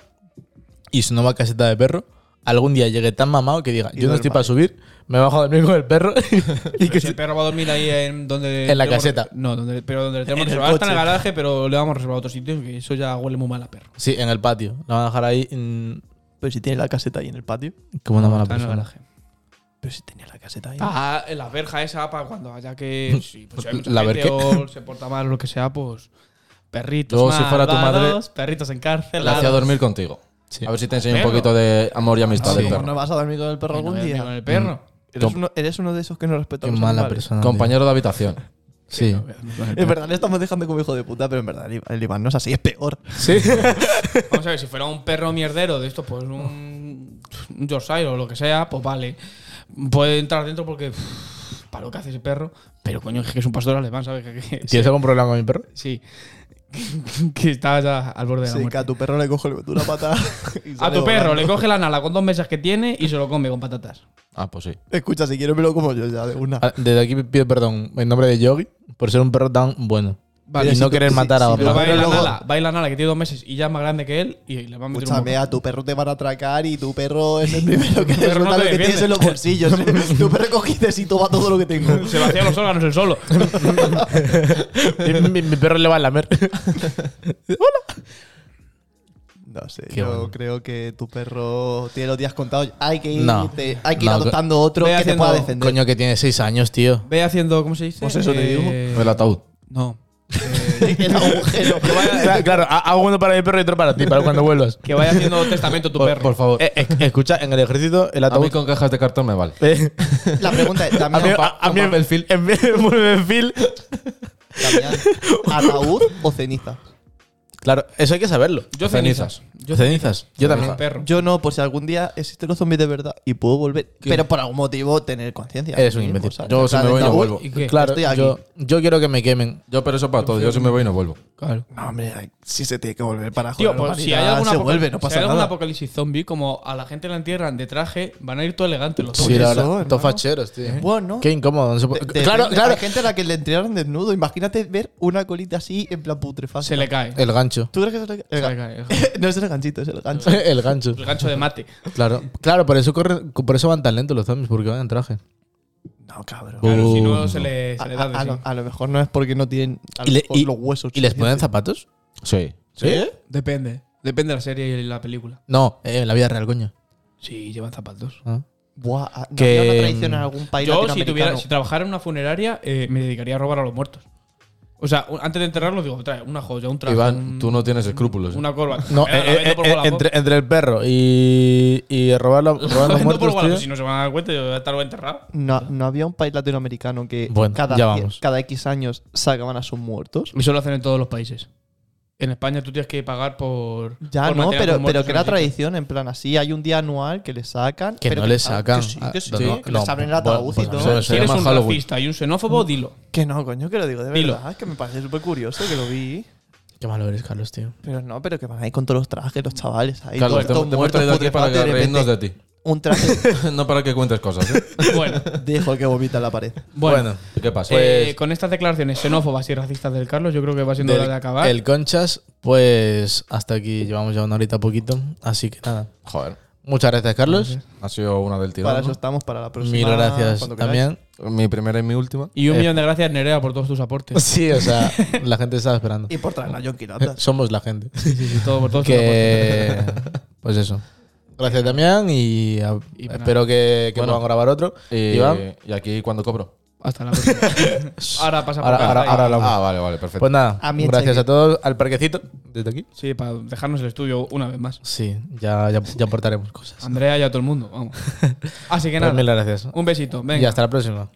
Speaker 2: y su nueva caseta de perro algún día llegue tan mamado que diga,
Speaker 4: Y
Speaker 2: yo no
Speaker 4: duerma
Speaker 2: estoy para
Speaker 4: ahí".
Speaker 2: subir, me bajo a dormir con el perro <laughs>
Speaker 1: <laughs>
Speaker 2: y
Speaker 1: Pero
Speaker 2: que
Speaker 1: si
Speaker 2: se-
Speaker 1: el perro va a dormir ahí en donde.
Speaker 2: En la
Speaker 1: tengo-
Speaker 2: caseta.
Speaker 1: No, donde, pero donde le
Speaker 4: En
Speaker 1: tenemos
Speaker 4: el
Speaker 1: reservado. Está en el
Speaker 4: coche.
Speaker 1: garaje, pero le vamos a reservar a otro sitio, que eso ya huele muy mal a perro.
Speaker 2: Sí, en el patio. La van a dejar ahí mm,
Speaker 4: Pero si tienes la caseta ahí en el patio.
Speaker 2: como una mala
Speaker 1: Está en el
Speaker 2: persona.
Speaker 1: garaje.
Speaker 4: Pero si tenía la caseta ahí.
Speaker 1: Ah, en la verja esa para cuando haya que. Sí, pues si hay mucha
Speaker 2: La
Speaker 1: gente
Speaker 2: verqué.
Speaker 1: o se porta mal o lo que sea, pues. Perritos.
Speaker 3: Yo, si fuera tu madre,
Speaker 1: malvados, Perritos
Speaker 3: Le hacía
Speaker 1: encarcelados.
Speaker 3: dormir contigo.
Speaker 2: Sí.
Speaker 3: A ver si te enseño un
Speaker 1: Perro.
Speaker 3: poquito de amor y amistad
Speaker 1: Sí.
Speaker 3: del
Speaker 4: ¿No
Speaker 3: perro.
Speaker 4: vas a dormir con el perro
Speaker 1: Bueno, voy
Speaker 4: algún
Speaker 1: a
Speaker 4: día?
Speaker 1: dormir Con el perro.
Speaker 4: Eres
Speaker 2: Com-
Speaker 4: uno, eres uno de esos que no respeta a
Speaker 2: Qué
Speaker 4: los
Speaker 2: mala
Speaker 4: animales.
Speaker 2: persona.
Speaker 3: Compañero de habitación.
Speaker 2: Sí.
Speaker 4: En verdad le estamos dejando como hijo de puta, pero en verdad el Iván- el Iván no es así, es peor.
Speaker 2: Sí.
Speaker 1: Vamos a ver, si fuera un perro mierdero de esto, pues un, un Yorkshire o lo que sea, pues vale. Puede entrar dentro porque. uff, Para lo que hace ese perro. Pero coño, es que es un pastor alemán, ¿sabes? Que- que-
Speaker 2: ¿Tienes algún problema con mi perro?
Speaker 1: sí. <laughs> que estaba ya al borde de la
Speaker 4: Sí, que
Speaker 1: muerte.
Speaker 4: a tu perro le cojo el-
Speaker 1: <laughs>
Speaker 4: una pata. y
Speaker 1: A
Speaker 4: sale
Speaker 1: tu perro le
Speaker 4: volando.
Speaker 1: coge la nala con dos mesas que tiene y se lo come con patatas.
Speaker 3: Ah, pues sí.
Speaker 4: Escucha, si quieres me lo como yo ya de una.
Speaker 2: Ah, Desde aquí pido perdón en nombre de Yogi por ser un perro tan bueno.
Speaker 1: Vale,
Speaker 2: y no
Speaker 4: si tú-
Speaker 2: querer
Speaker 4: si-
Speaker 2: matar a
Speaker 4: si
Speaker 2: otro.
Speaker 1: Pero
Speaker 2: <laughs>
Speaker 4: Pero
Speaker 1: va a ir la
Speaker 4: luego-
Speaker 1: nala, va a ir la nala que tiene dos meses y ya es más grande que él y le va a meter un
Speaker 4: Escúchame,
Speaker 1: moco.
Speaker 4: a tu perro te van a atracar y
Speaker 1: <laughs>
Speaker 4: tu perro es el primero que
Speaker 1: Tu perro
Speaker 4: te
Speaker 1: no
Speaker 4: suelta
Speaker 1: te
Speaker 4: lo que tienes
Speaker 1: defiende.
Speaker 4: en los
Speaker 1: <laughs>
Speaker 4: bolsillos. <laughs> tu perro cogiste y toma todo lo que tengo.
Speaker 1: Se vacía los órganos el
Speaker 4: <laughs>
Speaker 1: solo.
Speaker 2: mi, mi- mi perro le va a lamer.
Speaker 4: No sé,
Speaker 2: Qué
Speaker 4: yo
Speaker 2: bueno.
Speaker 4: creo que tu perro tiene los días contados. Hay que ir,
Speaker 2: No.
Speaker 4: te- hay que ir
Speaker 2: No,
Speaker 4: adoptando otro
Speaker 1: voy
Speaker 4: que te
Speaker 1: haciendo-
Speaker 4: pueda defender.
Speaker 2: Coño, que tiene seis años, tío.
Speaker 1: Ve haciendo, ¿cómo se dice? Eh,
Speaker 4: Pues eso te digo.
Speaker 3: El ataúd.
Speaker 1: No.
Speaker 4: <laughs> El
Speaker 1: <laughs>
Speaker 4: agujero.
Speaker 2: Claro, <laughs> claro, ha- hago uno para mi perro y otro para ti, para cuando vuelvas.
Speaker 1: Que vaya
Speaker 4: <laughs>
Speaker 1: haciendo testamento tu
Speaker 2: Por-
Speaker 4: Pues,
Speaker 1: perro.
Speaker 3: Por favor.
Speaker 2: Eh, eh, escucha, en el ejército el
Speaker 3: A mí
Speaker 2: ataúd.
Speaker 3: con cajas de cartón me vale.
Speaker 2: <laughs> Eh,
Speaker 4: La pregunta es,
Speaker 2: A mí,
Speaker 4: Damián,
Speaker 2: a, a
Speaker 3: con
Speaker 2: mí en
Speaker 3: papel film.
Speaker 2: en vez de un film-
Speaker 4: Damián, ¿ataúd o ceniza?
Speaker 2: Claro, eso hay que saberlo.
Speaker 1: Yo cenizas.
Speaker 2: Yo cenizas. Yo también.
Speaker 1: Perro.
Speaker 4: Yo no, por si algún día existen los zombies de verdad y puedo volver, pero por algún motivo tener conciencia.
Speaker 2: Eres un
Speaker 4: Sí,
Speaker 2: imbécil.
Speaker 4: ¿sabes?
Speaker 3: Yo
Speaker 4: O
Speaker 3: si
Speaker 4: sea,
Speaker 3: me
Speaker 4: de
Speaker 3: voy no
Speaker 4: tabú-
Speaker 3: vuelvo.
Speaker 1: ¿Y qué?
Speaker 2: Claro,
Speaker 4: Estoy aquí.
Speaker 2: yo, yo quiero que me quemen.
Speaker 3: Yo, pero eso para todo. Yo si me voy no vuelvo.
Speaker 1: Claro.
Speaker 4: No, hombre, hay- si se tiene que volver para
Speaker 1: Tío,
Speaker 4: joder,
Speaker 1: pues
Speaker 4: la
Speaker 1: si hay
Speaker 4: humanidad,
Speaker 1: algún
Speaker 4: se
Speaker 1: apocal-
Speaker 4: vuelve, no
Speaker 1: si
Speaker 4: pasa
Speaker 1: hay algún
Speaker 4: nada.
Speaker 1: apocalipsis zombie, como a la gente la entierran de traje, van a ir todo elegante los
Speaker 2: Sí,
Speaker 1: zombies.
Speaker 2: la
Speaker 4: eso,
Speaker 2: verdad.
Speaker 4: hermano.
Speaker 2: Todos facheros, tío.
Speaker 4: Bueno.
Speaker 2: Qué incómodo. no se puede-
Speaker 4: De- de-
Speaker 2: claro,
Speaker 4: de-
Speaker 2: claro.
Speaker 4: Hay gente a la que le entregaron desnudo. Imagínate ver una colita así en plan putrefacta.
Speaker 1: Se le cae.
Speaker 4: Eh,
Speaker 2: El gancho. <laughs>
Speaker 4: ¿Tú crees que se le
Speaker 1: Se le
Speaker 4: cae?
Speaker 1: cae.
Speaker 4: <laughs> No es el ganchito, es el gancho.
Speaker 2: El gancho.
Speaker 1: El gancho de mate.
Speaker 2: Claro, claro, por eso corren, por eso van tan lentos los zombies, porque van en traje.
Speaker 4: No, cabrón.
Speaker 1: Claro, si no
Speaker 2: Uh.
Speaker 1: se le, se
Speaker 4: A,
Speaker 1: le da de
Speaker 4: a- a
Speaker 1: sí.
Speaker 4: lo, a lo mejor no es porque no tienen a lo
Speaker 2: Y le-
Speaker 4: mejor
Speaker 2: y-
Speaker 4: los huesos.
Speaker 2: ¿Y les ponen
Speaker 4: suficientes.
Speaker 2: zapatos?
Speaker 3: Sí.
Speaker 1: Depende. Depende de la serie y la película.
Speaker 2: No, eh, en la vida real, coño.
Speaker 1: Sí, llevan zapatos.
Speaker 2: Ah.
Speaker 4: Buah, a- ¿no
Speaker 2: Que-
Speaker 4: había una tradición en algún país
Speaker 1: Yo, si, tuviera,
Speaker 4: latinoamericano?
Speaker 1: si trabajara en una funeraria, eh, me dedicaría a robar a los muertos. O sea, un- antes de enterrarlos, digo, trae una joya, un traje.
Speaker 3: Iván,
Speaker 1: un-
Speaker 3: tú no tienes escrúpulos. ¿eh?
Speaker 1: Una corva. <laughs>
Speaker 2: No,
Speaker 1: Me la
Speaker 2: eh,
Speaker 1: vendo
Speaker 2: eh,
Speaker 1: por
Speaker 2: eh,
Speaker 1: Wallapop. <laughs>
Speaker 2: entre, entre el perro y, y robar, la- robar
Speaker 1: La
Speaker 2: los
Speaker 1: vendo por
Speaker 2: muertos,
Speaker 1: Wallapop,
Speaker 2: tío.
Speaker 1: Si no se van a dar cuenta, yo voy a estar enterrado.
Speaker 4: No, no había un país latinoamericano que
Speaker 2: Bueno,
Speaker 4: cada,
Speaker 2: ya
Speaker 4: cien-
Speaker 2: vamos.
Speaker 4: cada X años sacaban a sus muertos.
Speaker 1: Eso lo hacen en todos los países. En España tú tienes que pagar por.
Speaker 4: Ya
Speaker 1: por
Speaker 4: no,
Speaker 1: mantener a
Speaker 4: pero,
Speaker 1: tus
Speaker 4: pero
Speaker 1: muertos
Speaker 4: que
Speaker 1: en
Speaker 4: era
Speaker 1: el sitio.
Speaker 4: tradición, en plan así. Hay un día anual que le sacan.
Speaker 2: Que
Speaker 4: pero
Speaker 2: no le
Speaker 4: ah,
Speaker 2: sacan.
Speaker 4: Que sí, que sí,
Speaker 2: Ah, no,
Speaker 4: que
Speaker 2: no,
Speaker 4: les abren el
Speaker 2: pues-
Speaker 4: ataúd y
Speaker 2: pues
Speaker 4: todo.
Speaker 2: no sé.
Speaker 1: Si eres
Speaker 3: llama
Speaker 1: un
Speaker 3: Halloween.
Speaker 1: racista y un xenófobo,
Speaker 2: <laughs>
Speaker 1: dilo.
Speaker 4: Que no, coño, que lo digo de
Speaker 1: Dilo.
Speaker 4: verdad. Que me parece súper curioso que lo vi.
Speaker 2: Qué malo eres, Carlos, tío.
Speaker 4: Pero no, pero que van ahí con todos los trajes, los chavales. Ahí,
Speaker 3: Carlos, te,
Speaker 4: todos
Speaker 3: te hemos
Speaker 4: muertos,
Speaker 3: traído aquí para que
Speaker 4: putrefactos, de
Speaker 3: reírnos de
Speaker 4: repente,
Speaker 3: ti.
Speaker 4: Un
Speaker 3: <laughs>
Speaker 4: traje.
Speaker 3: no para que cuentes cosas. ¿eh?
Speaker 1: Bueno,
Speaker 4: Dejo que vomita en la pared.
Speaker 1: bueno.
Speaker 3: ¿Qué pasa? Pues,
Speaker 1: eh,
Speaker 2: pues-
Speaker 1: con estas declaraciones xenófobas y racistas del Carlos, yo creo que va siendo hora de acabar.
Speaker 2: el Conchas, pues hasta aquí llevamos ya una horita poquito. Así que nada.
Speaker 3: joder,
Speaker 2: Muchas gracias, Carlos.
Speaker 3: ha sido una del tirón.
Speaker 4: Para
Speaker 3: ¿no?
Speaker 4: eso estamos, para la próxima.
Speaker 2: Mil gracias
Speaker 4: cuando queráis.
Speaker 2: también.
Speaker 3: Mi primera y mi última.
Speaker 1: y un
Speaker 2: eh.
Speaker 1: millón de gracias, Nerea, por todos tus aportes.
Speaker 2: Sí,
Speaker 1: <laughs>
Speaker 2: o sea, la gente estaba esperando.
Speaker 4: Y por traer a John <laughs> Quirata.
Speaker 2: Somos la gente.
Speaker 1: Sí, sí, sí, todo, por todos tus aportes.
Speaker 2: que pues eso gracias Damián y, a-
Speaker 1: Y pues nada. Eh,
Speaker 2: espero que, que
Speaker 3: Bueno.
Speaker 2: puedan grabar otro
Speaker 3: Y,
Speaker 2: Iván.
Speaker 3: Eh, y aquí cuando cobro.
Speaker 1: Hasta la próxima. <laughs> ahora pasa por
Speaker 2: Ahora-
Speaker 1: acá.
Speaker 2: ahora- ahora hablamos.
Speaker 3: Ah, vale, vale, perfecto.
Speaker 2: pues nada
Speaker 4: A mí el
Speaker 1: este
Speaker 2: gracias
Speaker 4: cheque.
Speaker 2: a todos al parquecito desde aquí
Speaker 1: Sí, para dejarnos el estudio una vez más.
Speaker 2: sí ya ya, ya aportaremos cosas
Speaker 1: Andrea y a todo el mundo, vamos. Así que
Speaker 2: Pues
Speaker 1: nada,
Speaker 2: mil gracias
Speaker 1: un besito. Venga.
Speaker 2: y hasta la próxima